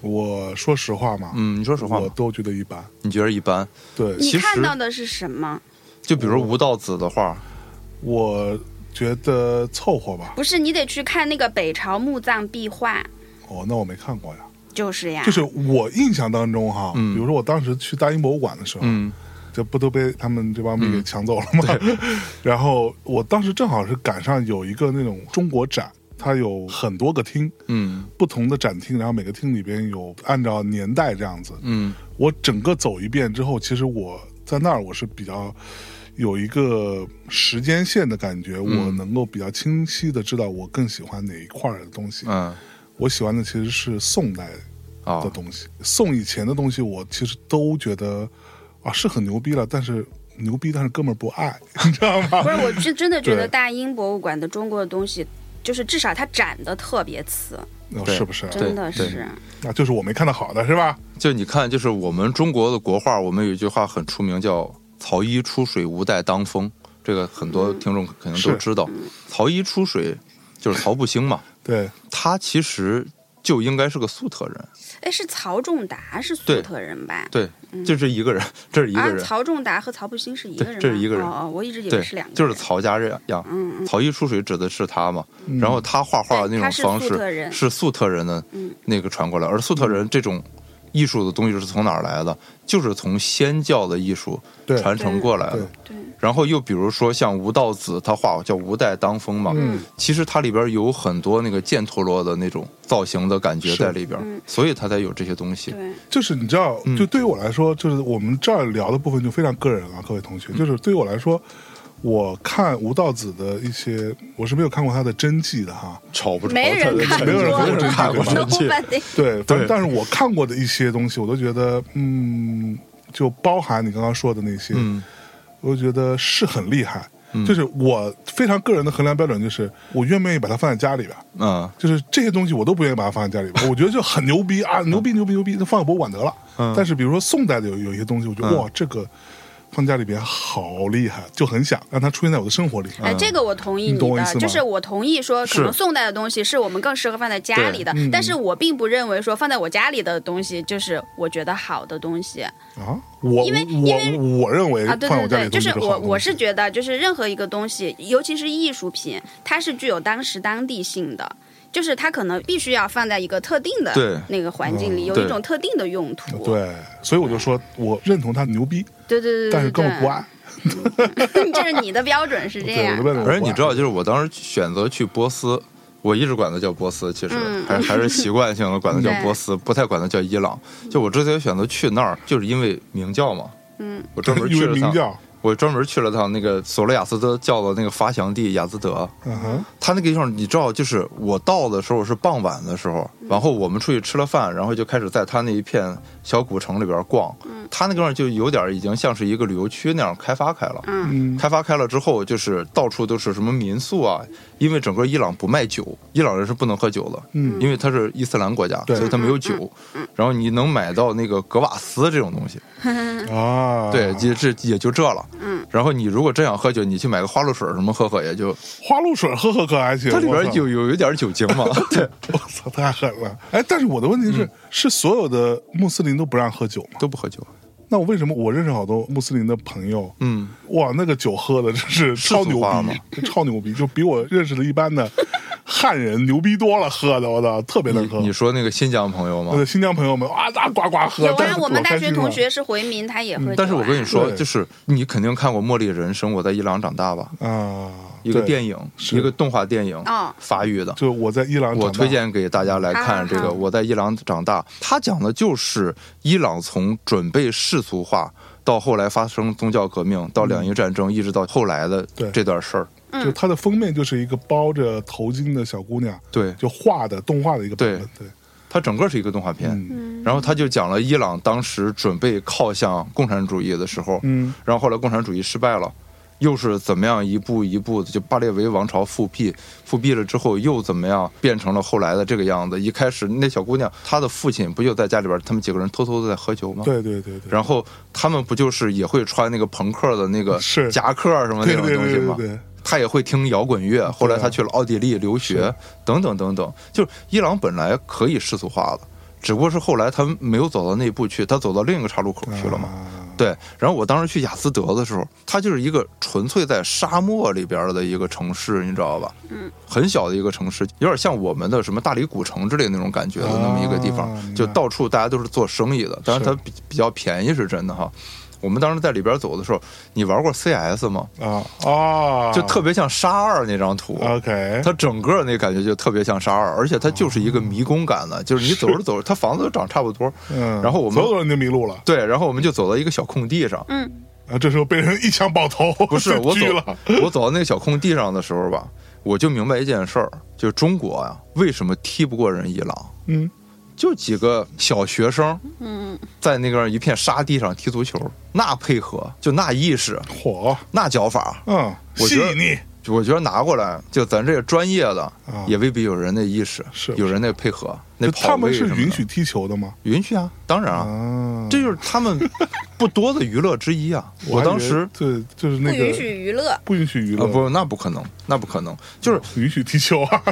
S2: 我说实话嘛，
S3: 嗯，你说实话
S2: 我
S3: 吧，
S2: 都觉得一般。
S3: 你觉得一般？
S2: 对，
S1: 你
S3: 其实
S1: 看到的是什么？
S3: 就比如吴道子的画，
S2: 我觉得凑合吧。
S1: 不是，你得去看那个北朝墓葬壁画，
S2: 哦，那我没看过呀。
S1: 就是呀，
S2: 就是我印象当中哈，
S3: 嗯
S2: 比如说我当时去大英博物馆的时候，
S3: 嗯，
S2: 这不都被他们这帮逼给抢走了吗？ 然后我当时正好是赶上有一个那种中国展，它有很多个厅，
S3: 嗯
S2: 不同的展厅，然后每个厅里边有按照年代这样子。
S3: 嗯
S2: 我整个走一遍之后，其实我在那儿我是比较有一个时间线的感觉，我能够比较清晰的知道我更喜欢哪一块儿的东西。
S3: 嗯
S2: 我喜欢的其实是宋代
S3: 啊
S2: 的，东西，宋以前的东西我其实都觉得啊是很牛逼了，但是牛逼，但是哥们儿不爱，你知道吗
S1: 不？是，我真真的觉 得
S2: 对
S1: 大英博物馆的中国的东西，就是至少它展的特别瓷，
S2: 哦
S3: 对
S2: 是不是？
S3: 对
S1: 真的是。
S2: 那就是我没看到好的是吧？
S3: 就你看，就是我们中国的国画，我们有一句话很出名，叫“曹衣出水，无带当风”。这个很多听众肯定都
S2: 嗯是
S3: 知道，“曹衣出水”就是曹不兴嘛，
S2: 对，
S3: 他其实就应该是个粟特人，
S1: 哎，是曹仲达是粟
S3: 对
S1: 特人吧？
S3: 对，嗯就这一个人，这是一个
S1: 啊，
S3: 人，
S1: 曹仲达和曹不兴是一个人吗，
S3: 对这是一个人
S1: 哦哦，我一直以为
S3: 对
S1: 是两，个人，嗯
S3: 就是曹家这样。曹衣出水指的是他嘛，
S2: 嗯
S3: 然后他画画的那
S1: 对他
S3: 种
S1: 是
S3: 方
S1: 粟特人嗯
S3: 式是粟特人的那个传过来，而粟特人这种艺术的东西是从哪儿来的？就是从先教的艺术
S2: 对
S3: 传承过来
S2: 对
S3: 的。
S1: 对，
S3: 然后又比如说像吴道子，他画叫吴代当风嘛，
S2: 嗯
S3: 其实它里边有很多那个犍陀罗的那种造型的感觉
S2: 是
S3: 在里边，
S1: 嗯
S3: 所以他才有这些东西。
S1: 对，
S2: 就是你知道，
S3: 嗯
S2: 就对于我来说，就是我们这儿聊的部分就非常个人了，各位同
S3: 嗯
S2: 学。就是对于我来说，我看吴道子的一些，我是没有看过他的真迹的哈。
S3: 吵不吵？
S1: 没人看过，
S2: 没有人
S3: 没有人看过
S1: Nobody
S2: 对，反正
S3: 对
S2: 但是我看过的一些东西，我都觉得，嗯，就包含你刚刚说的那些，
S3: 嗯
S2: 我觉得是很厉害。就是我非常个人的衡量标准，就是我愿不愿意把它放在家里边。
S3: 嗯
S2: 就是这些东西我都不愿意把它放在家里边，我觉得就很牛逼啊，牛逼牛逼牛逼，那放在博物馆得了。但是比如说宋代的有有一些东西，我觉得、
S3: 嗯
S2: 哇，这个框架里边好厉害，就很想让它出现在我的生活里。
S1: 哎，这个我同意
S2: 嗯你懂我意
S1: 的
S2: 思，吗
S1: 就是我同意说，可
S3: 是
S1: 能宋代的东西是我们更适合放在家里的
S2: 对嗯，
S1: 但是我并不认为说放在我家里的东西就是我觉得好的东西啊，
S2: 啊，我
S1: 因为因为
S2: 我我认为
S1: 对
S2: 放我
S1: 对
S2: 家
S1: 对，
S2: 里的
S1: 就
S2: 东西
S1: 是
S2: 好
S1: 我
S2: 东
S1: 我
S2: 西
S1: 是觉得就是任何一个东西，尤其是艺术品，它是具有当时当地性的。就是它可能必须要放在一个特定
S3: 对
S1: 的那个环境里，有
S3: 对
S1: 一种特定的用途。
S2: 嗯对，所以我就说我认同他牛逼，
S1: 对对对对，
S2: 但是根本不爱。
S1: 对 这是你的标准是这
S2: 对，我
S1: 样
S2: 的。问
S3: 而且你知道，就是我当时选择去波斯，我一直管它叫波斯，其实
S1: 嗯
S3: 还还是习惯性的管它叫
S1: 对
S3: 波斯，不太管它叫伊朗。就我之所以选择去那儿，就是因为明教嘛。
S1: 嗯，
S3: 我专门
S2: 因
S3: 去
S2: 为
S3: 了
S2: 明
S3: 趟，
S2: 教，
S3: 我专门去了趟那个索罗亚斯德教的那个发祥地雅兹德。
S2: 嗯哼，
S3: 他那个地方，你知道，就是我到的时候是傍晚的时候，然后我们出去吃了饭，然后就开始在他那一片小古城里边逛。他那个地方就有点已经像是一个旅游区那样开发开了。
S1: 嗯
S2: 嗯，
S3: 开发开了之后，就是到处都是什么民宿啊，因为整个伊朗不卖酒，伊朗人是不能喝酒的，
S2: 嗯
S3: 因为它是伊斯兰国家，
S2: 对
S3: 所以它没有酒。然后你能买到那个格瓦斯这种东西，
S2: 啊，
S3: 对，也这也就这了。
S1: 嗯，
S3: 然后你如果真想喝酒，你去买个花露水什么喝喝也就，
S2: 花露水喝喝可还行，
S3: 它里
S2: 我
S3: 边
S2: 操
S3: 有有有点酒精嘛， 对，
S2: 我操，太狠了！哎，但是我的问
S3: 嗯
S2: 题是，是所有的穆斯林都不让喝酒吗？
S3: 都不喝酒。
S2: 那我为什么我认识好多穆斯林的朋友，
S3: 嗯，
S2: 哇，那个酒喝的真是超牛
S3: 世俗化吗
S2: 逼，超牛逼，就比我认识的一般的汉人牛逼多了，喝的我操，特别能
S3: 你
S2: 喝。
S3: 你说那个新疆朋友
S2: 我
S3: 吗
S2: 的？新疆朋友们啊，那呱呱喝，
S1: 有
S2: 但
S1: 啊
S2: 是，
S1: 我们
S2: 我
S1: 大
S2: 开
S1: 学
S2: 心
S1: 同
S2: 了
S1: 学是回民，他也喝酒啊。
S3: 嗯但是我跟你说，
S2: 对
S3: 就是你肯定看过《茉莉人生》，我在伊朗长大吧，
S2: 啊，
S3: 一个
S2: 对
S3: 电影，
S2: 是
S3: 一个动画电影
S1: 哦，
S3: 法语的。
S2: 就我在伊朗长大，
S3: 我推荐给大家来看这
S1: 好
S3: 个
S1: 好
S3: 《
S1: 好
S3: 我在伊朗长大》，它讲的就是伊朗从准备世俗化到后来发生宗教革命，到两伊战争，一直到后来的
S2: 对
S3: 这段事儿。
S2: 就
S1: 嗯
S2: 它的封面就是一个包着头巾的小姑娘，
S3: 对，
S2: 就画的动画的一个版本，对，
S3: 它整个是一个动画片。
S2: 嗯
S3: 然后他就讲了伊朗当时准备靠向共产主义的时候，
S2: 嗯
S3: 然后后来共产主义失败了，又是怎么样一步一步的就巴列维王朝复辟，复辟了之后又怎么样变成了后来的这个样子。一开始那小姑娘她的父亲不就在家里边，他们几个人偷偷的在喝酒吗？
S2: 对对对对，
S3: 然后他们不就是也会穿那个朋克的那个
S2: 是
S3: 夹克啊什么
S2: 对
S3: 那种
S2: 对
S3: 东西
S2: 对
S3: 吗？
S2: 对对，
S3: 他也会听摇滚乐，后来
S2: 对
S3: 他
S2: 啊
S3: 去了奥地利留学，等等等等。就是伊朗本来可以世俗化的，只不过是后来他没有走到那一步去，他走到另一个岔路口去了嘛。
S2: 啊
S3: 对，然后我当时去雅斯德的时候，它就是一个纯粹在沙漠里边的一个城市，你知道吧？嗯，很小的一个城市，有点像我们的什么大理古城之类那种感觉的那么一个地方，
S2: 啊明白
S3: 就到处大家都是做生意的，当然它
S2: 是
S3: 比比较便宜是真的哈。我们当时在里边走的时候，你玩过 CS 吗？
S2: 啊啊，
S3: 就特别像沙二那张图。
S2: 哦 OK，
S3: 它整个那感觉就特别像沙二，而且它就是一个迷宫感的，就是你走着走着，它房子都长差不多。
S2: 嗯，
S3: 然后我们
S2: 所有人就迷路了
S3: 对，然后我们就走到一个小空地上，
S1: 嗯，
S2: 啊，这时候被人一枪爆头，
S3: 不是我
S2: 狙了，
S3: 走，我走到那个小空地上的时候吧，我就明白一件事儿，就是中国呀、为什么踢不过人伊朗？
S2: 嗯，
S3: 就几个小学生，
S1: 嗯，
S3: 在那个一片沙地上踢足球，那配合，就那意识，
S2: 火，
S3: 那脚法，
S2: 嗯，
S3: 我
S2: 细
S3: 觉得
S2: 腻，
S3: 我觉得拿过来，就咱这个专业的，
S2: 啊
S3: 也未必有人那意识，
S2: 是
S3: 有人那配合，那
S2: 就
S3: 跑
S2: 他
S3: 位
S2: 们
S3: 什
S2: 是
S3: 么的
S2: 允许踢球的吗？
S3: 允许啊，当然啊，
S2: 啊，
S3: 这就是他们不多的娱乐之 一啊。我
S2: 还以为
S3: 当时
S2: 对，就是
S1: 不
S2: 那
S1: 允
S2: 个
S1: 许娱乐。
S2: 不允许娱
S3: 啊
S2: 乐，
S3: 不，那不可能，那不可能，就是
S2: 允许踢球啊，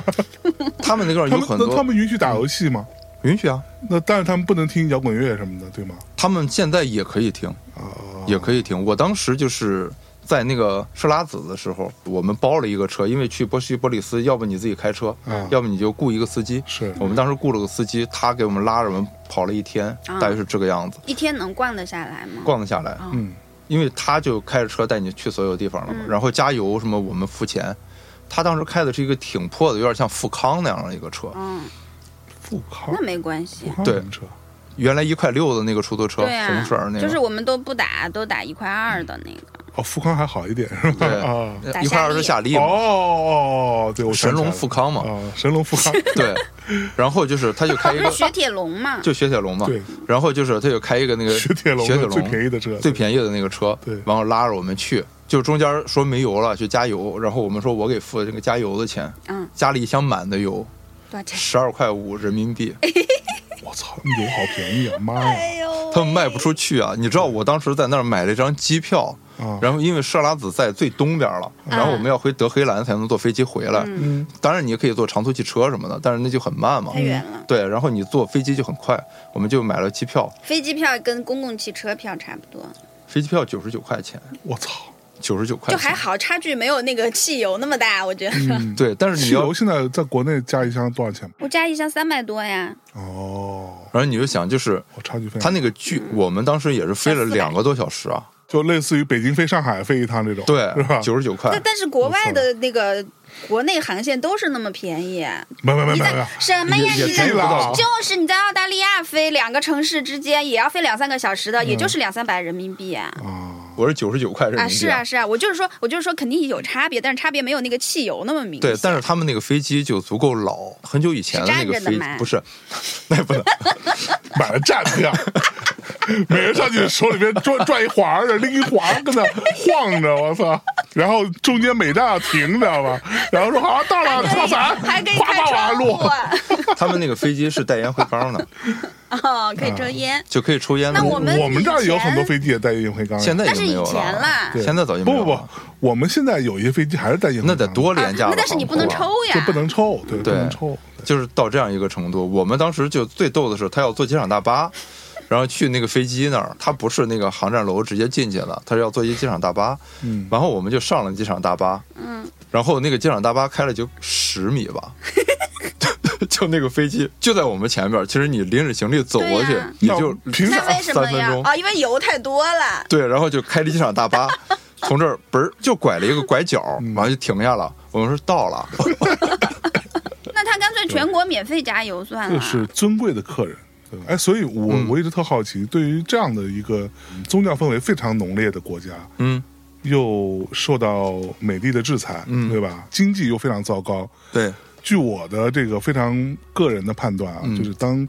S3: 他们那个
S2: 他
S3: 有
S2: 们
S3: 很
S2: 那他
S3: 多
S2: 们允许打游戏吗？
S3: 允许啊，
S2: 那但是他们不能听摇滚乐什么的，对吗？
S3: 他们现在也可以听，
S1: 哦
S2: 啊，
S3: 也可以听。我当时就是。在那个设拉子的时候，我们包了一个车，因为去波西波利斯，要不你自己开车，
S2: 嗯
S3: 要不你就雇一个司机。
S2: 是
S3: 我们当时雇了个司机，他给我们拉着我们跑了一天，
S1: 啊
S3: 大约是这个样子，
S1: 一天能逛得下来吗？
S3: 逛得下来。
S1: 啊
S2: 嗯，
S3: 因为他就开着车带你去所有地方了嘛，
S1: 嗯
S3: 然后加油什么我们付钱。他当时开的是一个挺破的，有点像富康那样的一个车，
S1: 嗯，
S2: 富
S3: 哦
S2: 康
S1: 那没关系。
S2: 康
S3: 对
S2: 什么车
S3: 原来一块六的那个出租车，
S1: 对啊
S3: 红色儿那，个，
S1: 就是我们都不打，都打一块二的那个。
S2: 哦，富康还好一点是吧？
S3: 对
S2: 啊，
S1: 打
S3: 一块二是夏利
S2: 哦
S3: 嘛，
S2: 哦哦，对，我
S3: 神龙富
S2: 康
S3: 康嘛，
S2: 啊，神龙富 康，
S3: 对。然后就是他就开
S1: 不
S3: 一
S1: 是
S3: 个，
S1: 雪铁龙嘛？
S3: 就雪铁龙嘛，
S2: 对，
S3: 然后就是他就开一个那个
S2: 雪铁龙
S3: 雪铁
S2: 的
S3: 龙
S2: 最便宜的车，
S3: 最便宜的那个车，
S2: 对
S3: 然后拉着我们去，就中间说没油了去加油，然后我们说我给付这个加油的钱，
S1: 嗯，
S3: 加了一箱满的油，
S1: 多少钱？哎
S3: 十二块五人民币，
S2: 我操，油好便宜啊！妈呀，
S1: 呦
S3: 他们卖不出去啊。你知道我当时在那儿买了一张机票，
S2: 啊
S3: 然后因为设拉子在最东边了，然后我们要回德黑兰才能坐飞机回来。
S2: 嗯
S3: 当然你也可以坐长途汽车什么的，但是那就很慢嘛
S1: 太。远了。
S3: 对，然后你坐飞机就很快，我们就买了机票，
S1: 飞机票跟公共汽车票差不多，
S3: 飞机票九十九块钱，
S2: 我操，
S3: 九十九块
S1: 就
S3: 钱
S1: 还好，差距没有那个汽油那么大，我觉得。
S2: 嗯，
S3: 对，但是你
S2: 汽
S3: 要
S2: 油现在在国内加一箱多少钱？
S1: 我加一箱三百多呀，
S2: 哦，
S3: 然后你就想，就是
S2: 我差距非常大。
S3: 他那个剧，我们当时也是飞了两个多小时啊，
S2: 就类似于北京飞上海飞一趟这种，
S3: 对
S2: 是吧，？
S3: 九十九块
S1: 但。但是国外的那个国内航线都是那么便宜啊、
S2: 没没没
S1: 你
S2: 没
S1: 在
S2: 没，
S1: 什么呀？
S3: 也
S1: 你
S3: 也
S1: 在
S3: 便宜不到
S1: 就是你在澳大利亚飞两个城市之间也要飞两三个小
S3: 嗯
S1: 时的，也就是两三百人民币啊。
S2: 啊，
S3: 我是九十九块人
S1: 啊，
S3: 民币
S1: 是啊，是啊，我就是说，我就是说，肯定有差别，但是差别没有那个汽油那么明显。
S3: 对，但是他们那个飞机就足够老，很久以前的那
S1: 是站
S3: 个
S1: 着
S3: 飞
S1: 的
S3: 机
S1: 吗
S3: 不是， 那也不能，
S2: 买了站票，每人上去手里边转转一环儿，拎一环儿跟那晃着，我操！然后中间每站要停，知道吧？然后说好到了，
S1: 还
S2: 跳伞，
S1: 还可以
S2: 哗
S1: 开
S2: 哗往下
S1: 窗户
S2: 落，
S1: 啊，
S3: 他们那个飞机是带烟灰缸的，
S1: 哦，可以抽烟。
S3: 就可以抽烟的
S1: 那。我们
S2: 我们这儿
S1: 以
S2: 有很多
S1: 前
S2: 飞机也带烟灰缸呀，
S3: 现在已
S1: 但是
S3: 经没有啊
S1: 以前啦
S2: 对
S3: 现在早就
S2: 不
S3: 没
S2: 不
S3: 有
S2: 不
S3: 了。，啊
S2: 我们现在有一些飞机还是带烟灰
S3: 那
S2: 缸的，
S3: 得多廉价
S1: 啊
S3: 了。
S1: 那但是你不能
S3: 好吧啊
S1: 抽呀，
S2: 就不能抽，对，不
S3: 对
S2: 能抽，
S3: 就是到这样一个程度。我们当时就最逗的是，他要坐机场大巴，然后去那个飞机那儿，他不是那个航站楼直接进去的，他是要坐一机场大巴。
S2: 嗯
S3: 然后我们就上了机场大巴，
S1: 嗯，
S3: 然后那个机场大巴开了就十米 吧。就那个飞机就在我们前边儿，其实你拎着行李走过去，
S1: 对呀
S3: 也就
S2: 那凭啥
S1: 那为什么
S3: 三分
S1: 呀
S3: 钟？
S1: 啊，因为油太多了。
S3: 对，然后就开着机场 大巴，从这儿嘣儿就拐了一个拐角，完了就停下了。我们说到了，
S1: 那他干脆全国免费加油算
S2: 这
S1: 了。
S2: 是尊贵的客人。对吧哎，所以我、
S3: 嗯
S2: 我一直特好奇，对于这样的一个宗教氛围非常浓烈的国家，
S3: 嗯，
S2: 又受到美帝的制裁，
S3: 嗯
S2: 对吧？经济又非常糟糕。
S3: 对，
S2: 据我的这个非常个人的判断啊，
S3: 嗯
S2: 就是当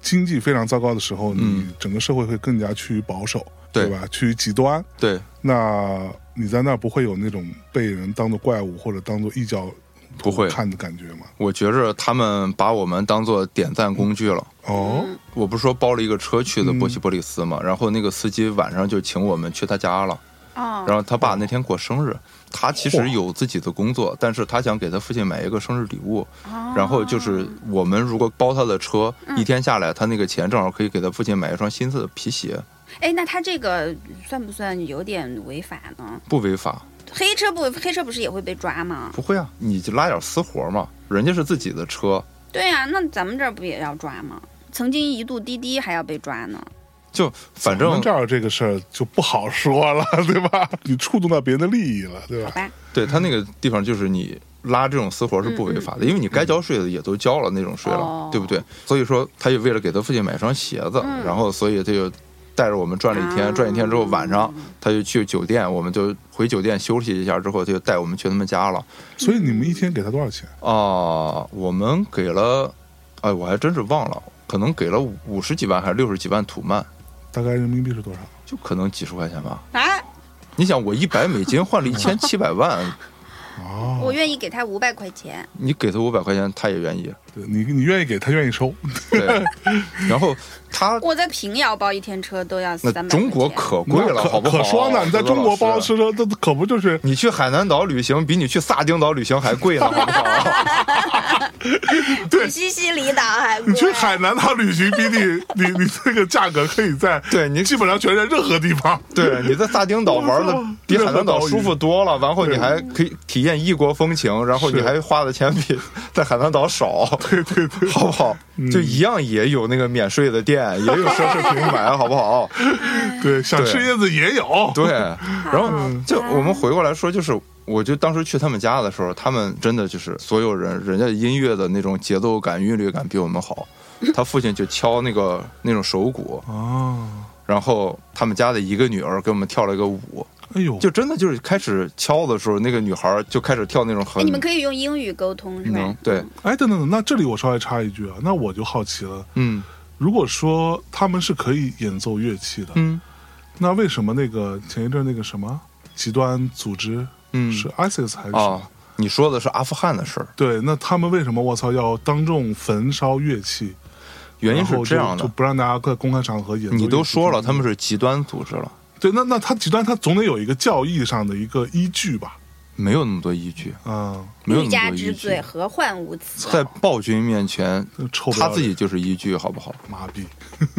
S2: 经济非常糟糕的时候，
S3: 嗯
S2: 你整个社会会更加趋于保守，
S3: 对
S2: 吧？趋于极端。
S3: 对，
S2: 那你在那儿不会有那种被人当做怪物或者当做异教
S3: 不会
S2: 看的感觉吗？
S3: 我觉着他们把我们当做点赞工具了。
S2: 哦，
S3: 我不是说包了一个车去的波西波利斯嘛，然后那个司机晚上就请我们去他家了。
S1: 哦，
S3: 然后他爸那天过生日，他其
S2: 哇
S3: 实有自己的工作，但是他想给他父亲买一个生日礼物。
S1: 哦
S3: 然后就是我们如果包他的车，一天下来他那个钱正好可以给他父亲买一双新色的皮鞋，
S1: 哎，那他这个算不算有点违法呢？
S3: 不违法。
S1: 黑车不，黑车不是也会被抓吗？
S3: 不会啊，你就拉点私活嘛，人家是自己的车，
S1: 对呀、那咱们这儿不也要抓吗？曾经一度滴滴还要被抓呢。
S3: 就反
S2: 我
S3: 正
S2: 们这儿这个事儿就不好说了， 对吧？你触动到别人的利益了，对吧？
S3: 对
S1: 嗯
S3: 他那个地方就是你拉这种私活是不违法的，因为你该交税的也都交了那种税了，
S1: 嗯哦嗯
S3: 对不对？所以说，他也为了给他父亲买双鞋子，然后所以他就带着我们转了一天，
S1: 啊嗯
S3: 转一天之后晚上他就去酒店，我们就回酒店休息一下之后，他就带我们去他们家了。
S2: 所以你们一天给他多少钱？
S3: 啊，我们给了，哎，我还真是忘了，可能给了五十几万还是六十几万土曼，
S2: 大概人民币是多少？
S3: 就可能几十块钱吧。
S1: 啊，
S3: 你想，我一百美金换了一千七百万，
S2: 哦，
S1: 我愿意给他五百块钱。
S3: 你给他五百块钱，他也愿意。
S2: 对你你愿意给他愿意收，
S3: 对，然后他
S1: 我在平遥包一天车都要
S3: 那
S1: 三百。
S3: 中国可贵了，
S2: 可
S3: 好不好？
S2: 可说呢，你在中国包吃
S3: 石头老师。
S2: 车，这可不就是
S3: 你去海南岛旅行比你去萨丁岛旅行还贵呢，好不好？
S1: 比西西里岛啊还贵
S2: 你。去海南岛旅行，比你你你这个价格可以在
S3: 对你
S2: 基本上全世界任何地方。
S3: 对，你在萨丁岛玩的比海南岛舒服多了，然后你还可以体验异国风情，然后你
S2: 是
S3: 还花的钱比在海南岛少，对对对，好不好？
S2: 嗯
S3: 就一样也有那个免税的店，也有奢侈品买，好 不好？
S2: 对，想
S3: 对
S2: 吃椰子也有。嗯
S3: 对，然后 就
S1: 啊
S3: 我们回过来说，就是我就当时去他们家的时候，他们真的就是所有人，人家音乐的那种节奏感、韵律感比我们好。他父亲就敲那个那种手鼓，
S2: 啊，
S3: 然后他们家的一个女儿给我们跳了一个舞，
S2: 哎呦，
S3: 就真的就是开始敲的时候，那个女孩就开始跳那种
S1: 哎，
S3: 很
S1: 你们可以用英语沟通是
S3: 能
S1: 吧？
S3: 对，
S2: 哎，等等等，那这里我稍微插一句啊，那我就好奇了，
S3: 嗯
S2: 如果说他们是可以演奏乐器的，
S3: 嗯
S2: 那为什么那个前一阵那个什么极端组织
S3: 嗯
S2: 是 ISIS 还是什么？
S3: 啊，你说的是阿富汗的事儿，
S2: 对，那他们为什么我操要当众焚烧乐器？
S3: 原嗯因是这
S2: 然
S3: 样
S2: 后就
S3: 的
S2: 就，不让大家在公开场合演。
S3: 你都说了，他们是极端组织了，
S2: 对，那那他极端，他总得有一个教义上的一个依据吧？
S3: 没有那么多依据，
S2: 嗯，
S3: 没有
S1: 欲
S3: 那么
S1: 加
S3: 多
S1: 之
S3: 依
S1: 罪，
S3: 据。
S1: 何患无辞？
S3: 在暴君面前，
S2: 臭不要
S3: 他
S2: 脸
S3: 自己就是依据，好不好？
S2: 麻痹，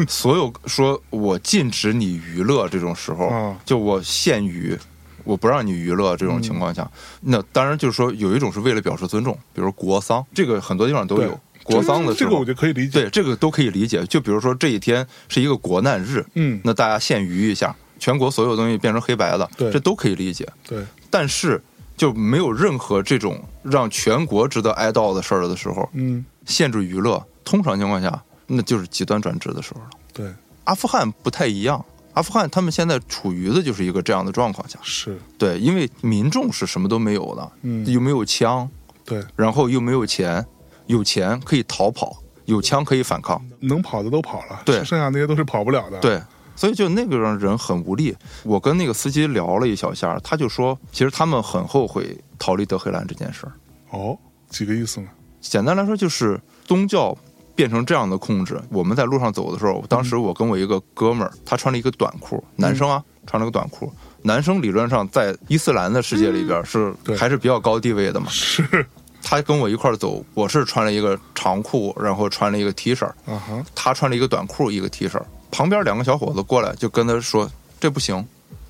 S3: 所有说我禁止你娱乐这种时候，
S2: 嗯
S3: 就我限娱，我不让你娱乐这种情况下，那当然就是说有一种是为了表示尊重，比如国丧，这个很多地方都
S2: 对
S3: 有国丧的时
S2: 这
S3: 候，
S2: 个我就可以理解。
S3: 对这个都可以理解。就比如说这一天是一个国难日，
S2: 嗯
S3: 那大家限娱一下，全国所有东西变成黑白的，
S2: 对
S3: 这都可以理解。
S2: 对
S3: 但是就没有任何这种让全国值得哀悼的事儿了的时候，
S2: 嗯，
S3: 限制娱乐，通常情况下那就是极端转制的时候了。
S2: 对，
S3: 阿富汗不太一样，阿富汗他们现在处于的就是一个这样的状况下，
S2: 是，
S3: 对，因为民众是什么都没有的，
S2: 嗯
S3: 又没有枪，
S2: 对，
S3: 然后又没有钱，有钱可以逃跑，有枪可以反抗，
S2: 能跑的都跑了，
S3: 对
S2: 剩下那些都是跑不了的。，
S3: 对，所以就那个让人很无力。我跟那个司机聊了一小下儿，他就说，其实他们很后悔逃离德黑兰这件事儿。
S2: 哦，几个意思呢？
S3: 简单来说，就是宗教变成这样的控制。我们在路上走的时候，当
S2: 嗯
S3: 时我跟我一个哥们儿，他穿了一个短裤，男生啊，穿了个短裤。男生理论上在伊斯兰的世界里边是
S2: 嗯对
S3: 还是比较高地位的嘛。
S2: 是
S3: 他跟我一块儿走，我是穿了一个长裤，然后穿了一个 T 恤，
S2: 啊哈，
S3: 他穿了一个短裤，一个 T 恤。旁边两个小伙子过来就跟他说：“这不行，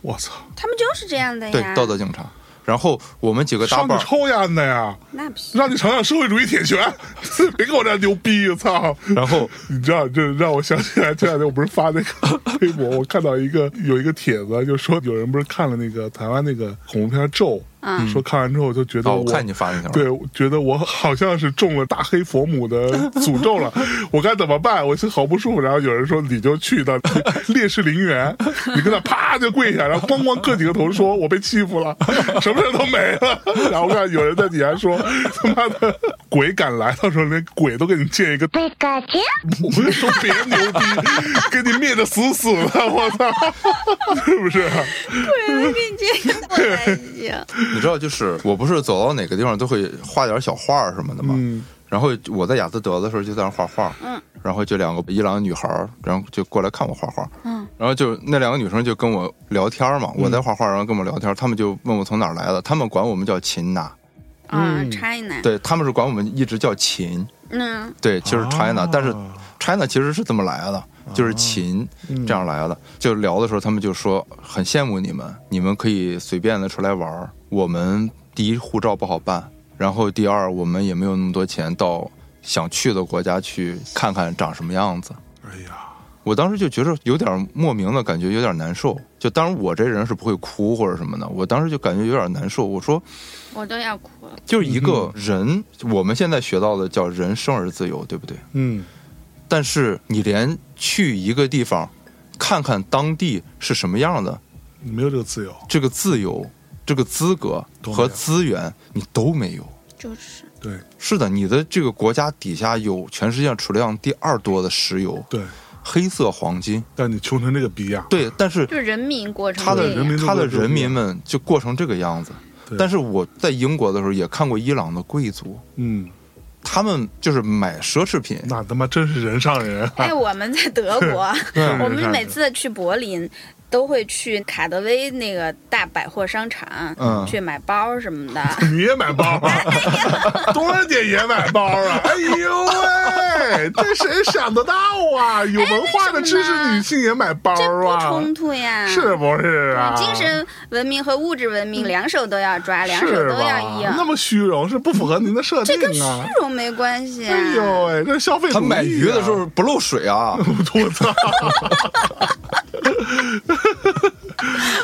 S2: 我操，
S1: 他们就是这样的
S3: 对
S1: 哎呀，，
S3: 道德警察。然后我们几个搭
S2: 上
S3: 伴
S2: 去
S3: 儿，
S2: 抽烟的呀，
S1: 那不行。
S2: 让你尝尝社会主义铁拳， 别跟我这样牛逼，操！
S3: 然后
S2: 你知道，这让我想起来，这两天我不是发那个 微博，我看到一个有一个帖子，就说有人不是看了那个台湾那个恐怖片《咒》，
S1: 嗯
S2: 说看完之后就觉得
S3: 哦，
S2: 我
S3: 我看你发那条，
S2: 对，觉得我好像是中了大黑佛母的诅咒 了，我该怎么办？我心好不舒服。然后有人说，你就去到 烈士陵园，你跟他啪就跪下，然后咣咣磕几个头，说我被欺负了， 什么事儿都没了。然后我看有人在底下说， 他妈的鬼敢来，到时候连鬼都给你建一个
S4: Pikachu, Pikachu,
S2: 我们说别牛逼，给你灭的死死的，我操， 是不是？
S1: 对，哎给 你这个我来行。
S3: 你知道，就是我不是走到哪个地方都会画点小画儿什么的嘛。
S2: 嗯
S3: 然后我在雅思德的时候就在那儿画画，嗯，然后就两个伊朗女孩儿，然后就过来看我画画，嗯，然后就那两个女生就跟我聊天儿嘛，我在画画，然后跟我聊天儿，她们就问我从哪儿来的，她们管我们叫秦娜，
S1: 啊，China，
S3: 嗯对，她们是管我们一直叫秦，
S1: 嗯，
S3: 对，就是 China，、
S2: 啊
S3: 但是 China 其实是这么来的，就是秦、这样来的。就聊的时候，他们就说很羡慕你们，你们可以随便的出来玩儿。我们第一护照不好办，然后第二我们也没有那么多钱到想去的国家去看看长什么样子。
S2: 哎呀，
S3: 我当时就觉着有点莫名的感觉，有点难受。就当然我这人是不会哭或者什么的，我当时就感觉有点难受。我说
S1: 我都要哭了。
S3: 就是一个人，我们现在学到的叫人生而自由，对不对？
S2: 嗯，
S3: 但是你连去一个地方看看当地是什么样的，
S2: 你没有这个自由，
S3: 这个自由、这个资格
S2: 都没有
S3: 和资源你都没有。
S1: 就是
S2: 对
S3: 是的，你的这个国家底下有全世界上储量第二多的石油、
S2: 对，
S3: 黑色黄金，
S2: 但你穷成这个逼样，
S3: 对，但是
S1: 就是人民过程
S3: 他的
S1: 这样
S2: 人民都
S3: 他的
S2: 过得
S3: 人民
S2: 不一样
S3: 们就过成这个样子
S2: 对。
S3: 但是我在英国的时候也看过伊朗的贵族，
S2: 嗯，
S3: 他们就是买奢侈品，
S2: 那他妈真是人上人，啊
S1: 哎，我们在德 国啊
S2: 对，
S1: 我们每次去柏林都会去卡德威那个大百货商场，
S3: 嗯
S1: 去买包什 么的。
S2: 你也买包
S1: 哎
S2: 啊？ 多少姐也买包啊？哎呦喂，这谁想得到啊？有
S1: 哎
S2: 文化的知识女性也买包
S1: 这不
S2: 啊？
S1: 冲突呀，
S2: 是不是啊？
S1: 精神文明和物质文明两手都要抓，两手
S2: 是
S1: 都
S2: 吧？
S1: 要
S2: 那
S1: 硬，
S2: 么虚荣是不符合您的设
S1: 这跟虚
S2: 定啊！
S1: 荣没关系啊。
S2: 哎呦喂，这是消费主义啊
S3: 他买鱼的时候不漏水啊。
S2: 我操！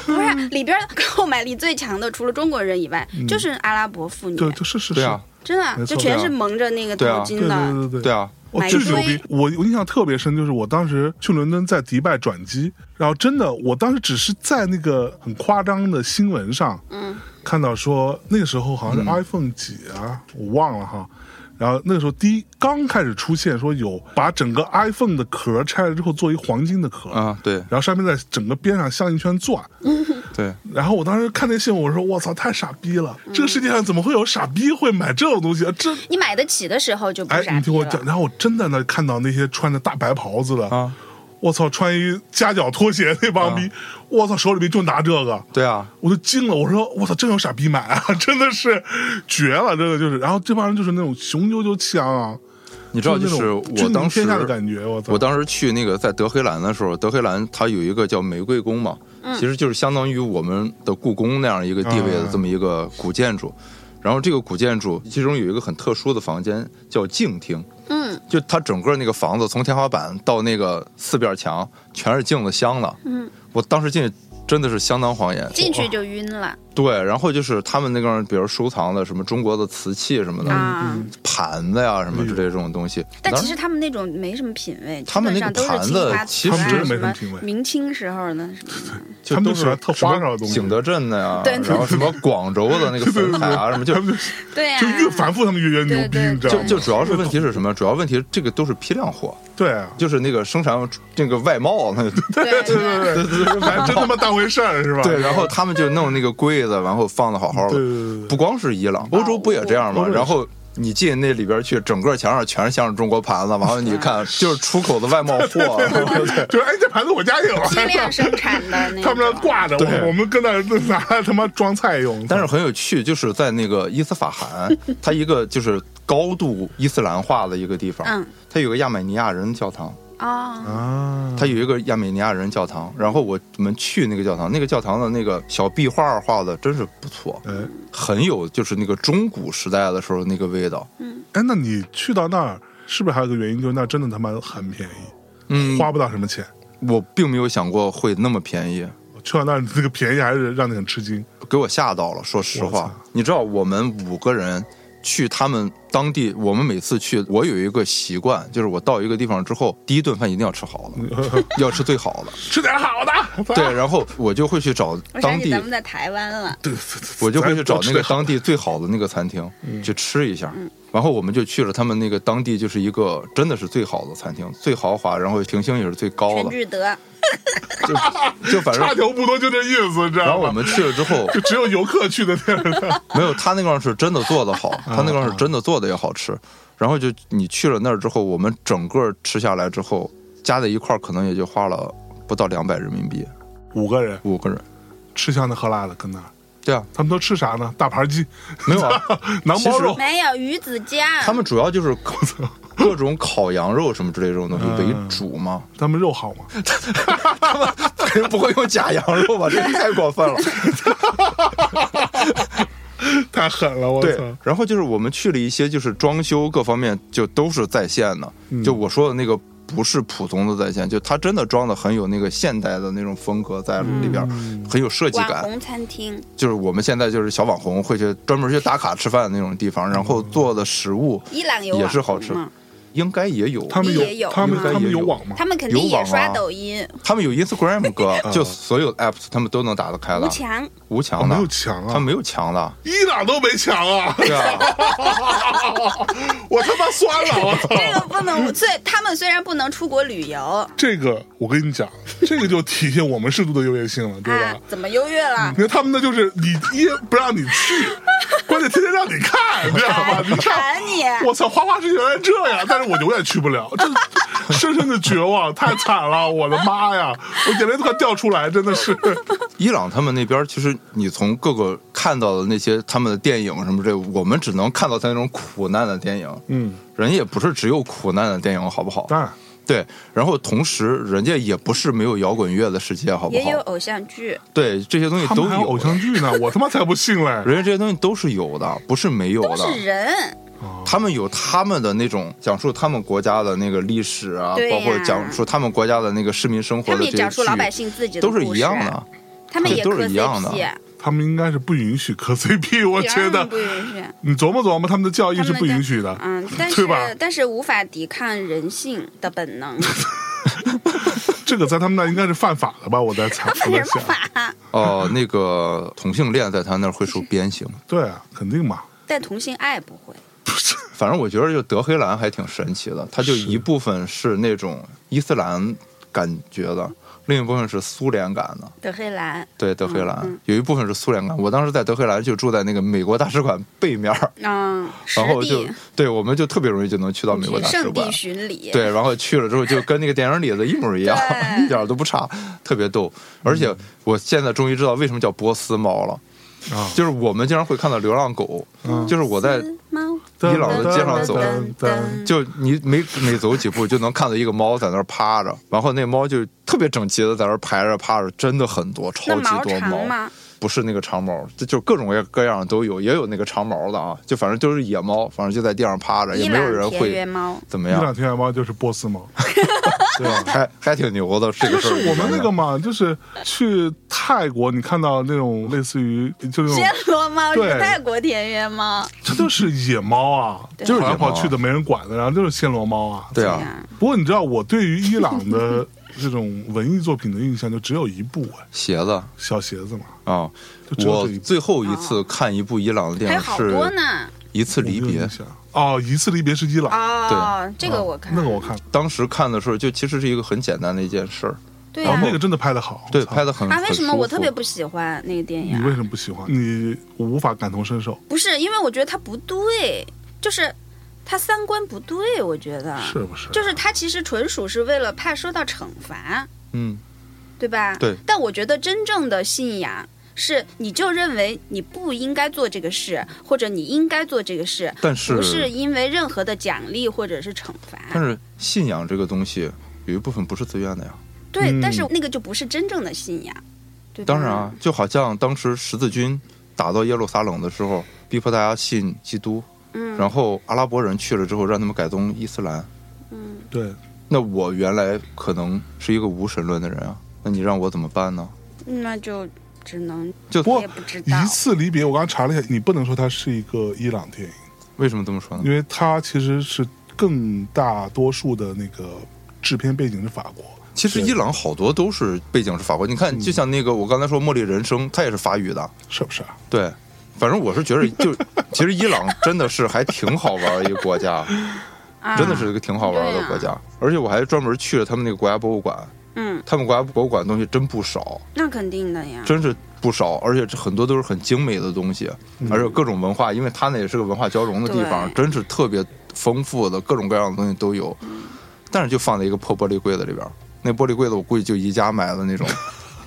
S1: 不是啊
S2: 嗯
S1: 里边购买力最强的，除了中国人以外，就是阿拉伯妇女，
S2: 对，嗯就是是
S3: 对啊，
S1: 真的
S2: 没错
S1: 就全
S3: 对啊
S1: 是蒙着那个头
S3: 对啊
S2: 是
S1: 巾
S2: 对对
S1: 的。
S2: 对对
S3: 对。啊，
S2: 哦
S1: 买，
S2: 这
S1: 一
S2: 牛
S1: 堆
S2: 逼！我我印象特别深，就是我当时去伦敦，在迪拜转机，然后真的，我当时只是在那个很夸张的新闻上，嗯，看到说那个时候好像是 iPhone 几啊，我忘了哈。然后那个时候第一刚开始出现，说有把整个 iPhone 的壳拆了之后做一黄金的壳，
S3: 啊，对，
S2: 然后上面在整个边上像一圈钻，
S3: 对，
S2: 然后我当时看那新闻，我说我操，太傻逼了！这个世界上怎么会有傻逼会买这种东西啊？这
S1: 你买得起的时候就不
S2: 哎，
S1: 傻
S2: 你
S1: 逼
S2: 听我
S1: 了
S2: 讲，然后我真在那看到那些穿着大白袍子的
S3: 啊，
S2: 我操，穿一夹脚拖鞋那
S1: 啊
S2: 帮逼，我操，手里边就拿这个，
S3: 对啊，
S2: 我就惊了，我说我操，真有傻逼买啊， 真的是绝了，真的就是。然后这帮人就是那种雄赳赳气昂昂，
S3: 你知道
S2: 就
S3: 就是
S2: 那种
S3: 我
S2: 君临
S3: 当时
S2: 天下的感觉，我操，
S3: 我当时去那个在德黑兰的时候，德黑兰它有一个叫玫瑰宫嘛，
S1: 嗯
S3: 其实就是相当于我们的故宫那样一个地位的
S2: 嗯
S3: 这么一个古建筑。然后这个古建筑其中有一个很特殊的房间叫镜厅，
S1: 嗯，
S3: 就它整个那个房子从天花板到那个四边墙全是镜子镶的。
S1: 嗯，
S3: 我当时进去真的是相当晃眼。
S1: 进
S2: 啊
S1: 去就晕了
S3: 对，然后就是他们那个比如收藏的什么中国的瓷器什么
S2: 嗯
S3: 的，
S1: 啊！
S3: 盘子呀什
S2: 哎
S3: 么之类这种东西。
S1: 但
S3: 当
S1: 其
S3: 时
S1: 实他们那种没什么品味，
S3: 他们
S1: 基
S3: 那
S1: 本上
S3: 个
S1: 都是
S3: 盘
S1: 青花
S3: 子
S1: 瓷
S2: 实
S3: 其
S1: 啊
S2: 真没
S1: 什
S2: 什么
S1: 么
S2: 品味
S1: 明清时候的什 么的，
S3: 就
S2: 他们
S3: 都
S2: 就喜
S3: 是
S2: 欢特花哨的东西
S3: 景德镇的呀，
S1: 对对
S3: 然后什么 广州的那个粉彩啊，什么就
S2: 他们
S1: 对呀、
S2: 就就越反复他们越越牛逼，
S1: 对对
S2: 你知道
S3: 就
S2: 吗？
S3: 就主要是问题是什么？主要问题这个都是批量货，
S2: 对啊，
S3: 就是那个生产这个外贸 那对
S1: 对对对
S3: 对对对
S2: 反正真他妈当回事儿是吧？
S3: 对，然后他们就弄那个柜子，然后放的好好
S2: 对对
S3: 的。
S2: 对对啊
S3: 不光是伊朗，欧洲不也这样
S2: 欧
S3: 吗？
S2: 洲也是
S3: 然后。你进那里边去，整个墙上全是像是中国盘子，完了 你看就是出口的外贸货，啊
S2: 对，就是哎，这盘子我家 有，
S1: 批量生产的那
S2: 他们那
S1: 种。
S2: 挂着，
S3: 对
S2: 我我们跟那儿拿来他妈装菜用。
S3: 但是很有趣，就是在那个伊斯法罕，它一个就是高度伊斯兰化的一个地方，
S1: 嗯
S3: 它有个亚美尼亚人教堂，
S1: 哦，
S2: 啊，
S3: 它有一个亚美尼亚人教堂。然后我们去那个教堂，那个教堂的那个小壁画画的真是不错，
S2: 哎
S3: 很有就是那个中古时代的时候那个味道。
S2: 哎，那你去到那儿，是不是还有个原因，就是那儿真的他妈很便宜，
S3: 嗯，
S2: 花不到什么钱。
S3: 我并没有想过会那么便宜，
S2: 去到那儿，这个便宜还是让你很吃 惊。
S3: 给我吓到了。说实
S2: 我操
S3: 话，你知道我们五个人去他们当地，我们每次去，我有一个习惯，就是我到一个地方之后，第一顿饭一定要吃好 的，要吃最好的。
S2: 吃点好的，
S3: 对，然后我就会去找
S1: 我想
S3: 当
S1: 起
S3: 地
S1: 咱，们在台湾了，
S2: 对，
S3: 我就会去找那个嗯
S2: 当
S3: 当地最好的那个餐厅去吃一
S1: 嗯
S3: 下。然后我们就去了他们那个当地，就是一个真的是最好的餐厅，最豪华，然后评星也是最高
S1: 全
S3: 的，
S1: 聚德，
S3: 哦 就反正
S2: 差。球不多，就这意思，你知
S3: 然后
S2: 道
S3: 我
S2: 吗？
S3: 们去了之后，
S2: 就只有游客去的地儿，
S3: 没有，他那块儿是真的做的好，他那块儿是真的做的也好吃。然后就你去了那儿之后，我们整个吃下来之后，加在一块儿可能也就花了不到两百人民币，
S2: 五个人
S3: 五个人。
S2: 吃香的喝辣的，跟那儿，
S3: 对啊，
S2: 他们都吃啥呢？大盘鸡，
S3: 没有啊，
S2: 囊包肉，
S1: 没有鱼子酱，
S3: 他们主要就是各各种 烤羊肉什么之类这种东西为
S2: 嗯
S3: 主嘛，
S2: 他们肉好吗？
S3: 他们肯 定不会用假羊肉吧？这个太 过分了。
S2: 太狠了，我
S3: 对
S2: 操！，
S3: 然后就是我们去了一些就是装修各方面就都是在线的，
S2: 嗯
S3: 就我说的那个不是普通的在线，就它真的装的很有那个现代的那种风格在里边，
S2: 嗯
S3: 很有设计
S1: 网
S3: 感。
S1: 红餐厅，
S3: 就是我们现在就是小网红会去专门去打卡吃饭的那种地方，
S2: 嗯
S3: 然后做的食物
S1: 伊朗有
S3: 也
S1: 网
S3: 是好
S1: 红
S3: 吃
S1: 吗
S3: 应该也有。
S2: 他们
S1: 也有
S2: 他们
S1: 应该
S2: 他们
S3: 也
S2: 有
S3: 有
S2: 网吗？
S1: 他们肯定
S3: 有网
S1: 也刷
S3: 啊
S1: 抖音，
S3: 他们有 Instagram 哥，
S2: 嗯
S3: 就所有 apps 他们都能打得开
S1: 吴
S3: 的，
S1: 强
S3: 无
S2: 哦
S3: 墙的
S2: 没有，墙
S3: 他们
S2: 啊，
S3: 没有 墙的，
S2: 伊朗都没墙啊！
S3: 对啊。
S2: 我他妈酸了，我操！
S1: 这个不 能，虽他们虽然不能出国旅游
S2: 这个我跟你讲，这个就体现我们适度的优越性了，对吧
S1: 啊？，怎么优越
S3: 嗯
S1: 了？
S2: 你看他们那就是你一不让你去，关键天天让你看，你知道吧？你看，
S1: 馋哎你，
S2: 我操，花花世界原来这样，但是我永远去不了，这深深的绝望，太惨了，我的妈呀，我眼泪都快掉出来，真的是。
S3: 伊朗他们那边儿，其实你从各个看到的那些他们的电影什么之类，我们只能看到他那种苦难的电影。
S2: 嗯，
S3: 人家也不是只有苦难的电影，好不好？
S2: 当然，
S3: 对，然后同时人家也不是没有摇滚乐的世界，好不
S1: 也有
S3: 好？
S1: 偶像剧，
S3: 对，这些东西
S2: 他
S3: 都
S2: 们还有偶像剧呢，我他妈才不信嘞！
S3: 人家这些东西都是有的，不是没有
S1: 都
S3: 的。
S1: 是人，
S3: 他们有他们的那种讲述他们国家的那个历史啊，
S1: 对呀
S3: 包括讲述他们国家的那个市民生活
S1: 他
S3: 的
S1: 们也
S3: 这些
S1: 讲述老百
S3: 剧
S1: 姓自己的
S3: 都是
S1: 故
S3: 一
S1: 事啊
S3: 样的。
S1: 他们也
S3: 都
S1: 磕
S3: 是一样的
S1: CP，
S2: 他们应该是不允许磕 CP，我觉
S1: 当然
S2: 得
S1: 不允许。
S2: 你琢磨琢磨，他们的教义
S1: 他
S2: 是
S1: 们
S2: 不允许的，
S1: 嗯，但
S2: 对吧？
S1: 是但是无法抵抗人性的本 能，
S2: 这个在他们那应该是犯法 的吧？我在猜，我在
S1: 什么
S2: 想，
S1: 法？
S3: 哦、那个同性恋在他那儿会受鞭刑。
S2: 对啊，肯定嘛。
S1: 但同性爱不会，
S3: 反正我觉得就德黑兰还挺神奇的，它就一部分是那种伊斯兰感觉的，另一部分是苏联感的。
S1: 德黑兰
S3: 对，德黑兰、
S1: 嗯
S3: 有一部分是苏联感。我当时在德黑兰就住在那个美国大使馆背面 儿，
S1: 嗯，实
S3: 然后就
S1: 地
S3: 对，我们就特别容易就能去到美国
S1: 去
S3: 大使
S1: 圣
S3: 馆
S1: 地。巡礼，
S3: 对，然后去了之后就跟那个电影里的一模一样，
S1: 对
S3: 一点儿都不差，特别逗。而且我现在终于知道为什么叫波斯猫了，
S2: 啊
S3: 就是我们经常会看到流浪狗，就是我在
S1: 嗯猫
S3: 伊朗的街上走，嗯
S2: 噔噔
S1: 嗯
S2: 噔
S3: 就你每每走几步就能看到一个猫在那儿趴着，然后那猫就特别整齐的在那儿排着趴着，真的很多，超
S1: 那
S3: 级
S1: 毛
S3: 多
S1: 长
S3: 猫。
S1: 吗？
S3: 不是那个长毛，这就各种各样各样的都有，也有那个长毛的啊，就反正就是野猫，反正就在地上趴着，也
S1: 伊
S3: 没有
S1: 朗
S3: 人
S1: 田
S3: 会
S1: 园猫，
S3: 怎么
S2: 伊朗
S3: 样，
S2: 天眼猫就是波斯猫，
S3: 对吧？还还挺牛的，这
S2: 就
S3: 个事
S2: 是
S3: 儿
S2: 我们那个嘛，就是去泰国，你看到那种类似于就那种
S1: 暹，罗猫
S2: 对
S1: 是泰国田园猫，
S2: 这都是野猫啊，
S1: 对
S2: 就是
S3: 跑
S2: 跑
S3: 来
S2: 来
S3: 跑
S2: 跑去的没人管的，然后就是暹罗猫啊。
S3: 对
S1: 对
S3: 啊，
S1: 哎呀
S2: 不过你知道我对于伊朗的这种文艺作品的印象就只有一部哎，
S3: 鞋子
S2: 小鞋子嘛，
S3: 啊
S2: 嗯就，只有
S3: 我
S2: 这一部
S3: 最后一次看一部伊朗的电
S1: 哦还
S3: 影
S1: 有好多
S3: 是
S1: 呢。
S3: 一次离
S2: 我没有
S3: 别
S2: 印，象哦，一次离别是伊朗，
S1: 哦，这个我看，
S2: 那个我看，
S3: 当时看的时候就其实是一个很简单的一件事儿，
S1: 对
S2: 然
S1: 呀
S2: 哦后，那个真的拍的好，
S3: 啊对，
S2: 我操
S3: 拍嗯的很
S1: 啊，为什么我
S3: 很舒服
S1: 特别不喜欢那个电
S2: 你
S1: 影
S2: 为
S1: 啊？
S2: 什么不喜欢？你无法感同身受，
S1: 不是，因为我觉得它不对，就是它三观不对，我觉得
S2: 是不是？
S1: 就是它其实纯属是为了怕受到惩罚，
S3: 嗯，
S1: 对吧？
S3: 对。
S1: 但我觉得真正的信仰是，你就认为你不应该做这个事，或者你应该做这个事，
S3: 但是
S1: 不是因为任何的奖励或者是惩罚。
S3: 但是信仰这个东西有一部分不是自愿的呀。
S1: 对，
S2: 嗯
S1: 但是那个就不是真正的信仰，对吧
S3: 当然啊，，就好像当时十字军打到耶路撒冷的时候，逼迫大家信基督，
S1: 嗯
S3: 然后阿拉伯人去了之后，让他们改宗伊斯兰。
S1: 嗯，
S2: 对，
S3: 那我原来可能是一个无神论的人啊，那你让我怎么办呢？
S1: 那就只能
S3: 就
S1: 我也不知道
S2: 一。次离别，我刚查了一下，你不能说它是一个伊朗电影。
S3: 为什么这么说呢
S2: 因？为它其实是更大多数的那个制片背景是法国，
S3: 其实伊朗好多都是背景是法国，你看，就像那个我刚才说《茉莉人生》，它也是法语的，
S2: 是不是啊？
S3: 对。反正我是觉得就， 其实伊朗真的是还挺好玩儿一个国家，
S1: 啊
S3: 真的是一个挺好玩儿的国家。而且我还专门去了他们那个国家博物馆，
S1: 嗯，
S3: 他们国家博物馆东西真不少，
S1: 那肯定的呀。
S3: 真是不少，而且这很多都是很精美的东西，
S2: 嗯
S3: 而且各种文化，因为它那也是个文化交融的地方，
S1: 对
S3: 真是特别丰富的，各种各样的东西都有。但是就放在一个破玻璃柜子里边儿，那玻璃柜子我估计就宜家买的那 种，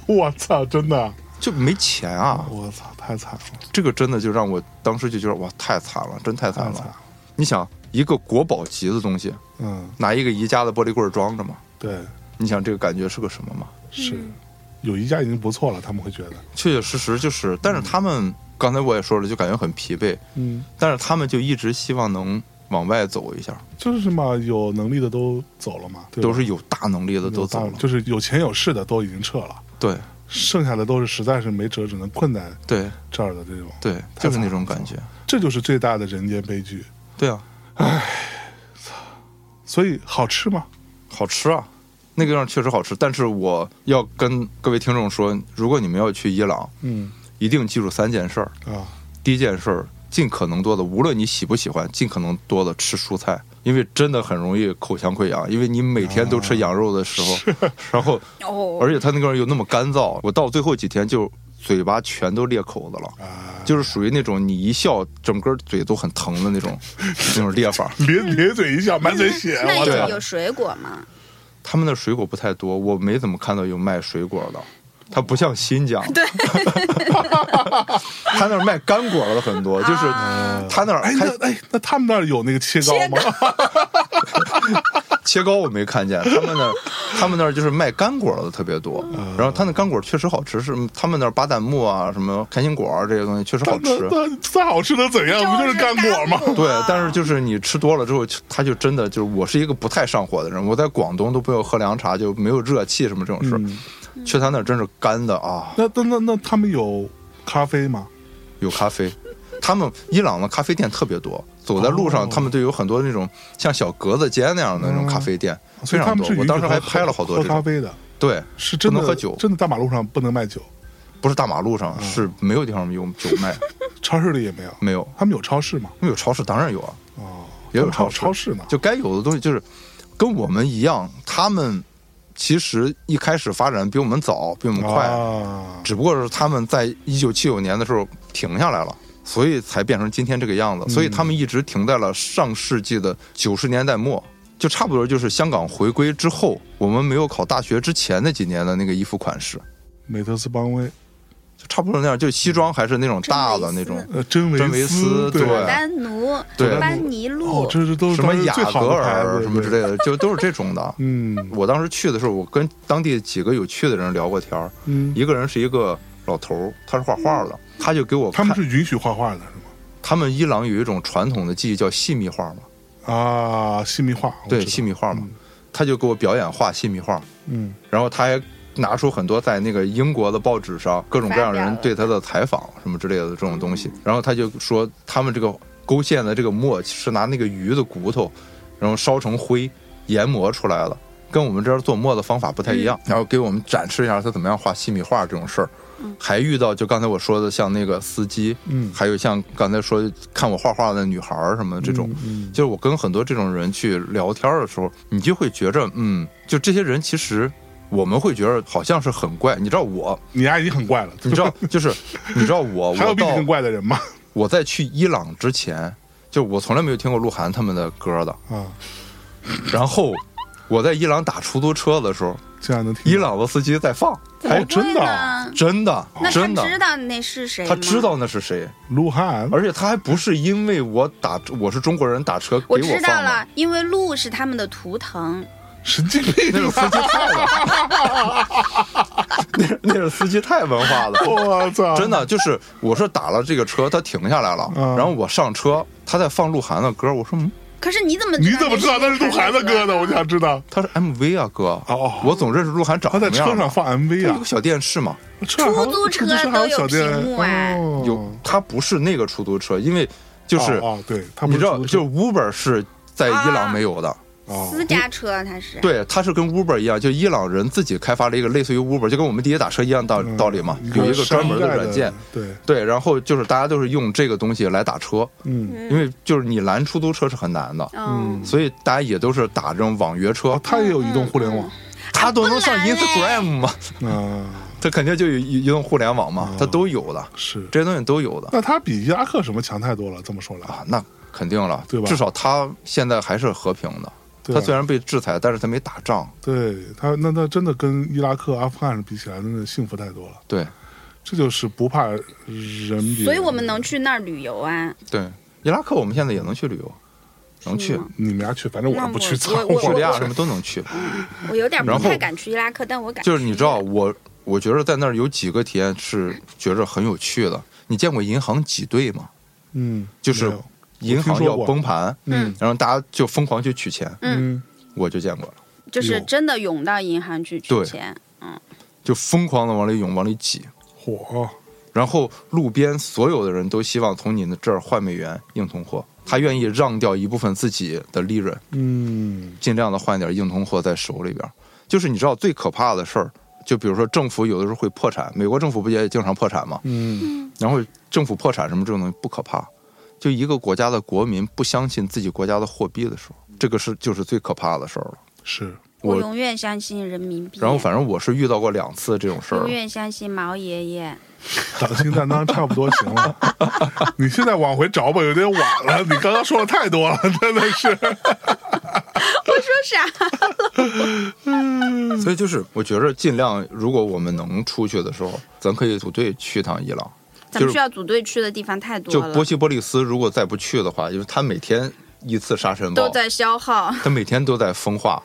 S2: 我操，真的，
S3: 就没钱啊！
S2: 我操，太惨了，
S3: 这个真的就让我当时就觉得哇，太惨了，真太惨
S2: 太惨
S3: 了
S2: 了。。
S3: 你想，一个国宝级的东西，
S2: 嗯，
S3: 拿一个宜家的玻璃柜儿装着嘛？
S2: 对，
S3: 你想这个感觉是个什么嘛？
S2: 是有一家已经不错了，他们会觉得，
S3: 确确实实就是，但是他们、刚才我也说了，就感觉很疲惫，
S2: 嗯，
S3: 但是他们就一直希望能往外走一下，
S2: 就是嘛，有能力的都走了嘛，对吧
S3: 都是有大能力的
S2: 有
S3: 都
S2: 道
S3: 走
S2: 理
S3: 了，
S2: 就是有钱有势的都已经撤了，
S3: 对
S2: 剩下的都是实在是没辙，只能困在
S3: 对
S2: 这儿的这种，
S3: 对，
S2: 太
S3: 就是
S2: 惨
S3: 那
S2: 了
S3: 种感觉，
S2: 这就是最大的人间悲剧。
S3: 对啊，
S2: 所以好吃吗？
S3: 好吃啊，那个地方确实好吃，但是我要跟各位听众说，如果你们要去伊朗，
S2: 嗯
S3: 一定记住三件事儿，
S2: 啊，
S3: 第一件事儿，尽可能多的，无论你喜不喜欢，尽可能多的吃蔬菜，因为真的很容易口腔溃疡，因为你每天都
S2: 啊
S3: 吃羊肉的时候，然后
S1: 哦，
S3: 而且他那个人又那么干燥，我到最后几天就嘴巴全都裂口子
S2: 啊
S3: 了，就是属于那种你一笑整个嘴都很疼的那 种那种裂法。
S2: 咧咧嘴一笑，满嘴血，
S1: 那
S2: 我
S1: 有
S2: 操！
S1: 有水果吗？
S3: 他们的水果不太多，我没怎么看到有卖水果的。它不像新疆，对， 他那儿卖干果的很多，就是他那儿
S2: 哎，
S3: 还
S2: 那哎，那他们那儿有那个切糕吗？
S3: 切糕我没看见，他 们那儿他们那儿就是卖干果的特别多，
S2: 啊
S3: 然后他那干果确实好吃，是他们那儿巴旦木啊、什么开心果啊这些东西确实好吃，
S2: 那那再好吃的怎样？不就是干果吗？
S3: 对，但是就是你吃多了之后，他就真的就是我是一个不太上火的人，我在广东都不要喝凉茶，就没有热气什么这种事儿，
S2: 嗯
S3: 去他那儿真是干的啊，
S2: 那那那那他们有咖啡吗？
S3: 有咖啡，他们伊朗的咖啡店特别多。走在路上，
S2: 哦
S3: 他们就有很多那种像小格子间那样的那种
S2: 嗯
S3: 咖啡店，
S2: 所
S3: 非
S2: 以他
S3: 常
S2: 们
S3: 多
S2: 是。
S3: 我
S2: 允
S3: 当
S2: 许
S3: 时还
S2: 喝
S3: 拍了好多
S2: 喝
S3: 这
S2: 咖
S3: 种，
S2: 啡的，
S3: 对，
S2: 是真的
S3: 不能喝酒
S2: 真的大马路上不能卖酒，
S3: 不是大马路
S2: 嗯
S3: 上，是没有地方有酒卖，
S2: 超市里也没有。
S3: 没有。
S2: 他们有超市吗？
S3: 他们有超市，当然有啊，
S2: 哦，
S3: 也有
S2: 他们还
S3: 超
S2: 有
S3: 市
S2: 超市呢。
S3: 就该有的东西就是跟我们一样，他们其实一开始发展比我们早，比我们快，
S2: 啊，
S3: 只不过是他们在一九七九年的时候停下来了。所以才变成今天这个
S2: 嗯
S3: 样子，所以他们一直停在了上世纪的九十年代末，就差不多就是香港回归之后，我们没有考大学之前那几年的那个衣服款式，
S2: 美特斯邦威，
S3: 就差不多那样，就西装还是那种大的
S1: 真
S3: 那
S1: 维斯
S3: 种，
S2: 呃，真维
S3: 真维斯
S2: 对，
S3: 对
S1: 哦丹奴、
S3: 对
S1: 班尼路，
S2: 哦，这是都是
S3: 什么
S2: 当时
S3: 雅
S2: 最好
S3: 戈
S2: 的牌
S3: 尔啊
S2: 子
S3: 什么之类，
S2: 对
S3: 的，就都是这种的。
S2: 嗯
S3: 我当时去的时候，我跟当地几个有趣的人聊过天儿，
S2: 嗯，
S3: 一个人是一个老头儿，他是画画的，他就给我
S2: 他
S3: 看，
S2: 们是允许画画的是
S3: 他们伊朗有一种传统的技艺叫细密画嘛，
S2: 吗？啊，细密画，我
S3: 对，
S2: 知道
S3: 细密画嘛，
S2: 嗯
S3: 他就给我表演画细密画，
S2: 嗯
S3: 然后他还拿出很多在那个英国的报纸上各种各样人对他的采访什么之类的这种东西，然后他就说他们这个勾芡的这个墨是拿那个鱼的骨头，然后烧成灰研磨出来的，跟我们这儿做墨的方法不太一样，
S2: 嗯
S3: 然后给我们展示一下他怎么样画细米画这种事儿。还遇到就刚才我说的，像那个司机，
S2: 嗯
S3: 还有像刚才说看我画画的女孩儿什么的这种，
S2: 嗯
S3: 就是我跟很多这种人去聊天的时候，你就会觉着，嗯，就这些人其实我们会觉着好像是很怪。你知 道我，
S2: 你阿已经很怪了，
S3: 你知道就是你知道我，
S2: 还有
S3: 我
S2: 比你
S3: 到
S2: 更怪的人吗？
S3: 我在去伊朗之前，就我从来没有听过鹿晗他们的歌的。
S2: 啊，
S3: 然后我在伊朗打出租车的时候，
S2: 这样能听
S3: 伊朗的司机在放，
S1: 怎么
S2: 哎
S1: 会
S2: 真的啊
S1: 呢？
S3: 真的
S1: 那他
S3: 真的，啊
S1: 知道那是谁吗？
S3: 他知。道那是谁，
S2: 鹿晗，
S3: 而且他还不是因为我打我是中国人打车给
S1: 我
S3: 我
S1: 知道
S3: 放的
S1: 了，，因为鹿是他们的图腾，
S2: 神经病
S3: 那是司机太文， 那是那是司机太文化了。
S2: 啊我操！
S3: 真，的就是，我是打了这个车，他停下来了，
S2: 嗯
S3: 然后我上车，他在放鹿晗的歌，我说，嗯，
S1: 可是你怎么
S2: 你怎么知道那
S1: 那
S2: 是鹿晗
S1: 啊
S2: 的歌呢？我想知道，
S3: 他是 MV 啊，哥，
S2: 哦
S3: 我总认识鹿晗长
S2: 他在
S3: 什么样
S2: 车
S3: 的
S2: 上放 MV
S3: 有
S2: 啊
S3: 个，小电视嘛，
S2: 车上还有
S1: 出租车都有屏幕哎
S2: 哦
S3: 有，他不是那个出租车，因为就是、
S2: 哦，哦对，他
S3: 你知道，
S2: 不是
S3: 就是
S2: 出租车
S3: Uber 是在伊朗没有的，
S2: 哦
S1: 私家车他是。
S3: 对，它是跟 Uber 一样，就伊朗人自己开发了一个类似于 Uber，就跟我们滴滴打车一样道
S2: 嗯
S3: 道理嘛，有一个专门的软件，，
S2: 对，
S3: 对，然后就是大家都是用这个东西来打车，
S2: 嗯，
S3: 因为就是你拦出租车是很难的，
S1: 嗯，
S3: 所以大家也都是打这种网约车
S2: 哦，，他也有移动互联网
S3: 他都能上
S1: 嗯不拦嘞
S3: Instagram 嘛，
S1: 嗯
S2: 啊，
S3: 他肯定就有移移动互联网嘛，
S2: 哦
S3: 他都有的，
S2: 是。
S3: 这些东西都有的
S2: 那他比伊拉克什么强太多了，这么说来，
S3: 啊，那肯定了，
S2: 对吧
S3: 至少他现在还是和平的，
S2: 对啊
S3: 他虽然被制裁，但是他没打仗，
S2: 对他那那真的跟伊拉克、阿富汗比起来，真的幸福太多了。
S3: 对
S2: 这就是不怕人比，
S1: 所以我们能去那儿旅游啊。
S3: 对，伊拉克我们现在也能去旅游，能去
S1: 是吗。
S2: 你们家去，反正我是不去，操
S1: 那我我
S3: 叙利亚
S1: 我
S3: 什么都能去，
S1: 我有点不
S3: 然后
S1: 太敢去伊拉克，但我敢。
S3: 就是你知道，我，我觉得在那儿有几个体验是觉着很有趣的。你见过银行挤兑吗？
S2: 嗯，
S3: 就是
S2: 没有
S3: 银行
S2: 听说
S3: 要
S2: 过
S3: 崩盘，
S2: 嗯
S3: 然后大家就疯狂去取钱，
S2: 嗯
S3: 我就见过了，
S1: 就是真的涌到银行去取
S3: 对
S1: 钱，
S3: 就疯狂的往里涌，往里挤。
S2: 火，
S3: 然后路边所有的人都希望从你的这儿换美元硬通货，他愿意让掉一部分自己的利润，
S2: 嗯
S3: 尽量的换点硬通货在手里边儿。就是你知道最可怕的事儿，就比如说政府有的时候会破产，美国政府不也经常破产吗？
S2: 嗯
S3: 然后政府破产什么这种东西不可怕，就一个国家的国民不相信自己国家的货币的时候，这个是就是最可怕的事儿了。
S2: 是，
S1: 我
S3: 我，
S1: 永远相信人民币。
S3: 然后反正我是遇到过两次这种事儿
S1: 永，远相信毛爷爷。
S2: 党性担当差不多行了。 你现在往回找吧，有点晚了。你刚刚说的太多了，真的是。
S1: 我说啥？
S3: 所以就是我觉着尽量，如果我们能出去的时候，咱可以组队去一趟伊朗。
S1: 咱们
S3: 就是
S1: 需要组队去的地方太多
S3: 就
S1: 了，
S3: 波西波利斯，如果再不去的话，因为他每天一次沙尘暴
S1: 都，在消耗。
S3: 他每天都在风化。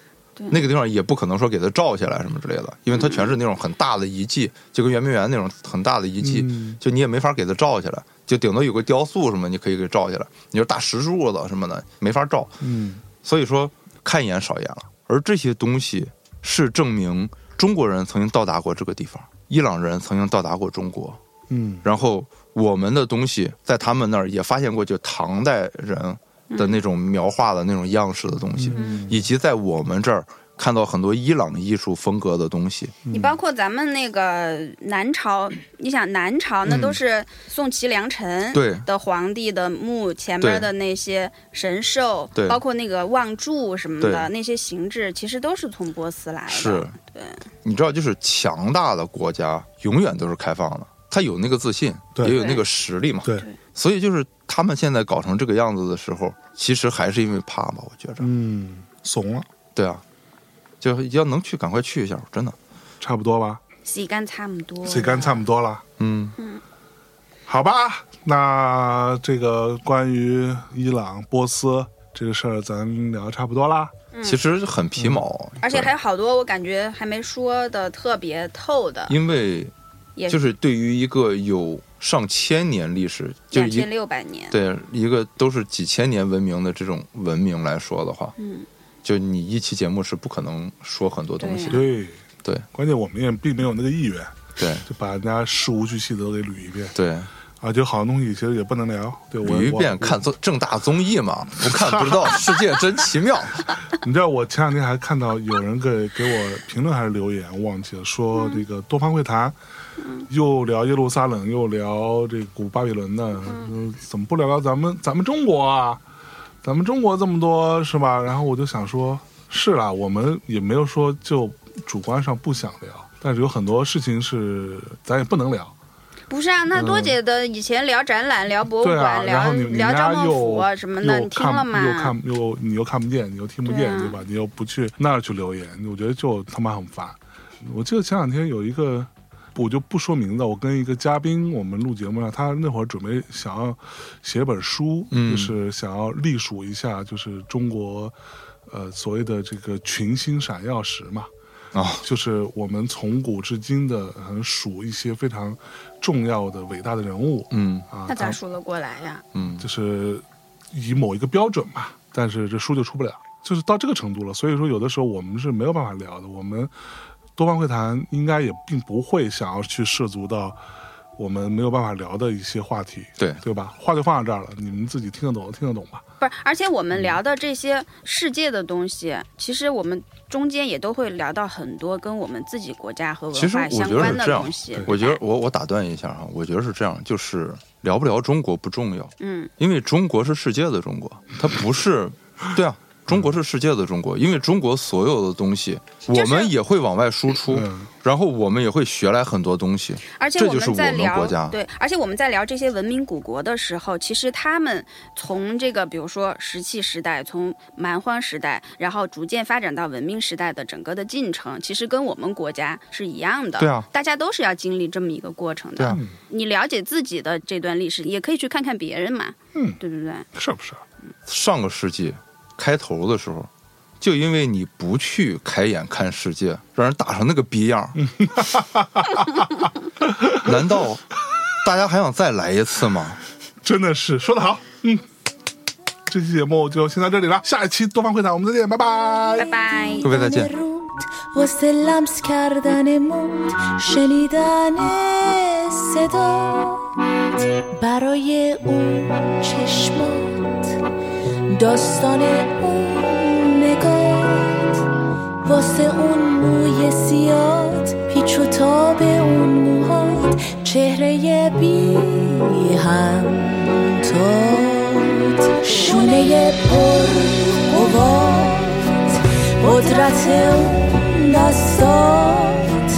S3: 那个地方也不可能说给它罩起来什么之类的，因为它全是那种很大的遗迹，就跟圆明园那种很大的遗迹，
S2: 嗯
S3: 就你也没法给它罩起来，就顶多有个雕塑什么你可以给罩起来，你说大石柱子什么的没法罩，
S2: 嗯，
S3: 所以说看一眼少一眼了。而这些东西是证明中国人曾经到达过这个地方，伊朗人曾经到达过中国，
S2: 嗯，
S3: 然后我们的东西在他们那儿也发现过，就唐
S2: 嗯
S1: 嗯
S3: 代人的那种描画的那种样式的东西，以及在我们这儿看到很多伊朗艺术风格的东西。
S1: 你包括咱们那个南朝，你想南朝那都是宋齐梁陈
S3: 嗯对
S1: 的皇帝的墓前面的那些神兽
S3: 对，
S1: 包括那个望柱什么的
S3: 对
S1: 那些形制，其实都是从波斯来的。
S3: 是，
S1: 对，
S3: 你知道，就是强大的国家永远都是开放的，他有那个自信，
S2: 对
S3: 也有那个实力嘛。
S2: 对，
S3: 所以就是他们现在搞成这个样子的时候，其实还是因为怕吧，我觉着。
S2: 嗯，怂了，
S3: 对啊，就要能去赶快去一下，真的。
S2: 差不多吧，
S1: 洗干差不多，
S2: 这干差不多了。
S3: 嗯，
S2: 好吧，那这个关于伊朗、波斯这个事儿，咱聊得差不多啦。
S3: 其实很皮毛，
S1: 而且
S3: 对
S1: 还有好多我感觉还没说的特别透的，
S3: 因为
S1: 也
S3: 就是对于一个有上千年历史，就
S1: 两
S3: 一
S1: 千六百年。
S3: 对一个都是几千年文明的这种文明来说的话，
S1: 嗯，
S3: 就你一期节目是不可能说很多东西的。
S2: 对，
S3: 对
S2: 关键我们也并没有那个意愿，
S3: 对
S2: 就把人家事无巨细的都给捋一遍
S3: 对，
S2: 啊。就好的东西其实也不能聊。对，我
S3: 捋一遍
S2: 我
S3: 看综正大综艺嘛，不看不 知道，世界真奇妙。
S2: 你知道我前两天还看到有人给给我评论还是留言，我忘记了，说这个多方会谈，又聊耶路撒冷，又聊这古巴比伦的，嗯怎么不聊聊咱们咱们中国啊？咱们中国这么多是吧？然后我就想说，是啦，我们也没有说就主观上不想聊，但是有很多事情是咱也不能聊。
S1: 不是啊，那多姐的以前聊展览、聊博物
S2: 嗯对啊，
S1: 馆、
S2: 然
S1: 聊
S2: 后你你
S1: 聊张
S2: 家
S1: 幕
S2: 又
S1: 府啊什么的，
S2: 又
S1: 你听
S2: 看
S1: 了吗？
S2: 又看又你又看不见，你又听不见，
S1: 对啊
S2: 对吧？你又不去那儿去留言，我觉得就他妈很烦。我记得前两天有一个，我就不说名字，我跟一个嘉宾我们录节目了，他那会儿准备想要写本书，
S3: 嗯
S2: 就是想要历数一下，就是中国。呃，所谓的这个群星闪耀时嘛，
S3: 啊、
S2: 就是我们从古至今的，嗯，数一些非常重要的、伟大的人物
S3: 嗯
S2: 啊。
S1: 那咋
S2: 他
S1: 数得过来呀？
S3: 嗯，
S2: 就是以某一个标准吧，但是这书就出不了，就是到这个程度了。所以说，有的时候我们是没有办法聊的。我们多方会谈应该也并不会想要去涉足到我们没有办法聊的一些话题，
S3: 对
S2: 对吧？话就放在这儿了，你们自己听得懂就听得懂吧。
S1: 不是，而且我
S2: 嗯
S1: 们聊的这些世界的东西，其实我们中间也都会聊到很多跟我们自己国家和
S3: 其
S1: 文
S3: 实
S1: 化
S3: 我觉
S1: 相
S3: 得
S1: 关
S3: 是
S1: 的
S3: 这样
S1: 东西。
S3: 我觉得我我打断一下哈，我觉得是这样，就是聊不聊中国不重要，
S1: 嗯，
S3: 因为中国是世界的中国，它 不是，对啊，中国是世界的中国，因为中国所有的东西，
S1: 是
S3: 我们也会往外输出，
S2: 嗯
S3: 然后我们也会学来很多东西，
S1: 而且
S3: 这
S1: 我
S3: 就
S1: 们
S3: 是我
S1: 在
S3: 们
S1: 聊
S3: 国家
S1: 对，而且我们在聊这些文明古国的时候，其实他们从这个比如说石器时代，从蛮荒时代，然后逐渐发展到文明时代的整个的进程，其实跟我们国家是一样的。
S3: 对啊
S1: 大家都是要经历这么一个过程的。
S3: 对啊，
S1: 你了解自己的这段历史，也可以去看看别人嘛，
S2: 嗯
S1: 对不对？
S2: 是不是？
S3: 上个世纪开头的时候。就因为你不去开眼看世界，让人打成那个逼样儿，难道大家还想再来一次吗？
S2: 真的是说得好，嗯。这期节目就先到这里了，下一期多方会谈我们再见，拜拜
S1: 拜拜。
S3: 各位再见。
S4: رود وسط لمس کردن موند شنیدن صدا برای اون چشمات داستان اون نگات واسه اون موی سیاد پیچ و تاب اون موهات چهره بی هم تات شونه پر قوات قدرت اون دستات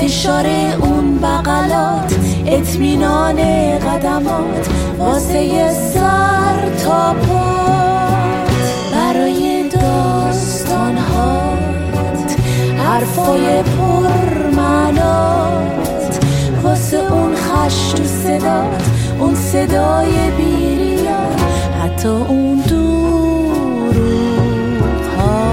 S4: فشار اون بغلات اطمینان قدمات واسه سر تا پات برای داستان هات حرفای پر معنات واسه اون خشت و صدات اون صدای بیریان حتی اون دروغ ها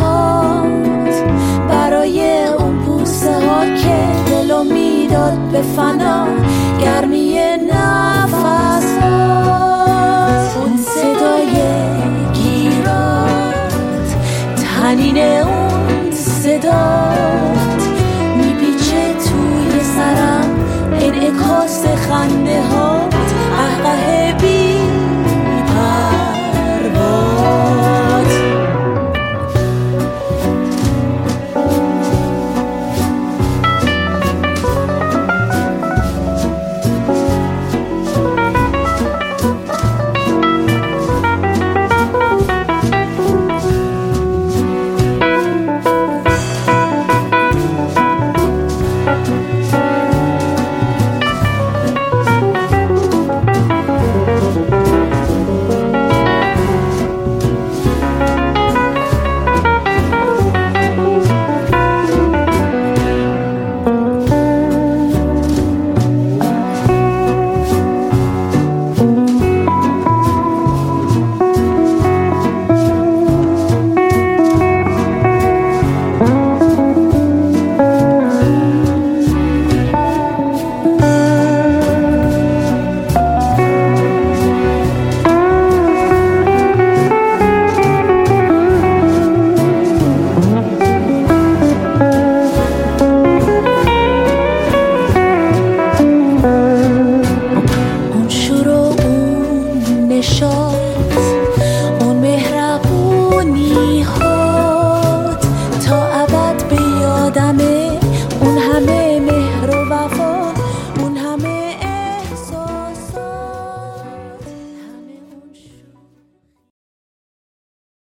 S4: لبهات برای اون بوسه ها که دلو میداد به فنا گرمی نفس اون صدای گیرات تنین اون صدات میپیچه توی سرم انعکاس خنده ها